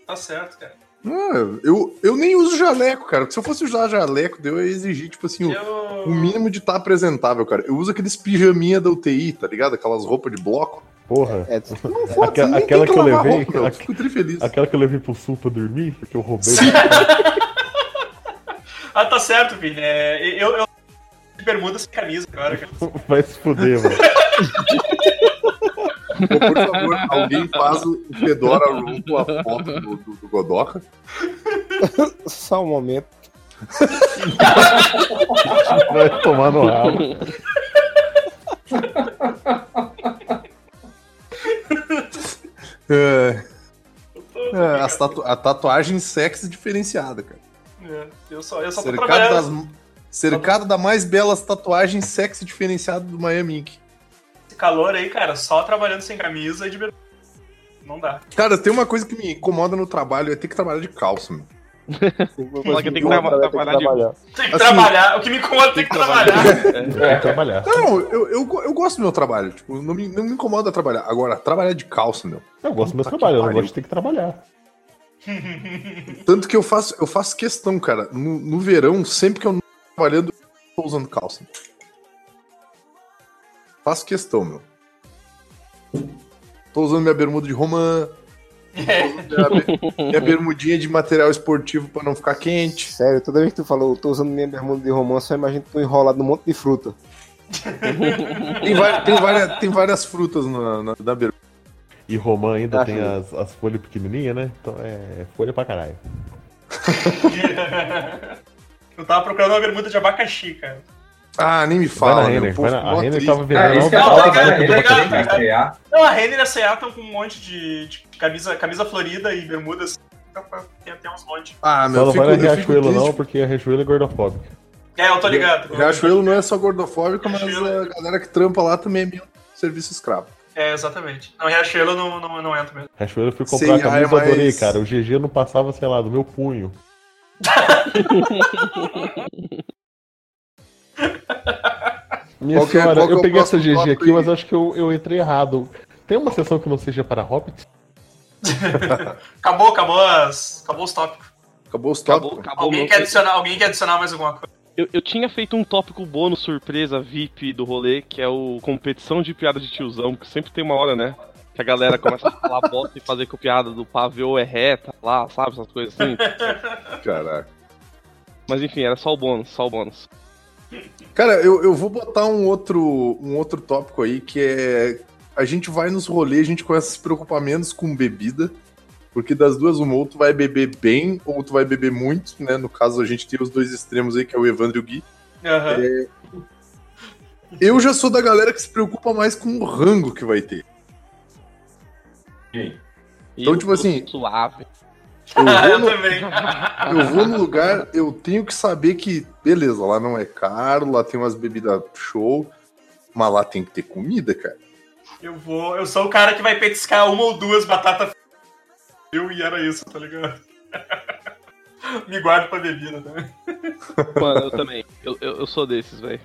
Speaker 1: Tá certo, cara.
Speaker 3: Ah, eu, eu nem uso jaleco, cara. porque Se eu fosse usar jaleco, daí eu ia exigir, tipo assim, o-
Speaker 1: Eu.
Speaker 3: o mínimo de estar apresentável, cara. Eu uso aqueles pijaminha da UTI, tá ligado? Aquelas roupas de bloco.
Speaker 2: Porra.
Speaker 7: É, tu-
Speaker 3: Não, foda-se,
Speaker 2: Aquela-
Speaker 3: nem
Speaker 2: aquela
Speaker 3: tem
Speaker 2: que eu
Speaker 3: lavar
Speaker 2: levei,
Speaker 3: roupa, eu
Speaker 2: aquela-
Speaker 3: fico tri feliz.
Speaker 2: Aquela que eu levei pro sul pra dormir, que eu roubei.
Speaker 1: Ah, tá certo, Vini. É, eu, eu de bermuda sem camisa agora, cara.
Speaker 2: Vai se fuder, mano.
Speaker 3: Pô, por favor, alguém faz o Fedora Room com a foto do, do, do Godoka.
Speaker 7: só um momento.
Speaker 2: Vai tomar no ralo.
Speaker 3: É, é, as tatu- a tatuagem sexy diferenciada, cara.
Speaker 1: É, eu só, eu só tô
Speaker 3: Cercado,
Speaker 1: trabalhando.
Speaker 3: das, cercado da mais belas tatuagens sexy diferenciada do Miami Ink.
Speaker 1: Esse calor aí, cara, só trabalhando sem camisa e de bermuda. Não dá.
Speaker 3: Cara, tem uma coisa que me incomoda no trabalho, é ter que trabalhar de calça, meu.
Speaker 7: assim,
Speaker 4: Falar que tem que trava- trabalhar de-
Speaker 1: Tem que
Speaker 3: Assim,
Speaker 1: trabalhar. O que me incomoda tem que trabalhar. É.
Speaker 3: É.
Speaker 2: Tem que trabalhar.
Speaker 3: Não, eu, eu, go- eu gosto do meu trabalho, tipo, não me, não me incomoda trabalhar. Agora, trabalhar de calça, meu.
Speaker 2: Eu gosto do meu
Speaker 3: Puta que
Speaker 2: trabalho, eu não
Speaker 3: pariu.
Speaker 2: gosto de ter que trabalhar.
Speaker 3: Tanto que eu faço, eu faço questão, cara. No, no verão, sempre que eu não tô trabalhando, eu tô usando calça. Faço questão, meu. Tô usando minha bermuda de romã. Tô usando minha, be- minha bermudinha de material esportivo pra não ficar quente.
Speaker 7: Sério, toda vez que tu falou, eu tô usando minha bermuda de romance, só imagino que tu enrolado num monte de fruta.
Speaker 3: Tem, vai- tem várias, tem várias frutas na, na, na bermuda.
Speaker 2: E Romã ainda
Speaker 7: Ah,
Speaker 2: tem
Speaker 7: sim.
Speaker 2: as, as folhas pequenininhas, né? Então é folha pra caralho.
Speaker 1: Eu tava procurando uma bermuda de abacaxi, cara.
Speaker 3: Ah, nem me
Speaker 2: Vai
Speaker 3: fala,
Speaker 2: na
Speaker 3: meu.
Speaker 2: Renner,
Speaker 3: Pô,
Speaker 2: vai na,
Speaker 3: fico
Speaker 2: a
Speaker 3: mó
Speaker 2: Renner
Speaker 3: triste.
Speaker 2: tava um
Speaker 8: É,
Speaker 2: vendendo
Speaker 8: isso que
Speaker 1: é
Speaker 8: eu
Speaker 1: não,
Speaker 8: tava
Speaker 1: não,
Speaker 8: cara,
Speaker 2: né?
Speaker 1: não,
Speaker 3: tá
Speaker 8: ele é
Speaker 1: não,
Speaker 8: gato,
Speaker 1: não,
Speaker 8: cara. É,
Speaker 1: Não, a Renner e a CA estão com um monte de, de camisa, camisa florida e bermudas. então, Tem até uns montes.
Speaker 3: Ah, meu,
Speaker 2: Só
Speaker 3: eu
Speaker 2: não
Speaker 3: fico,
Speaker 2: vai na
Speaker 3: eu fico
Speaker 2: Riachuelo
Speaker 3: triste.
Speaker 2: não, porque a Riachuelo é gordofóbica.
Speaker 1: É, eu tô ligado.
Speaker 3: Riachuelo não é só gordofóbica, mas
Speaker 1: Riachuelo.
Speaker 3: a galera que trampa lá também é meio serviço escravo.
Speaker 1: É, exatamente. Não, Riachuelo não, não, não entra mesmo.
Speaker 2: Riachuelo eu fui
Speaker 3: Sei,
Speaker 2: comprar a
Speaker 3: ah, é
Speaker 2: camisa, eu adorei,
Speaker 3: mais-
Speaker 2: cara. O GG não passava, sei lá, do meu punho. Minha
Speaker 3: Qual que é-
Speaker 2: senhora,
Speaker 3: qual que é
Speaker 2: eu
Speaker 3: o
Speaker 2: peguei essa
Speaker 3: próximo
Speaker 2: GG
Speaker 3: tópico
Speaker 2: aqui,
Speaker 3: aí?
Speaker 2: mas acho que eu, eu entrei errado. Tem uma sessão que não seja para Hobbit?
Speaker 1: Acabou, acabou as. Acabou os tópicos.
Speaker 3: Acabou os
Speaker 4: Acabou,
Speaker 3: tópicos.
Speaker 4: acabou
Speaker 1: Alguém
Speaker 4: meu-
Speaker 1: quer, adicionar, alguém quer adicionar mais alguma coisa?
Speaker 4: eu, eu tinha feito um tópico bônus surpresa VIP do rolê, que é o competição de piada de tiozão, que sempre tem uma hora, né? Que a galera começa a falar bosta e fazer com piada do pavio é reta lá, sabe? Essas coisas assim.
Speaker 3: Caraca.
Speaker 4: Mas enfim, era só o bônus, só o bônus.
Speaker 3: Cara, eu, eu vou botar um outro, um outro tópico aí que é. A gente vai nos rolês, a gente começa a se preocupar menos com bebida. Porque das duas, uma, ou tu vai beber bem, ou tu vai beber muito, né? No caso, a gente tem os dois extremos aí, que é o Evandro e o Gui.
Speaker 1: Aham.
Speaker 3: Eu já sou da galera que se preocupa mais com o rango que vai ter.
Speaker 4: E
Speaker 3: Então,
Speaker 4: eu tô
Speaker 3: tipo assim-
Speaker 4: Suave.
Speaker 3: Eu
Speaker 1: Ah,
Speaker 3: vou,
Speaker 1: eu
Speaker 3: no,
Speaker 1: também.
Speaker 3: eu vou no lugar, eu tenho que saber que, beleza, lá não é caro, lá tem umas bebidas show, mas lá tem que ter comida, cara.
Speaker 1: Eu vou. Eu sou o cara que vai petiscar uma ou duas batatas. Eu e era isso, tá ligado? Me guardo pra bebida né? também.
Speaker 4: Mano, eu também. Eu, eu, eu sou desses, velho.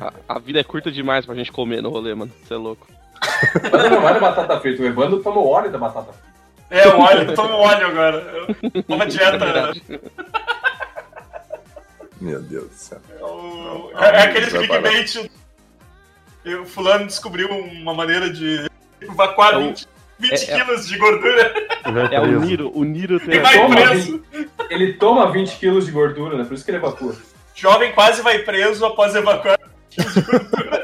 Speaker 4: A, a vida é curta demais pra gente comer no rolê, mano. Você é louco.
Speaker 8: Mas não era batata frita, o Evandro tomou óleo da batata frita.
Speaker 1: É, o óleo, eu tomo óleo agora. Eu tomo a dieta. né?
Speaker 4: verdade.
Speaker 3: Meu Deus do céu.
Speaker 1: É, o-
Speaker 3: Não,
Speaker 1: é- é
Speaker 3: não,
Speaker 1: aquele
Speaker 3: isso é
Speaker 1: clickbait. Eu, fulano descobriu uma maneira de evacuar
Speaker 4: É o-
Speaker 1: 20, 20
Speaker 4: é- é-
Speaker 1: quilos de gordura
Speaker 2: Eu já
Speaker 4: É o
Speaker 2: preso.
Speaker 4: Niro, o Niro tem
Speaker 1: e vai
Speaker 8: toma,
Speaker 1: preso.
Speaker 8: Ele toma 20 quilos de gordura, né? Por isso que ele evacua.
Speaker 1: Jovem quase vai preso após evacuar.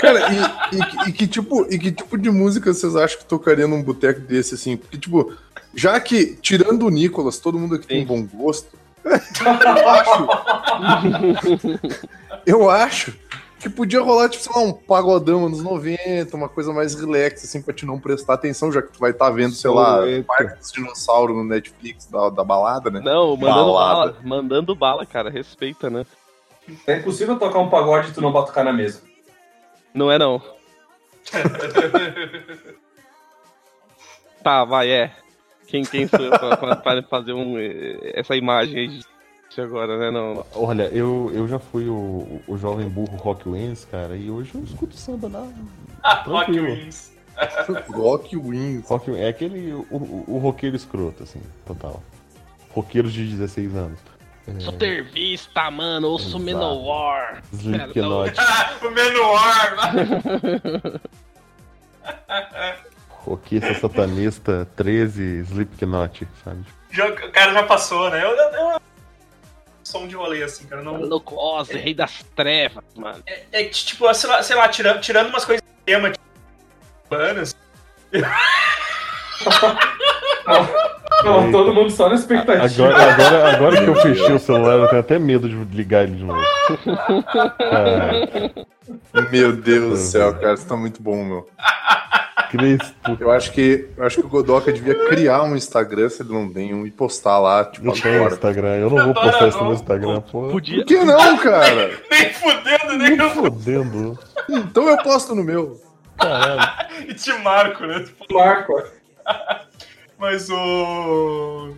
Speaker 3: Cara, e, e que- e que tipo, e que tipo de música vocês acham que tocaria num boteco desse, assim? Porque, tipo, já que, tirando o Nicolas, todo mundo aqui tem
Speaker 4: Sim.
Speaker 3: bom gosto, eu acho. eu acho que podia rolar, tipo, sei lá, um pagodão anos 90, uma coisa mais relax, assim, pra te não prestar atenção, já que tu vai estar vendo, sei lá,
Speaker 7: Eita.
Speaker 3: Parque dos Dinossauros no Netflix da, da balada, né?
Speaker 4: Não, mandando
Speaker 3: Balada.
Speaker 4: bala, mandando bala, cara. Respeita, né?
Speaker 8: É impossível tocar um pagode e tu não batucar na mesa.
Speaker 4: Não é não. Tá, vai, é. Quem, quem sou eu pra, pra- pra fazer um, eh, essa imagem aí de agora, né? Não.
Speaker 2: Olha, eu, eu já fui o, o jovem burro Rock Wins, cara, e hoje eu escuto samba lá.
Speaker 4: Ah,
Speaker 1: Rock
Speaker 2: Tranquilo.
Speaker 1: Wings.
Speaker 3: Rock Wings.
Speaker 2: Rock, é aquele. O, o, o roqueiro escroto, assim, total. Roqueiros de 16 anos.
Speaker 4: Sotervista, mano. Ouço
Speaker 2: Exato.
Speaker 4: Menowar.
Speaker 2: Slipknot,
Speaker 1: o menor. né? lá.
Speaker 2: roqueiro satanista 13, Slipknot, sabe?
Speaker 1: Já- O cara já passou, né? Eu, eu, eu- Som de rolê, assim, cara. Não...
Speaker 4: Loucose, rei das trevas, mano.
Speaker 1: É que, tipo, sei lá, sei lá, tirando, tirando umas coisas de tema, tipo, urbanas.
Speaker 8: Não,
Speaker 2: Eita.
Speaker 8: Então, todo mundo só na expectativa.
Speaker 2: Agora, agora, agora que eu fechei o celular, eu tenho até medo de ligar ele de novo. Cara,
Speaker 3: Meu Deus do céu, cara, isso tá muito bom, meu.
Speaker 2: Cristo.
Speaker 3: Eu acho que eu acho que o Godoka devia criar um Instagram se ele não tem um e postar lá, tipo,
Speaker 2: Não tem
Speaker 3: agora.
Speaker 2: Instagram, eu não vou postar isso no meu Instagram, pô.
Speaker 4: Podia,
Speaker 3: Por que não, cara?
Speaker 1: Nem fudendo, né? nem
Speaker 2: Nem
Speaker 1: eu.
Speaker 2: fodendo.
Speaker 3: Então eu posto no meu.
Speaker 2: Caralho.
Speaker 1: E te marco, né?
Speaker 8: Marco,
Speaker 1: Mas o.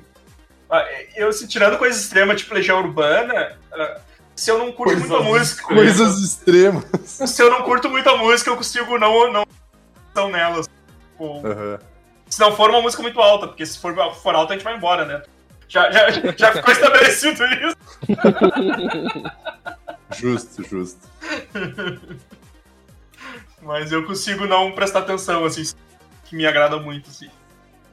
Speaker 1: Ah, Eu, se tirando coisa extrema, tipo Legião Urbana, ah, se eu não curto
Speaker 8: Coisas
Speaker 1: muito a música.
Speaker 3: Coisas extremas.
Speaker 1: Se eu não curto muito a música, eu consigo não. não não nelas. Tipo, se não for uma música muito alta, porque se for, for alta a gente vai embora, né? Já, já, já ficou estabelecido isso.
Speaker 3: Justo, justo.
Speaker 1: Mas eu consigo não prestar atenção, assim, que me agrada muito, assim.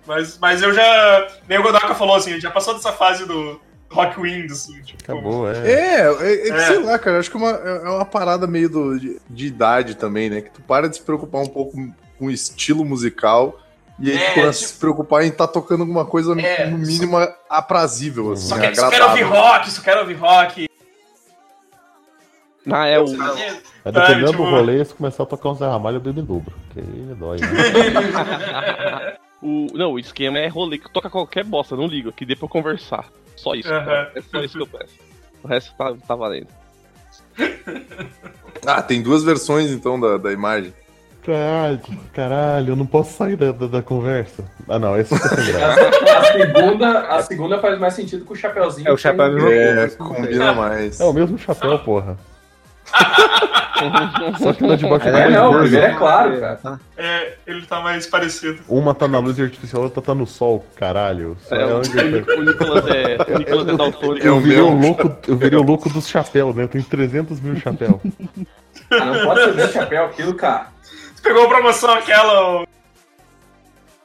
Speaker 1: Mas, mas eu já. Nem o Godaka falou, assim, já passou dessa fase do Rock Wind, assim. Tipo,
Speaker 2: Acabou, é.
Speaker 3: É, é, é que
Speaker 1: É.
Speaker 3: sei lá, cara. Acho que é uma, é uma parada meio do- de, de idade também, né? Que tu para de se preocupar um pouco com o estilo musical e aí
Speaker 1: É,
Speaker 3: tu começa a
Speaker 1: tipo-
Speaker 3: se preocupar em tá tocando alguma coisa
Speaker 1: É,
Speaker 3: no mínimo aprazível, assim,
Speaker 1: Só, que, é só quero ouvir
Speaker 3: agradável.
Speaker 1: rock, só quero ouvir rock. tá
Speaker 4: Ah, é o.
Speaker 2: Mas dependendo
Speaker 1: tipo-
Speaker 2: do rolê, se começar a tocar um Zé Ramalho, eu dei dobro. Que aí dói, né?
Speaker 4: o- Não, o esquema é rolê que toca qualquer bosta, não ligo, aqui dê pra eu conversar. Só isso.
Speaker 1: Aham.
Speaker 4: cara. É só isso que eu peço. O resto tá, tá valendo.
Speaker 3: Ah, tem duas versões então da, da imagem.
Speaker 2: Caralho, caralho, eu não posso sair da, da, da conversa. Ah, não, esse tá sem graça.
Speaker 8: A segunda, a segunda faz mais sentido com o chapeuzinho.
Speaker 7: É, o chapéu
Speaker 8: Tem-
Speaker 7: Não,
Speaker 3: É,
Speaker 7: não
Speaker 3: combina mais.
Speaker 2: É o mesmo chapéu, porra. Só que uma de baixo
Speaker 8: É,
Speaker 2: da
Speaker 8: não,
Speaker 2: luz.
Speaker 8: mas
Speaker 7: né?
Speaker 8: é claro, cara.
Speaker 1: É, ele tá mais parecido.
Speaker 2: Uma tá na luz artificial, outra tá no sol, caralho. Só
Speaker 4: É,
Speaker 2: é
Speaker 4: o,
Speaker 2: onde eu pego.
Speaker 4: o Nicolas é. O Nicolas é daltônico.
Speaker 3: É
Speaker 2: Eu
Speaker 3: o
Speaker 2: virei
Speaker 3: meu.
Speaker 2: o louco, eu virei o louco dos chapéus, né? Eu tenho 300 mil chapéus.
Speaker 8: Não pode ser do chapéu aquilo, cara.
Speaker 1: Tu pegou a promoção aquela. ô?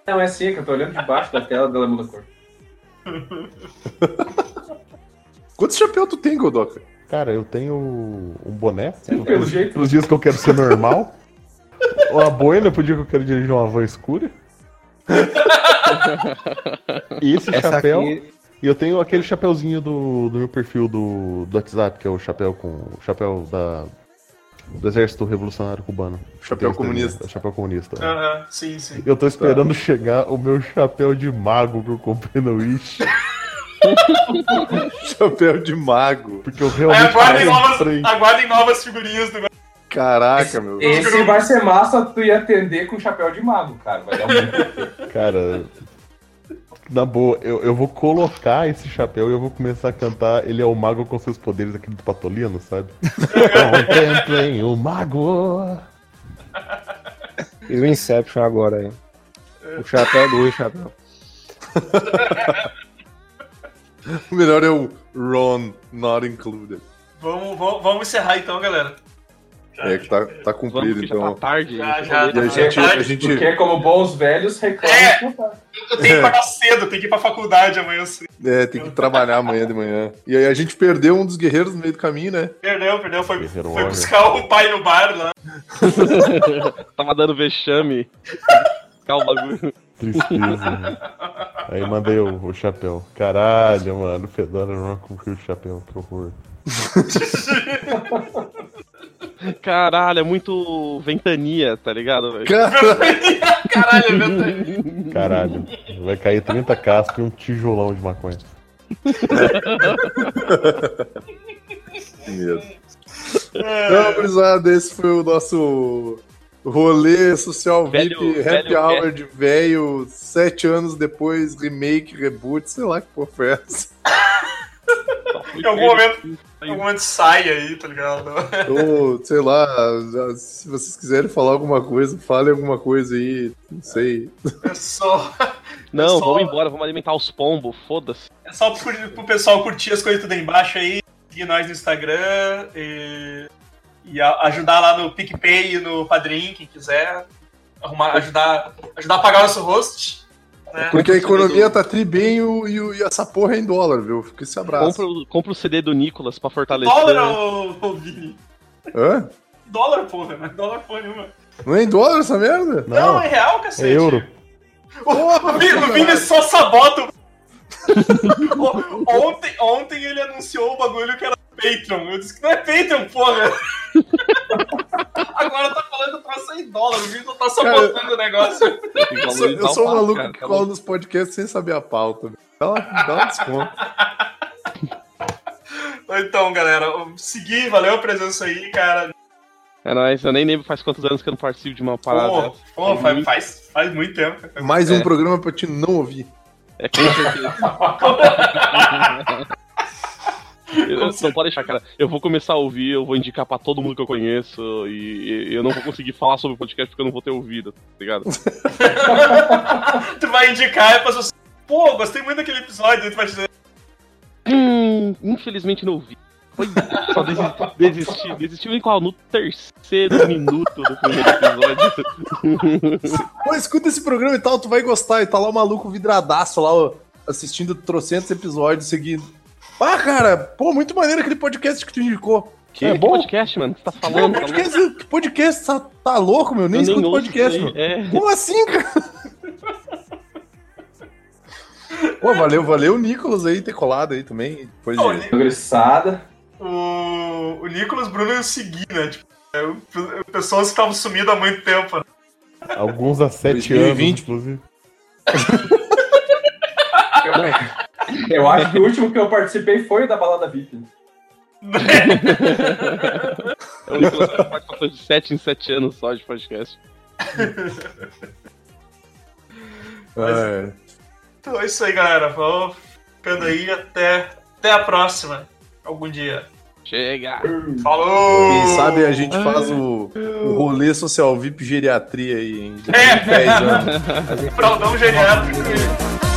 Speaker 8: Não, é assim, que eu tô olhando debaixo da tela da lâmina da cor.
Speaker 3: Quantos chapéus tu tem, Godoka?
Speaker 2: Cara, eu tenho um boné
Speaker 8: Pelo jeito.
Speaker 2: pros dias que eu quero ser normal. Uma boina pro dia que eu quero dirigir uma van escura. E esse
Speaker 7: Essa
Speaker 2: chapéu.
Speaker 7: aqui,
Speaker 2: E eu tenho aquele chapéuzinho do, do meu perfil do, do WhatsApp, que é o chapéu com. O chapéu da. Do Exército Revolucionário Cubano.
Speaker 3: Chapéu
Speaker 2: Tem esse
Speaker 3: comunista.
Speaker 2: desenho, é, Chapéu comunista. é.
Speaker 1: Aham, sim, sim.
Speaker 2: Eu tô esperando
Speaker 7: Tá.
Speaker 2: chegar o meu chapéu de mago que eu comprei no Wish.
Speaker 3: Chapéu de mago.
Speaker 2: Porque eu
Speaker 1: Aí
Speaker 2: realmente
Speaker 1: aguardem
Speaker 2: comprei.
Speaker 1: novas, aguardem novas figurinhas do
Speaker 3: Caraca, meu.
Speaker 8: Esse vai ser massa tu ir atender com chapéu de mago, cara. Vai dar muito.
Speaker 2: Cara. Na boa, eu, eu vou colocar esse chapéu e eu vou começar a cantar Ele é o Mago com seus poderes aqui do Patolino, sabe? Contemplem o Mago!
Speaker 7: fiz o Inception agora aí. O chapéu do Rui chapéu.
Speaker 3: O melhor é o Ron not included.
Speaker 1: Vamos, vamos, vamos encerrar então, galera.
Speaker 3: É que tá, tá
Speaker 4: Vamos,
Speaker 3: cumprido,
Speaker 4: que já tá
Speaker 3: então.
Speaker 4: tarde.
Speaker 1: Já,
Speaker 4: esse
Speaker 1: já
Speaker 4: rolê
Speaker 3: E
Speaker 4: tá
Speaker 3: a gente,
Speaker 4: tarde.
Speaker 3: a gente
Speaker 8: Porque, como bons velhos,
Speaker 1: É.
Speaker 8: reclamam. que não tá.
Speaker 1: Eu tenho que pagar cedo, tenho que ir pra faculdade amanhã. Assim.
Speaker 3: é, tem que trabalhar amanhã de manhã. E aí a gente perdeu um dos guerreiros no meio do caminho, né?
Speaker 1: Perdeu, perdeu. Foi,
Speaker 2: Guerreiro
Speaker 1: foi
Speaker 2: Warrior.
Speaker 1: buscar o pai no bar lá.
Speaker 4: Tava dando vexame. Calma, bagulho.
Speaker 2: Tristeza. né? Aí mandei o, o chapéu. Caralho, mano, o Fedora não cumpriu o chapéu, que horror.
Speaker 4: Caralho, é muito ventania, tá ligado? velho?
Speaker 3: Cara,
Speaker 1: Caralho, é verdade.
Speaker 2: Caralho, vai cair 30 cascos e um tijolão de maconha.
Speaker 3: que medo. Então, gurizada, esse foi o nosso rolê social
Speaker 4: Velho-
Speaker 3: VIP,
Speaker 4: velho
Speaker 3: happy hour de velho, sete anos depois, remake, reboot, sei lá que porra foi essa.
Speaker 4: Tá
Speaker 1: Em algum momento, em algum momento sai um aí, tá ligado?
Speaker 3: Ou, sei lá, se vocês quiserem falar alguma coisa, falem alguma coisa aí, não sei.
Speaker 1: É só,
Speaker 4: Não,
Speaker 1: Só-
Speaker 4: vamos embora, vamos alimentar os pombos, foda-se.
Speaker 1: é só pro, pro pessoal curtir as coisas tudo aí embaixo aí, seguir nós no Instagram e, e a- ajudar lá no PicPay e no Padrim, quem quiser. Arrumar, ajudar, ajudar a pagar o nosso host. Né?
Speaker 3: Porque a economia tá tri bem o- e, o- e essa porra é em dólar, viu? Fica esse
Speaker 4: Compra
Speaker 3: abraço.
Speaker 4: o, compra o CD do Nicolas pra fortalecer.
Speaker 1: Dólar, ô, ô Vini.
Speaker 3: Hã?
Speaker 1: Dólar, porra. não é Dólar, porra nenhuma.
Speaker 3: Não é em dólar essa merda?
Speaker 1: Não,
Speaker 2: Não,
Speaker 1: é
Speaker 2: é
Speaker 1: real, cacete.
Speaker 2: euro.
Speaker 1: O Vini, o Vini só sabota. o- O- ontem, ontem ele anunciou o bagulho que era Patreon. Eu disse que não é Patreon, porra. Agora tá falando pra 100 dólares. O Vini só tá sabotando o negócio.
Speaker 3: Eu sou, eu sou um maluco
Speaker 4: tá
Speaker 3: que cola nos podcasts sem saber a pauta. velho. Dá, uma- dá um desconto.
Speaker 1: Então, galera, seguir, valeu a presença aí, cara.
Speaker 4: É nóis, eu nem lembro faz quantos anos que eu não participo de uma parada.
Speaker 1: Pô, pô,
Speaker 4: Tem
Speaker 1: faz,
Speaker 4: muito.
Speaker 1: faz, faz muito tempo.
Speaker 3: Mais
Speaker 4: É.
Speaker 3: um programa pra te não ouvir.
Speaker 4: É com certeza. Eu eu- não pode deixar, cara. Eu vou começar a ouvir, eu vou indicar pra todo mundo que eu conheço e e eu não vou conseguir falar sobre o podcast porque eu não vou ter ouvido, tá ligado?
Speaker 1: tu vai indicar e pessoa assim, pô, gostei muito daquele episódio. Aí tu vai dizer,
Speaker 4: Hum, infelizmente não ouvi. Foi- Só desisti, desisti, desisti em qual? No terceiro minuto do primeiro episódio.
Speaker 3: Pô, escuta esse programa e tal, tu vai gostar. E tá lá o maluco vidradaço lá, ó, assistindo trocentos episódios seguindo. Ah, cara, pô, muito maneiro aquele podcast que tu indicou.
Speaker 4: Que
Speaker 3: É bom?
Speaker 4: podcast, mano? que Você tá falando? Tá louco?
Speaker 3: Podcast, que podcast tá, tá louco, meu? Nem
Speaker 4: Eu
Speaker 3: escuto
Speaker 4: ouço
Speaker 3: podcast,
Speaker 4: isso aí.
Speaker 3: meu.
Speaker 4: É.
Speaker 3: Como assim, cara? Pô, valeu, valeu o Nicolas aí ter colado aí também. Depois
Speaker 1: "Ô,
Speaker 3: de...
Speaker 1: Ni-
Speaker 8: Engraçada.
Speaker 1: o, o Nicolas Bruno eu segui, né? Tipo, é, o- o- pessoas que estavam sumido há muito tempo. né?
Speaker 2: Alguns há sete
Speaker 3: 2020.
Speaker 2: anos, inclusive.
Speaker 8: Eu acho que o último que eu participei foi o da balada VIP.
Speaker 4: É o Nicolas com participação de 7 em 7 anos só de podcast.
Speaker 3: É.
Speaker 1: Então é isso aí, galera. Vamos ficando aí até, até a próxima. Algum dia.
Speaker 4: Chega!
Speaker 1: Falou!
Speaker 3: Quem sabe a gente faz o, o rolê social VIP geriatria aí, hein?
Speaker 1: É.
Speaker 3: 10 anos.
Speaker 1: Fraldão geriátrico.
Speaker 6: I